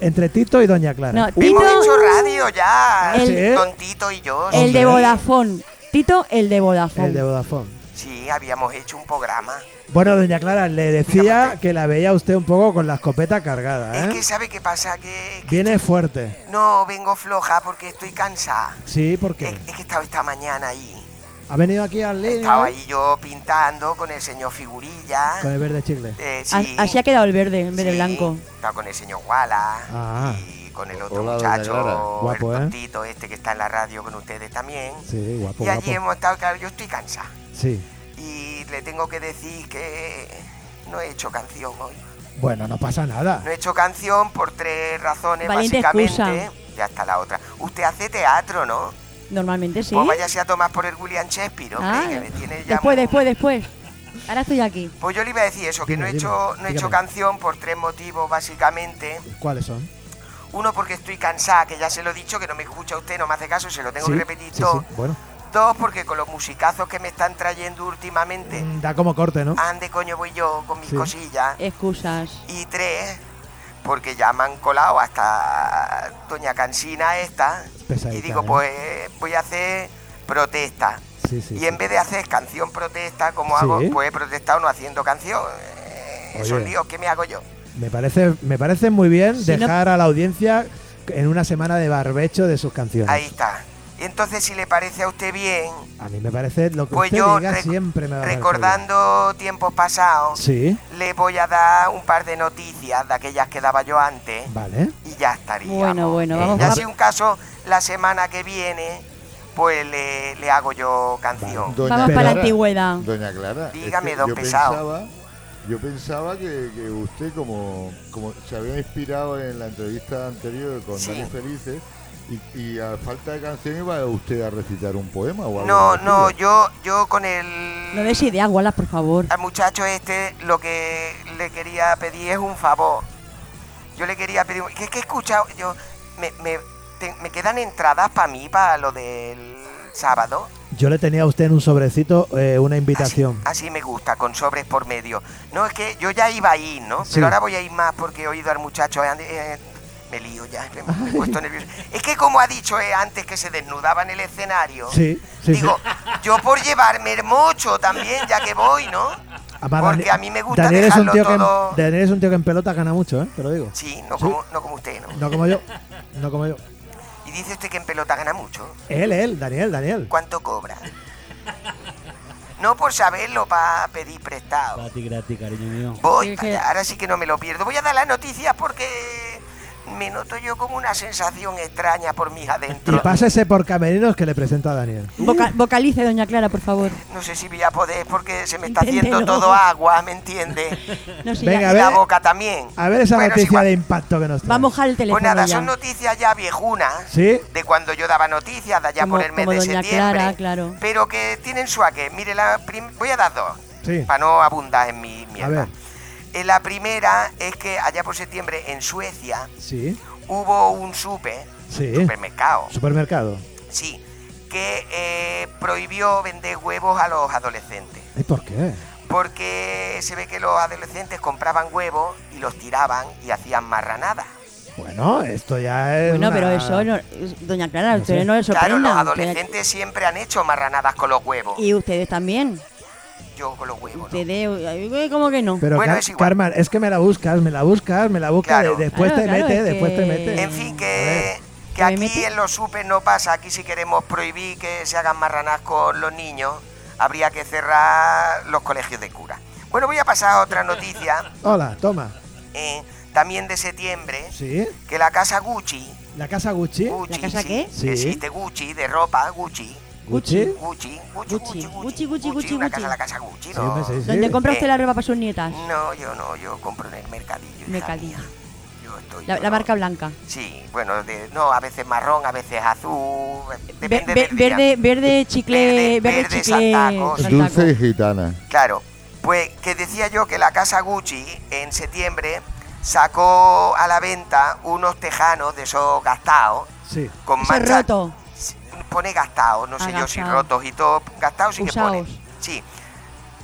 Speaker 2: entre Tito y doña Clara.
Speaker 8: No,
Speaker 12: Hemos
Speaker 8: Tito,
Speaker 12: hecho radio ya.
Speaker 8: El-
Speaker 12: El, con Tito y yo.
Speaker 8: el de
Speaker 12: sí.
Speaker 8: Vodafone. Tito, el de Vodafone.
Speaker 2: El de Vodafone.
Speaker 12: Sí, habíamos hecho un programa.
Speaker 2: Bueno, doña Clara, le decía que la veía usted un poco con la escopeta cargada,
Speaker 12: Es
Speaker 2: ¿eh?
Speaker 12: que sabe qué pasa, que
Speaker 2: Viene fuerte.
Speaker 12: no vengo floja porque estoy cansada.
Speaker 2: Sí, porque
Speaker 12: Es que estaba esta mañana ahí.
Speaker 2: ha venido aquí al línea
Speaker 12: Estaba ahí yo pintando con el señor Figurilla.
Speaker 2: con el verde chicle.
Speaker 12: Ah, Eh,
Speaker 8: A-
Speaker 12: sí,
Speaker 8: Ah, Así ha quedado el verde en vez del blanco.
Speaker 12: estaba con el señor Wala.
Speaker 2: Ah,
Speaker 12: Y con el otro
Speaker 4: Hola, doña Clara.
Speaker 12: muchacho,
Speaker 2: Guapo,
Speaker 12: el
Speaker 2: ¿eh?
Speaker 12: tontito este que está en la radio con ustedes también.
Speaker 2: sí, guapo,
Speaker 12: y allí
Speaker 2: guapo.
Speaker 12: hemos estado, claro, yo estoy cansada.
Speaker 2: Sí.
Speaker 12: Y le tengo que decir que no he hecho canción hoy.
Speaker 2: Bueno, no pasa nada.
Speaker 12: No he hecho canción por tres razones,
Speaker 8: Valiente
Speaker 12: básicamente.
Speaker 8: excusa.
Speaker 12: Ya está la otra. Usted hace teatro, ¿no?
Speaker 8: Normalmente sí.
Speaker 12: Pues váyase a tomar por el William Shakespeare, hombre,
Speaker 8: Ah,
Speaker 12: que me tiene ya
Speaker 8: después,
Speaker 12: muy-
Speaker 8: después, después. Ahora estoy aquí.
Speaker 12: Pues yo le iba a decir eso, que
Speaker 2: Dime,
Speaker 12: no he
Speaker 2: dime,
Speaker 12: hecho, no he hecho
Speaker 2: dígame.
Speaker 12: canción por tres motivos, básicamente.
Speaker 2: ¿Cuáles son?
Speaker 12: Uno, porque estoy cansada, que ya se lo he dicho, que no me escucha usted, no me hace caso, se lo tengo
Speaker 2: Sí,
Speaker 12: que repetir
Speaker 2: sí,
Speaker 12: todo.
Speaker 2: sí, Bueno,
Speaker 12: Dos, porque con los musicazos que me están trayendo últimamente,
Speaker 2: mm, da como corte, ¿no?
Speaker 12: ande coño voy yo con mis
Speaker 2: Sí.
Speaker 12: cosillas.
Speaker 8: Excusas.
Speaker 12: Y tres, porque ya me han colado hasta Doña Cansina esta.
Speaker 2: Pesadita,
Speaker 12: y digo,
Speaker 2: ¿eh?
Speaker 12: pues voy a hacer protesta.
Speaker 2: Sí, sí.
Speaker 12: y
Speaker 2: sí.
Speaker 12: en vez de hacer canción protesta, como
Speaker 2: Sí.
Speaker 12: hago, pues he protestado no haciendo canción. Eh,
Speaker 2: Oye.
Speaker 12: Esos líos, ¿qué me hago yo?
Speaker 2: Me parece, me parece muy bien
Speaker 8: Si no-
Speaker 2: dejar a la audiencia en una semana de barbecho de sus canciones.
Speaker 12: Ahí está. Y entonces, si le parece a usted bien,
Speaker 2: A mí me parece lo que
Speaker 12: pues
Speaker 2: usted
Speaker 12: yo
Speaker 2: diga
Speaker 12: rec-
Speaker 2: siempre me va a parecer
Speaker 12: recordando tiempos
Speaker 2: Ah, bien.
Speaker 12: pasados,
Speaker 2: Sí,
Speaker 12: le voy a dar un par de noticias de aquellas que daba yo antes.
Speaker 2: vale.
Speaker 12: y ya estaría.
Speaker 8: Bueno, bueno, vamos
Speaker 12: Ya
Speaker 8: a-
Speaker 12: si un caso, la semana que viene, pues le, le hago yo canción.
Speaker 4: Doña
Speaker 8: Vamos
Speaker 2: Pero-
Speaker 8: para la
Speaker 2: Clara.
Speaker 8: antigüedad.
Speaker 4: Doña Clara, es
Speaker 12: Dígame,
Speaker 4: que
Speaker 12: don
Speaker 4: yo
Speaker 12: Pesado.
Speaker 4: pensaba, yo pensaba que, que usted, como, como se había inspirado en la entrevista anterior con
Speaker 12: Sí.
Speaker 4: Dani Felices, y, y a falta de canción iba usted a recitar un poema o algo.
Speaker 12: No,
Speaker 4: parecido.
Speaker 12: no, yo, yo con el,
Speaker 8: No des ideas, Wallace, por favor.
Speaker 12: al muchacho este lo que le quería pedir es un favor. Yo le quería pedir, que es que he escuchado, yo, me, me, te- me quedan entradas para mí, para lo del sábado.
Speaker 2: Yo le tenía a usted en un sobrecito eh, una
Speaker 12: Así,
Speaker 2: invitación.
Speaker 12: así me gusta, con sobres por medio. No, es que yo ya iba a ir, ¿no?
Speaker 2: Sí.
Speaker 12: Pero ahora voy a ir más porque he oído al muchacho. eh, ande- eh, me lío ya, me, me he puesto nervioso. Es que, como ha dicho eh, antes que se desnudaba en el escenario,
Speaker 2: Sí, sí,
Speaker 12: digo, yo por llevarme el mocho también, ya que voy, ¿no?
Speaker 2: Además,
Speaker 12: porque
Speaker 2: Dani-
Speaker 12: a mí me gusta
Speaker 2: Daniel es, un
Speaker 12: dejarlo
Speaker 2: tío que, en-
Speaker 12: todo.
Speaker 2: Daniel es un tío que en pelota gana mucho, ¿eh? Te lo digo.
Speaker 12: Sí, no como, no como usted, ¿no?
Speaker 2: No como yo. No como yo.
Speaker 12: Y dice usted que en pelota gana mucho.
Speaker 2: Él, él, Daniel, Daniel.
Speaker 12: ¿Cuánto cobra? No por saberlo, para pedir prestado.
Speaker 1: Para ti gratis, cariño mío.
Speaker 12: Voy,
Speaker 8: Sí,
Speaker 12: para
Speaker 8: que-
Speaker 12: allá, ahora sí que no me lo pierdo. Voy a dar la noticia porque me noto yo como una sensación extraña por mis
Speaker 2: Y
Speaker 12: adentros.
Speaker 2: pásese por camerinos que le presento a Daniel.
Speaker 8: Voca- vocalice, doña Clara, por favor.
Speaker 12: No sé si voy a poder porque se me está
Speaker 8: Inténtelo.
Speaker 12: haciendo todo agua, ¿me entiendes?
Speaker 8: No, sí,
Speaker 2: Venga,
Speaker 8: ya-
Speaker 2: a
Speaker 12: y
Speaker 2: ver.
Speaker 12: la boca también.
Speaker 2: A ver esa
Speaker 12: Bueno, es
Speaker 2: noticia
Speaker 12: igual.
Speaker 2: de impacto que nos trae.
Speaker 8: Va a mojar el teléfono
Speaker 12: Pues nada,
Speaker 8: ya.
Speaker 12: son noticias ya viejunas.
Speaker 2: ¿Sí?
Speaker 12: De cuando yo daba noticias de allá
Speaker 8: Como-
Speaker 12: por el mes
Speaker 8: como
Speaker 12: de
Speaker 8: doña
Speaker 12: septiembre.
Speaker 8: Clara, claro.
Speaker 12: Pero que tienen su aquel. Mire, la prim- voy a dar dos.
Speaker 2: Sí.
Speaker 12: Para no abundar en mi
Speaker 2: A
Speaker 12: mierda.
Speaker 2: ver.
Speaker 12: Eh, La primera es que allá por septiembre en Suecia
Speaker 2: Sí.
Speaker 12: hubo un super,
Speaker 2: Sí.
Speaker 12: supermercado,
Speaker 2: Supermercado.
Speaker 12: sí, que eh, prohibió vender huevos a los adolescentes.
Speaker 2: ¿Y por qué?
Speaker 12: Porque se ve que los adolescentes compraban huevos y los tiraban y hacían marranadas.
Speaker 2: Bueno, esto ya es.
Speaker 8: Bueno, pero
Speaker 2: una-
Speaker 8: eso, no- es- doña Clara, a
Speaker 2: No sé.
Speaker 8: ustedes no les
Speaker 12: Claro, los
Speaker 8: sorprenda. ustedes-
Speaker 12: adolescentes siempre han hecho marranadas con los huevos.
Speaker 8: y ustedes también.
Speaker 12: Yo con los huevos. ¿no?
Speaker 8: Ustedes, eh, ¿cómo que no?
Speaker 2: Pero
Speaker 12: Bueno,
Speaker 2: Car-
Speaker 12: es igual.
Speaker 2: Carmen, es que me la buscas, me la buscas, me la buscas,
Speaker 12: Claro.
Speaker 2: de- después
Speaker 8: Claro,
Speaker 2: te
Speaker 8: claro,
Speaker 2: mete,
Speaker 8: es
Speaker 2: después te
Speaker 8: que-
Speaker 2: mete.
Speaker 12: En fin, que, que
Speaker 8: ¿Que me
Speaker 12: aquí
Speaker 8: mete?
Speaker 12: en los super no pasa. Aquí si queremos prohibir que se hagan marranas con los niños, habría que cerrar los colegios de cura. Bueno, voy a pasar a otra noticia,
Speaker 2: Hola, toma.
Speaker 12: eh, también de septiembre,
Speaker 2: ¿Sí?
Speaker 12: que la casa Gucci,
Speaker 2: ¿La casa Gucci?
Speaker 12: Gucci,
Speaker 8: casa
Speaker 12: sí,
Speaker 8: qué?
Speaker 2: Sí.
Speaker 12: existe Gucci, de ropa, Gucci,
Speaker 2: ¿Gucci?
Speaker 12: Gucci, Gucci, Gucci,
Speaker 8: Gucci, Gucci, Gucci, Gucci,
Speaker 12: una
Speaker 8: Gucci.
Speaker 12: casa, la casa Gucci,
Speaker 2: Sí,
Speaker 12: no.
Speaker 2: hombre, sí, sí.
Speaker 8: ¿Dónde compra usted
Speaker 12: Eh.
Speaker 8: la ropa para sus nietas?
Speaker 12: No, yo no, yo compro en el mercadillo. hija
Speaker 8: Mercadillo.
Speaker 12: mía. Yo estoy-
Speaker 8: La,
Speaker 12: yo
Speaker 8: la
Speaker 12: no-
Speaker 8: marca blanca.
Speaker 12: Sí, bueno, de- no, a veces marrón, a veces azul, eh,
Speaker 8: Ve-
Speaker 12: depende
Speaker 8: ve-
Speaker 12: del día.
Speaker 8: verde, verde chicle,
Speaker 12: Verde,
Speaker 8: verde,
Speaker 12: verde
Speaker 8: chicle.
Speaker 12: saltaco.
Speaker 8: saltaco.
Speaker 4: Dulce y gitana.
Speaker 12: Claro, pues que decía yo que la casa Gucci en septiembre sacó a la venta unos tejanos de esos gastados
Speaker 2: Sí.
Speaker 12: con
Speaker 8: Eso es
Speaker 12: manchas-
Speaker 8: roto.
Speaker 12: Sí, Pone gastados, no
Speaker 8: Ah,
Speaker 12: sé yo si
Speaker 8: gastado.
Speaker 12: rotos y todo, gastados sí que
Speaker 8: Usaos.
Speaker 12: pone. Sí.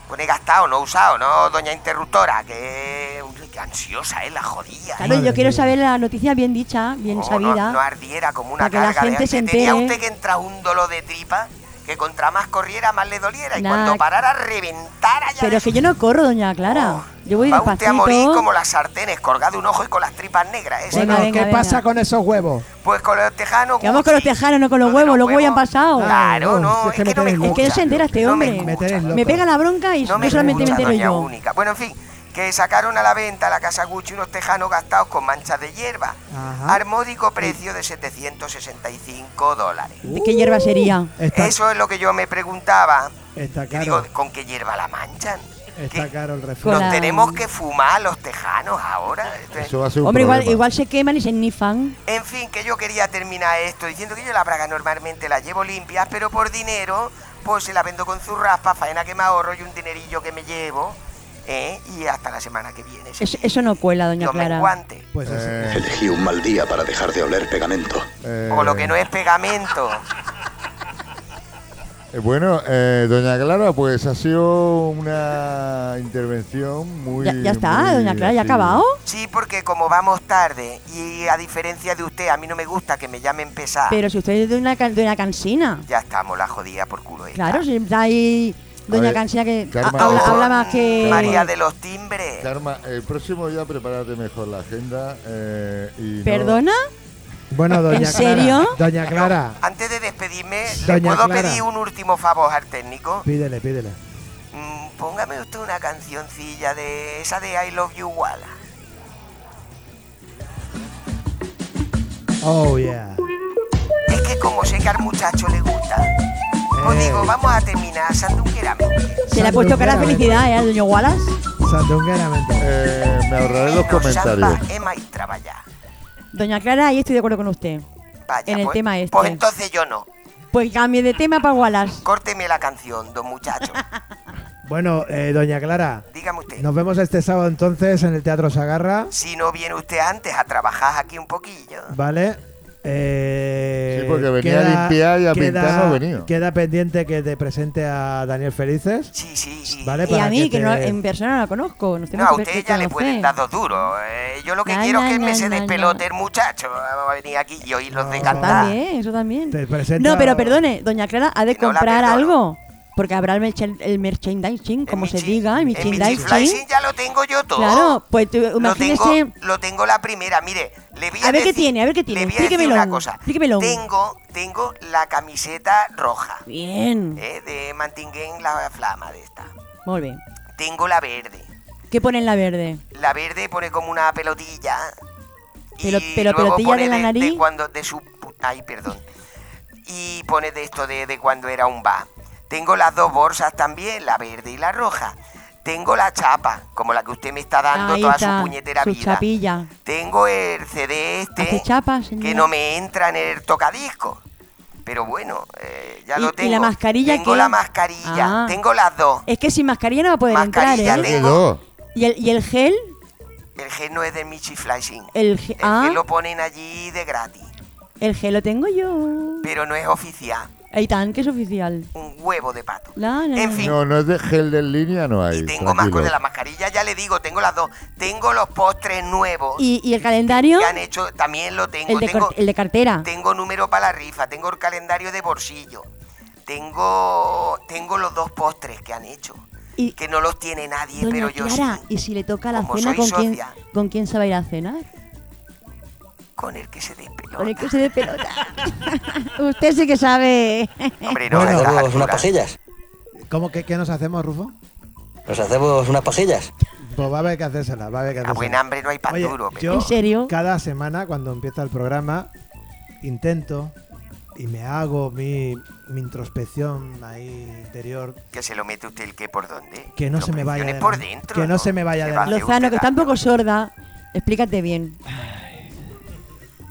Speaker 12: Pone gastado, no usado, ¿no? Doña Interruptora, que, uy, qué ansiosa es la jodilla.
Speaker 8: Claro,
Speaker 2: Madre
Speaker 8: yo quiero
Speaker 2: mía.
Speaker 8: saber la noticia bien dicha, bien
Speaker 12: No,
Speaker 8: sabida.
Speaker 12: No, no ardiera como una
Speaker 8: Para que la
Speaker 12: carga de
Speaker 8: gente se
Speaker 12: hambre. Tenía
Speaker 8: entere.
Speaker 12: usted que entrar un dolor de tripa que contra más corriera más le doliera y
Speaker 8: Nah.
Speaker 12: cuando parara reventara ya.
Speaker 8: Pero
Speaker 12: de-
Speaker 8: que yo no corro, doña Clara. Yo voy
Speaker 12: Va usted a morir
Speaker 8: despacito.
Speaker 12: como las sartenes, colgado un ojo y con las tripas negras. ¿eh?
Speaker 2: Bueno,
Speaker 8: Venga, venga,
Speaker 2: ¿qué
Speaker 8: venga.
Speaker 2: pasa con esos huevos?
Speaker 12: Pues con los tejanos.
Speaker 8: Que vamos con los
Speaker 12: Gucci,
Speaker 8: tejanos, no con los
Speaker 12: lo de
Speaker 8: huevos. Los huevos ya han pasado.
Speaker 12: Claro, no,
Speaker 2: Ah,
Speaker 12: es que, no me
Speaker 2: tenéis
Speaker 12: escucha.
Speaker 2: loco.
Speaker 8: Es que se entera este
Speaker 12: No me
Speaker 8: hombre.
Speaker 2: Me
Speaker 12: escucha.
Speaker 2: tenéis loco.
Speaker 8: Me pega la bronca y
Speaker 12: No
Speaker 8: no
Speaker 12: me
Speaker 8: solamente me
Speaker 12: escucha,
Speaker 8: entero
Speaker 12: doña
Speaker 8: yo.
Speaker 12: Única. Bueno, en fin, que sacaron a la venta a la casa Gucci unos tejanos gastados con manchas de hierba.
Speaker 2: Ajá.
Speaker 12: Armódico precio de 765 dólares.
Speaker 8: ¿De qué hierba sería?
Speaker 2: Está,
Speaker 12: Eso es lo que yo me preguntaba.
Speaker 2: está
Speaker 12: Que
Speaker 2: caro.
Speaker 12: digo, ¿con qué hierba la manchan?
Speaker 2: Está
Speaker 12: ¿Qué-
Speaker 2: caro el
Speaker 8: Con
Speaker 2: refresco.
Speaker 12: ¿Nos
Speaker 8: la-
Speaker 12: tenemos que fumar los tejanos ahora? este.
Speaker 4: Eso va a ser un
Speaker 8: Hombre, igual,
Speaker 4: problema.
Speaker 8: igual se queman y se nifan.
Speaker 12: En fin, que yo quería terminar esto diciendo que yo la braga normalmente la llevo limpia, pero por dinero, pues se la vendo con su raspa, faena que me ahorro y un dinerillo que me llevo. ¿eh? Y hasta la semana que viene.
Speaker 8: Eso, eso no cuela, doña
Speaker 12: no me
Speaker 8: Clara.
Speaker 12: enguante.
Speaker 2: Pues eso.
Speaker 4: Eh,
Speaker 11: Elegí un mal día para dejar de oler pegamento.
Speaker 4: eh,
Speaker 12: O lo que no es pegamento.
Speaker 4: Eh, Bueno, eh, doña Clara, pues ha sido una intervención muy...
Speaker 8: Ya, ya está,
Speaker 4: muy-
Speaker 8: doña Clara, ya ha
Speaker 4: sí.
Speaker 8: acabado.
Speaker 12: Sí, porque como vamos tarde y a diferencia de usted, a mí no me gusta que me llamen pesada.
Speaker 8: Pero si usted es de una, can- de una cansina.
Speaker 12: Ya estamos, la jodida por culo. esta.
Speaker 8: Claro, si está ahí
Speaker 4: A
Speaker 8: doña
Speaker 4: ver,
Speaker 8: cansina que ha-
Speaker 4: Karma,
Speaker 8: habla,
Speaker 4: ojo.
Speaker 8: habla más que...
Speaker 12: María de los timbres.
Speaker 4: Karma, el próximo día prepárate mejor la agenda eh, y no-
Speaker 8: ¿Perdona?
Speaker 2: Bueno, doña Clara.
Speaker 8: serio?
Speaker 2: Doña Clara,
Speaker 12: Antes de despedirme, ¿le
Speaker 2: Doña
Speaker 12: puedo
Speaker 2: Clara.
Speaker 12: pedir un último favor al técnico?
Speaker 2: pídele, pídele.
Speaker 12: Mm, póngame usted una cancioncilla de esa de I Love You Walla.
Speaker 2: Oh, yeah.
Speaker 12: Es que como sé que al muchacho le gusta, os
Speaker 2: Eh.
Speaker 12: digo, vamos a terminar sandungueramente.
Speaker 8: Se le ha puesto cara a felicidad, ¿eh? Al doño Wallace.
Speaker 2: Sandungueramente.
Speaker 4: Eh, me ahorraré los
Speaker 12: Menos
Speaker 4: comentarios.
Speaker 12: samba, Emma y traballar.
Speaker 8: Doña Clara, ahí estoy de acuerdo con usted.
Speaker 12: Vaya,
Speaker 8: En el
Speaker 12: pues-
Speaker 8: tema este.
Speaker 12: Pues entonces yo no.
Speaker 8: Pues cambie de tema para Wallace.
Speaker 12: Córteme la canción, don muchacho.
Speaker 2: Bueno, eh, doña Clara,
Speaker 12: Dígame usted.
Speaker 2: nos vemos este sábado entonces en el Teatro Sagarra,
Speaker 12: Si no viene usted antes a trabajar aquí un poquillo.
Speaker 2: ¿vale? Eh,
Speaker 4: Sí, porque venía a limpiar y a pintar no ha venido.
Speaker 2: Queda pendiente que te presente a Daniel Felices.
Speaker 12: Sí, sí, sí.
Speaker 2: Vale,
Speaker 8: Y a
Speaker 2: para
Speaker 8: mí, que,
Speaker 2: te-
Speaker 8: no, em- en persona no la conozco. Nos
Speaker 12: No,
Speaker 8: tenemos
Speaker 12: a
Speaker 8: que
Speaker 12: usted
Speaker 8: que
Speaker 12: ya le
Speaker 8: conocer.
Speaker 12: pueden dar dos duros. Eh, yo lo que
Speaker 8: Na,
Speaker 12: quiero es
Speaker 8: na,
Speaker 12: que me
Speaker 8: na,
Speaker 12: se
Speaker 8: na,
Speaker 12: despelote
Speaker 8: na.
Speaker 12: el muchacho. Va a venir aquí y oírlos de
Speaker 2: No.
Speaker 12: cantar.
Speaker 8: También, eso también.
Speaker 2: Te presenta-
Speaker 8: No, pero perdone, doña Clara ha de
Speaker 12: Que no la
Speaker 8: comprar
Speaker 12: perdono.
Speaker 8: algo. Porque habrá el, merchan- el merchandising,
Speaker 12: En
Speaker 8: como
Speaker 12: mi
Speaker 8: se
Speaker 12: chi-
Speaker 8: diga, el
Speaker 12: En mi
Speaker 8: merchandising.
Speaker 12: chiflaising ya lo tengo yo todo.
Speaker 8: Claro, pues tú,
Speaker 12: Lo
Speaker 8: imagínese.
Speaker 12: tengo, lo tengo la primera, mire, le voy a,
Speaker 8: A ver qué
Speaker 12: decir-
Speaker 8: tiene, a ver qué tiene,
Speaker 12: Le voy a decir
Speaker 8: explíquemelo,
Speaker 12: una cosa.
Speaker 8: explíquemelo.
Speaker 12: Tengo, tengo la camiseta roja,
Speaker 8: Bien,
Speaker 12: eh, de Mantinguén la flama de esta.
Speaker 8: muy bien.
Speaker 12: Tengo la verde.
Speaker 8: ¿Qué pone en la verde?
Speaker 12: La verde pone como una pelotilla
Speaker 8: Pero, pero
Speaker 12: luego
Speaker 8: pelotilla
Speaker 12: pone
Speaker 8: de la nariz.
Speaker 12: de cuando de su pu- ay perdón y pone de esto de, de cuando era un bar tengo las dos bolsas también la verde y la roja tengo la chapa como la que usted me está dando
Speaker 8: Ahí
Speaker 12: toda
Speaker 8: está,
Speaker 12: su puñetera
Speaker 8: su
Speaker 12: vida
Speaker 8: chapilla.
Speaker 12: tengo el CD este
Speaker 8: Hace chapa, señora.
Speaker 12: que no me entra en el tocadisco pero bueno eh, ya
Speaker 8: Y-
Speaker 12: lo
Speaker 8: y
Speaker 12: tengo
Speaker 8: la mascarilla
Speaker 12: tengo
Speaker 8: qué?
Speaker 12: la mascarilla
Speaker 8: Ah.
Speaker 12: tengo las dos
Speaker 8: Es que sin mascarilla no va a poder
Speaker 12: Mascarilla
Speaker 8: entrar, ¿eh?
Speaker 12: tengo.
Speaker 8: ¿Y el, y el gel?
Speaker 12: el gel no es de Michi Flashing
Speaker 8: El, ge- ah,
Speaker 12: que lo ponen allí de gratis
Speaker 8: el gel lo tengo yo.
Speaker 12: pero no es oficial
Speaker 8: Eitan, que es oficial.
Speaker 12: un huevo de pato
Speaker 8: La, la, la.
Speaker 4: No, no es de gel de línea, no hay.
Speaker 12: Tengo más
Speaker 4: tranquilo.
Speaker 12: cosas de la mascarilla, ya le digo, tengo las dos. Tengo los postres nuevos.
Speaker 8: ¿Y, y el calendario?
Speaker 12: que han hecho, también lo tengo.
Speaker 8: El de,
Speaker 12: tengo,
Speaker 8: cor- el de cartera.
Speaker 12: tengo número para la rifa, tengo el calendario de bolsillo. Tengo tengo los dos postres que han hecho.
Speaker 8: Y-
Speaker 12: que no los tiene nadie,
Speaker 8: Doña
Speaker 12: pero yo
Speaker 8: Clara,
Speaker 12: sí.
Speaker 8: ¿y si le toca la
Speaker 12: Como
Speaker 8: cena
Speaker 12: soy
Speaker 8: con quién,
Speaker 12: socia.
Speaker 8: con quién se va a ir a cenar?
Speaker 12: Con el que se despelota.
Speaker 8: Con el que se dé pelota. Usted sí que sabe.
Speaker 12: Hombre,
Speaker 2: no, Bueno. a estas
Speaker 13: hacemos unas pasillas.
Speaker 2: ¿Cómo que qué nos hacemos, Rufo?
Speaker 13: Nos hacemos unas pasillas.
Speaker 2: Pues va a haber que hacérsela, va a haber que
Speaker 12: A buen
Speaker 2: hacérsela.
Speaker 12: hambre no hay pan
Speaker 2: Oye,
Speaker 12: duro.
Speaker 2: yo
Speaker 12: pero-
Speaker 2: cada semana cuando empieza el programa intento y me hago mi, mi introspección ahí interior
Speaker 12: Que se lo mete usted el que por dónde.
Speaker 2: que no se me vaya
Speaker 12: presione
Speaker 2: de
Speaker 12: por
Speaker 2: mano,
Speaker 12: dentro,
Speaker 2: que no,
Speaker 12: ¿no?
Speaker 2: se me vaya
Speaker 12: Se
Speaker 2: de
Speaker 12: va
Speaker 2: mano.
Speaker 8: Lozano, que está un poco sorda. Explícate bien.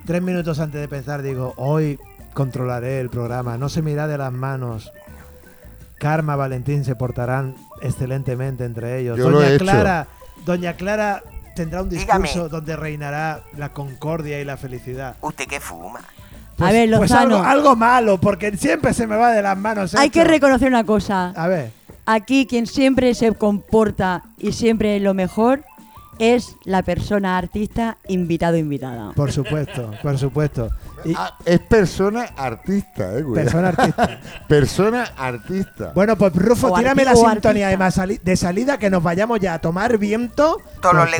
Speaker 2: tres minutos antes de empezar digo hoy controlaré el programa no se me irá de las manos Karma Valentín se portarán excelentemente entre ellos
Speaker 4: Yo
Speaker 2: Doña
Speaker 4: lo he hecho.
Speaker 2: Clara Doña Clara tendrá un discurso
Speaker 12: Dígame.
Speaker 2: donde reinará la concordia y la felicidad
Speaker 12: Usted que fuma.
Speaker 2: Pues-
Speaker 8: a ver,
Speaker 2: pues
Speaker 8: Lozano.
Speaker 2: algo, algo malo, porque siempre se me va de las manos.
Speaker 8: Hay
Speaker 2: esto.
Speaker 8: que reconocer una cosa.
Speaker 2: A ver,
Speaker 8: Aquí quien siempre se comporta y siempre lo mejor es la persona artista invitado o invitada.
Speaker 2: por supuesto, por supuesto. Y-
Speaker 4: Ah, es persona artista, eh, cuidado.
Speaker 2: Persona artista.
Speaker 4: persona artista. Eh,
Speaker 2: bueno, pues Rufo,
Speaker 8: O
Speaker 2: tírame la
Speaker 8: arti- o
Speaker 2: sintonía de, ma- sali- de salida que nos vayamos ya a tomar viento.
Speaker 12: Todos los
Speaker 2: porque-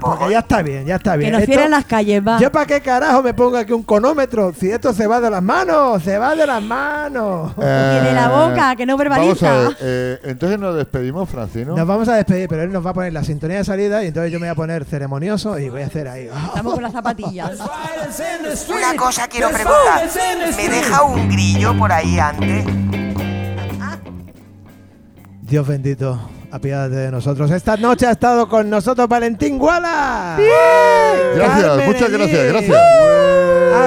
Speaker 2: Pues, eh, porque
Speaker 12: oye.
Speaker 2: Ya está bien, ya está bien.
Speaker 8: que nos
Speaker 2: Esto-
Speaker 8: cierren las calles, va.
Speaker 2: ¿Yo para qué carajo me pongo aquí un conómetro? Si esto se va de las manos, se va de las manos.
Speaker 4: Eh,
Speaker 8: tiene la boca, que no
Speaker 4: vamos
Speaker 8: verbaliza.
Speaker 4: a ver, eh, entonces nos despedimos, Francino.
Speaker 2: Nos vamos a despedir, pero él nos va a poner la sintonía de salida y entonces yo me voy a poner ceremonioso y voy a hacer ahí.
Speaker 8: Estamos con las zapatillas.
Speaker 12: Una cosa quiero preguntar. ¿Me deja un grillo por ahí antes?
Speaker 2: Dios bendito, apiádate de nosotros. Esta noche ha estado con nosotros Valentín Guala.
Speaker 4: Gracias,
Speaker 2: Carmen
Speaker 4: muchas
Speaker 2: Elí.
Speaker 4: gracias, gracias.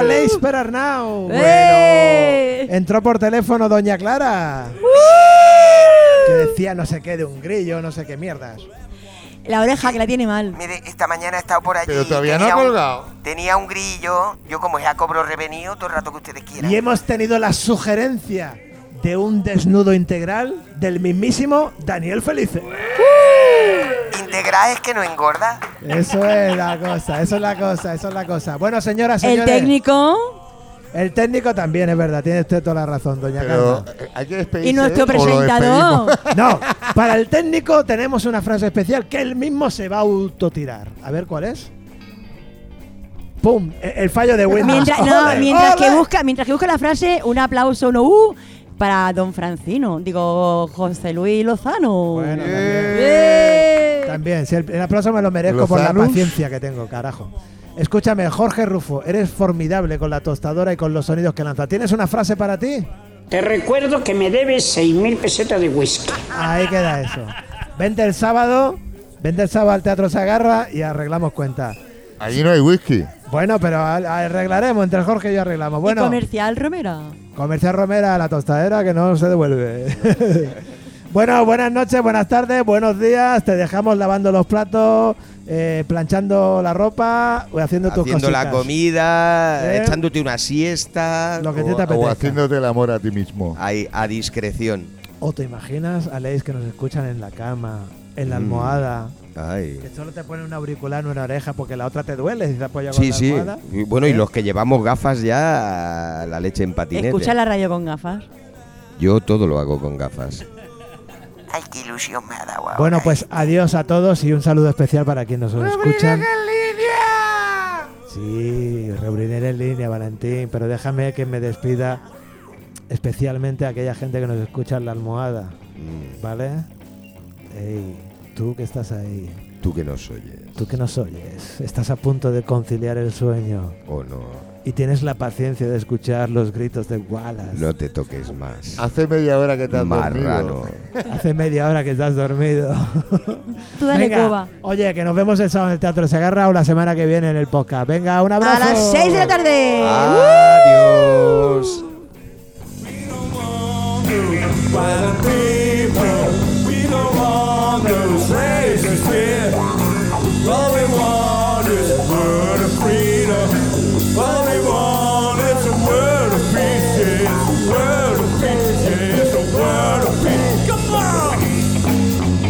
Speaker 2: Aleix Ah, Perarnau.
Speaker 8: ¡Eh!
Speaker 2: Bueno, entró por teléfono Doña Clara.
Speaker 8: ¡Uh!
Speaker 2: Que decía no sé qué de un grillo, no sé qué mierdas.
Speaker 8: La oreja que la tiene mal.
Speaker 12: Mire, esta mañana he estado por allí.
Speaker 4: Pero todavía no
Speaker 12: tenía
Speaker 4: ha
Speaker 12: un-
Speaker 4: colgado.
Speaker 12: Tenía un grillo. Yo, como ya cobro revenido, todo el rato que ustedes quieran.
Speaker 2: Y hemos tenido la sugerencia de un desnudo integral del mismísimo Daniel Felice.
Speaker 8: ¡Uh!
Speaker 12: Integrar es que no engorda.
Speaker 2: Eso es la cosa, eso es la cosa, eso es la cosa. Bueno, señoras,
Speaker 8: El
Speaker 2: señores.
Speaker 8: técnico
Speaker 2: El técnico también, es verdad, tiene usted toda la razón, doña
Speaker 4: Pero
Speaker 2: Carmen.
Speaker 4: eh, hay que despedirse.
Speaker 8: y nuestro
Speaker 4: ¿eh? ¿O lo
Speaker 8: presentador.
Speaker 4: despedimos?
Speaker 2: No, para el técnico tenemos una frase especial que él mismo se va a autotirar. A ver cuál es. ¡Pum! E- El fallo de Windows.
Speaker 8: Mientras, no,
Speaker 2: ¡Ole,
Speaker 8: mientras que
Speaker 2: ole!
Speaker 8: busca, mientras que busca la frase, un aplauso, un uh, para don Francino. Digo, José Luis Lozano.
Speaker 2: Bueno,
Speaker 8: ¡Eh!
Speaker 2: También, si el, el aplauso me lo merezco por la
Speaker 4: Lozanus.
Speaker 2: paciencia que tengo, carajo. Escúchame, Jorge Rufo, eres formidable con la tostadora y con los sonidos que lanza. ¿Tienes una frase para ti?
Speaker 14: Te recuerdo que me debes 6.000 pesetas de whisky.
Speaker 2: Ahí queda eso. Vente el sábado, vente el sábado al Teatro Sagarra y arreglamos cuentas.
Speaker 4: Allí no hay whisky.
Speaker 2: Bueno, pero al- arreglaremos, entre Jorge y yo arreglamos. Bueno,
Speaker 8: Y comercial Romera.
Speaker 2: comercial Romera a la tostadera que no se devuelve. bueno, buenas noches, buenas tardes, buenos días. Te dejamos lavando los platos, eh, planchando la ropa, o haciendo tus
Speaker 3: Haciendo la
Speaker 2: cositas.
Speaker 3: comida,
Speaker 2: ¿Eh?
Speaker 3: echándote una siesta.
Speaker 2: Lo que a ti
Speaker 4: O,
Speaker 2: te
Speaker 4: o
Speaker 2: apetezca.
Speaker 4: haciéndote el amor a ti mismo.
Speaker 3: Ahí, a discreción.
Speaker 2: ¿O te imaginas a Leis que nos escuchan en la cama, en
Speaker 3: Mm.
Speaker 2: la almohada? Que
Speaker 3: Ay.
Speaker 2: solo te ponen un auricular en una oreja porque la otra te duele si te apoyas con
Speaker 3: Sí,
Speaker 2: la
Speaker 3: sí.
Speaker 2: almohada. ¿Eh?
Speaker 3: Y bueno, y los que llevamos gafas ya, la leche en patinete.
Speaker 8: Escucha la radio con gafas.
Speaker 3: Yo todo lo hago con gafas.
Speaker 12: Ay, qué ilusión me ha dado ahora.
Speaker 2: Bueno, pues adiós a todos y un saludo especial para quienes nos escuchan. Sí, reunir en línea, Valentín, pero déjame que me despida especialmente a aquella gente que nos
Speaker 4: Mm.
Speaker 2: escucha en la almohada, ¿vale? Ey, tú que estás ahí,
Speaker 3: Tú que eh, nos oyes.
Speaker 2: Tú que nos oyes, estás a punto de conciliar el sueño
Speaker 3: O no.
Speaker 2: y tienes la paciencia de escuchar los gritos de Wallace.
Speaker 3: No te toques más.
Speaker 4: Hace media hora que te has
Speaker 3: Marrano.
Speaker 4: dormido.
Speaker 2: Hace media hora que estás dormido.
Speaker 8: Tú dale
Speaker 2: Venga,
Speaker 8: coba.
Speaker 2: Oye, que nos vemos el sábado en el Teatro Segarra o la semana que viene en el podcast. Venga, un abrazo.
Speaker 8: A las 6 de la tarde.
Speaker 9: Ah.
Speaker 4: Ah.
Speaker 3: Adiós.
Speaker 9: by the people. We don't want those racist fear. All we want is a word of freedom. All we want is a word of peace. Yes, a word of peace. Yes, a word of peace. Come on!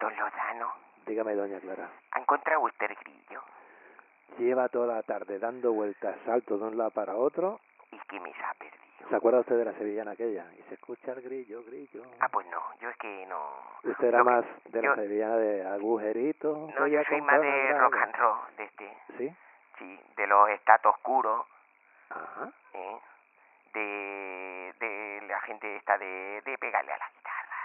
Speaker 10: Don Lozano,
Speaker 15: Dígame, doña Clara.
Speaker 10: ¿ha encontrado usted el grillo?
Speaker 15: Lleva toda la tarde dando vueltas, salto de un lado para otro.
Speaker 10: ¿Y qué me ha perdido?
Speaker 15: ¿Se acuerda usted de la sevillana aquella? Y se escucha el grillo, grillo.
Speaker 10: Ah, pues no, yo es que no.
Speaker 15: Usted era
Speaker 10: Lo que-
Speaker 15: más de la
Speaker 10: yo-
Speaker 15: sevillana de agujerito.
Speaker 10: No, yo soy más de rock and roll, de este,
Speaker 15: ¿Sí?
Speaker 10: sí, de los estatos oscuros,
Speaker 15: Ajá.
Speaker 10: ¿eh? de, de la gente esta de, de pegarle a la guitarra,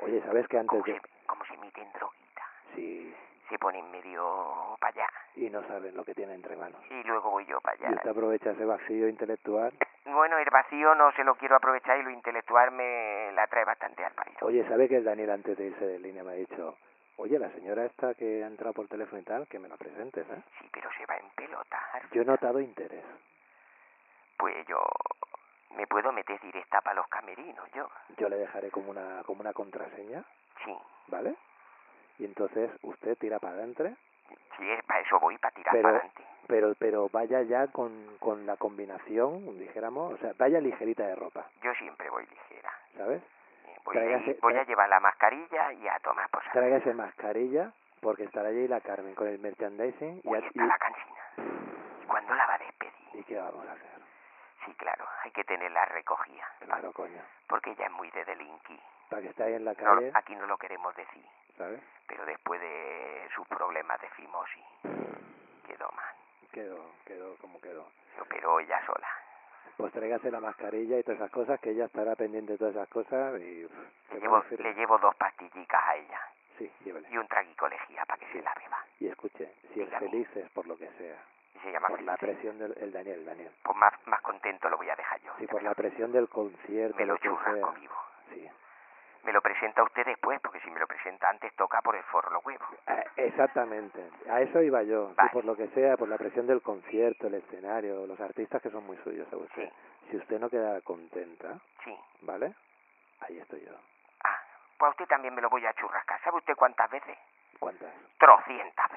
Speaker 15: Oye, ¿sabes que antes yo...
Speaker 10: como si emiten droguita,
Speaker 15: Sí,
Speaker 10: se ponen medio para allá,
Speaker 15: y no saben lo que tiene entre manos.
Speaker 10: y luego voy yo para
Speaker 15: Y
Speaker 10: allá.
Speaker 15: usted aprovecha ese vacío intelectual.
Speaker 10: Bueno, el vacío no se lo quiero aprovechar y lo intelectual me la trae bastante al país.
Speaker 15: Oye, ¿sabe que el Daniel antes de irse de línea me ha dicho... Oye, la señora esta que ha entrado por teléfono y tal, que me la presentes, ¿eh?
Speaker 10: Sí, pero se va en pelota.
Speaker 15: Yo he notado interés.
Speaker 10: Pues yo me puedo meter directa para los camerinos, yo.
Speaker 15: Yo le dejaré como una, como una contraseña,
Speaker 10: Sí,
Speaker 15: ¿vale? Y entonces usted tira para adelante,
Speaker 10: sí, para eso voy, para tirar
Speaker 15: Pero-
Speaker 10: para adelante.
Speaker 15: pero, pero vaya ya con, con la combinación, dijéramos, o sea, vaya ligerita de ropa,
Speaker 10: Yo siempre voy ligera.
Speaker 15: ¿sabes?
Speaker 10: Eh, Voy,
Speaker 15: Tráigase-
Speaker 10: ahí, voy a
Speaker 15: tra-
Speaker 10: llevar la mascarilla y a tomar por saco.
Speaker 15: Tráigase mascarilla, porque estará allí la Carmen con el merchandising y,
Speaker 10: Uy,
Speaker 15: a-
Speaker 10: está la cansina. ¿Y cuándo la va a despedir?
Speaker 15: y, y ¿qué vamos a hacer?
Speaker 10: Sí, claro, hay que tenerla recogida.
Speaker 15: Claro, coño,
Speaker 10: Porque ella es muy de delinquir.
Speaker 15: para que esté ahí en la
Speaker 10: No,
Speaker 15: calle,
Speaker 10: aquí no lo queremos decir,
Speaker 15: ¿sabes?
Speaker 10: pero después de sus problemas de fimosis, quedó mal.
Speaker 15: Quedó, quedó como quedó.
Speaker 10: Se operó ella sola.
Speaker 15: Pues tráigase la mascarilla y todas esas cosas, que ella estará pendiente de todas esas cosas y... pff,
Speaker 10: Le
Speaker 15: que
Speaker 10: llevo,
Speaker 15: vamos a
Speaker 10: le
Speaker 15: ir-
Speaker 10: llevo dos pastillicas a ella
Speaker 15: Sí, llévele.
Speaker 10: y un traguico lejía para que se la beba.
Speaker 15: Y escuche, si es
Speaker 10: Dígame.
Speaker 15: feliz es por lo que sea.
Speaker 10: Y se llama
Speaker 15: Por la
Speaker 10: Felipe.
Speaker 15: presión del el Daniel, Daniel.
Speaker 10: Pues más, más contento lo voy a dejar yo.
Speaker 15: Sí,
Speaker 10: ya
Speaker 15: por
Speaker 10: me
Speaker 15: la
Speaker 10: lo-
Speaker 15: presión del concierto.
Speaker 10: me lo
Speaker 15: lo que
Speaker 10: churrasco
Speaker 15: sea.
Speaker 10: vivo.
Speaker 15: Sí.
Speaker 10: Me lo presenta usted después, porque si me lo presenta antes toca por el forro los huevos.
Speaker 15: Ah, Exactamente. A eso iba yo. Sí,
Speaker 10: Vale.
Speaker 15: por lo que sea, por la presión del concierto, el escenario, los artistas que son muy suyos, ¿sabe usted?
Speaker 10: Sí,
Speaker 15: Si usted no queda contenta,
Speaker 10: sí.
Speaker 15: ¿vale? Ahí estoy yo.
Speaker 10: Ah, pues a usted también me lo voy a churrascar. ¿Sabe usted cuántas veces?
Speaker 15: ¿Cuántas?
Speaker 10: Trocientas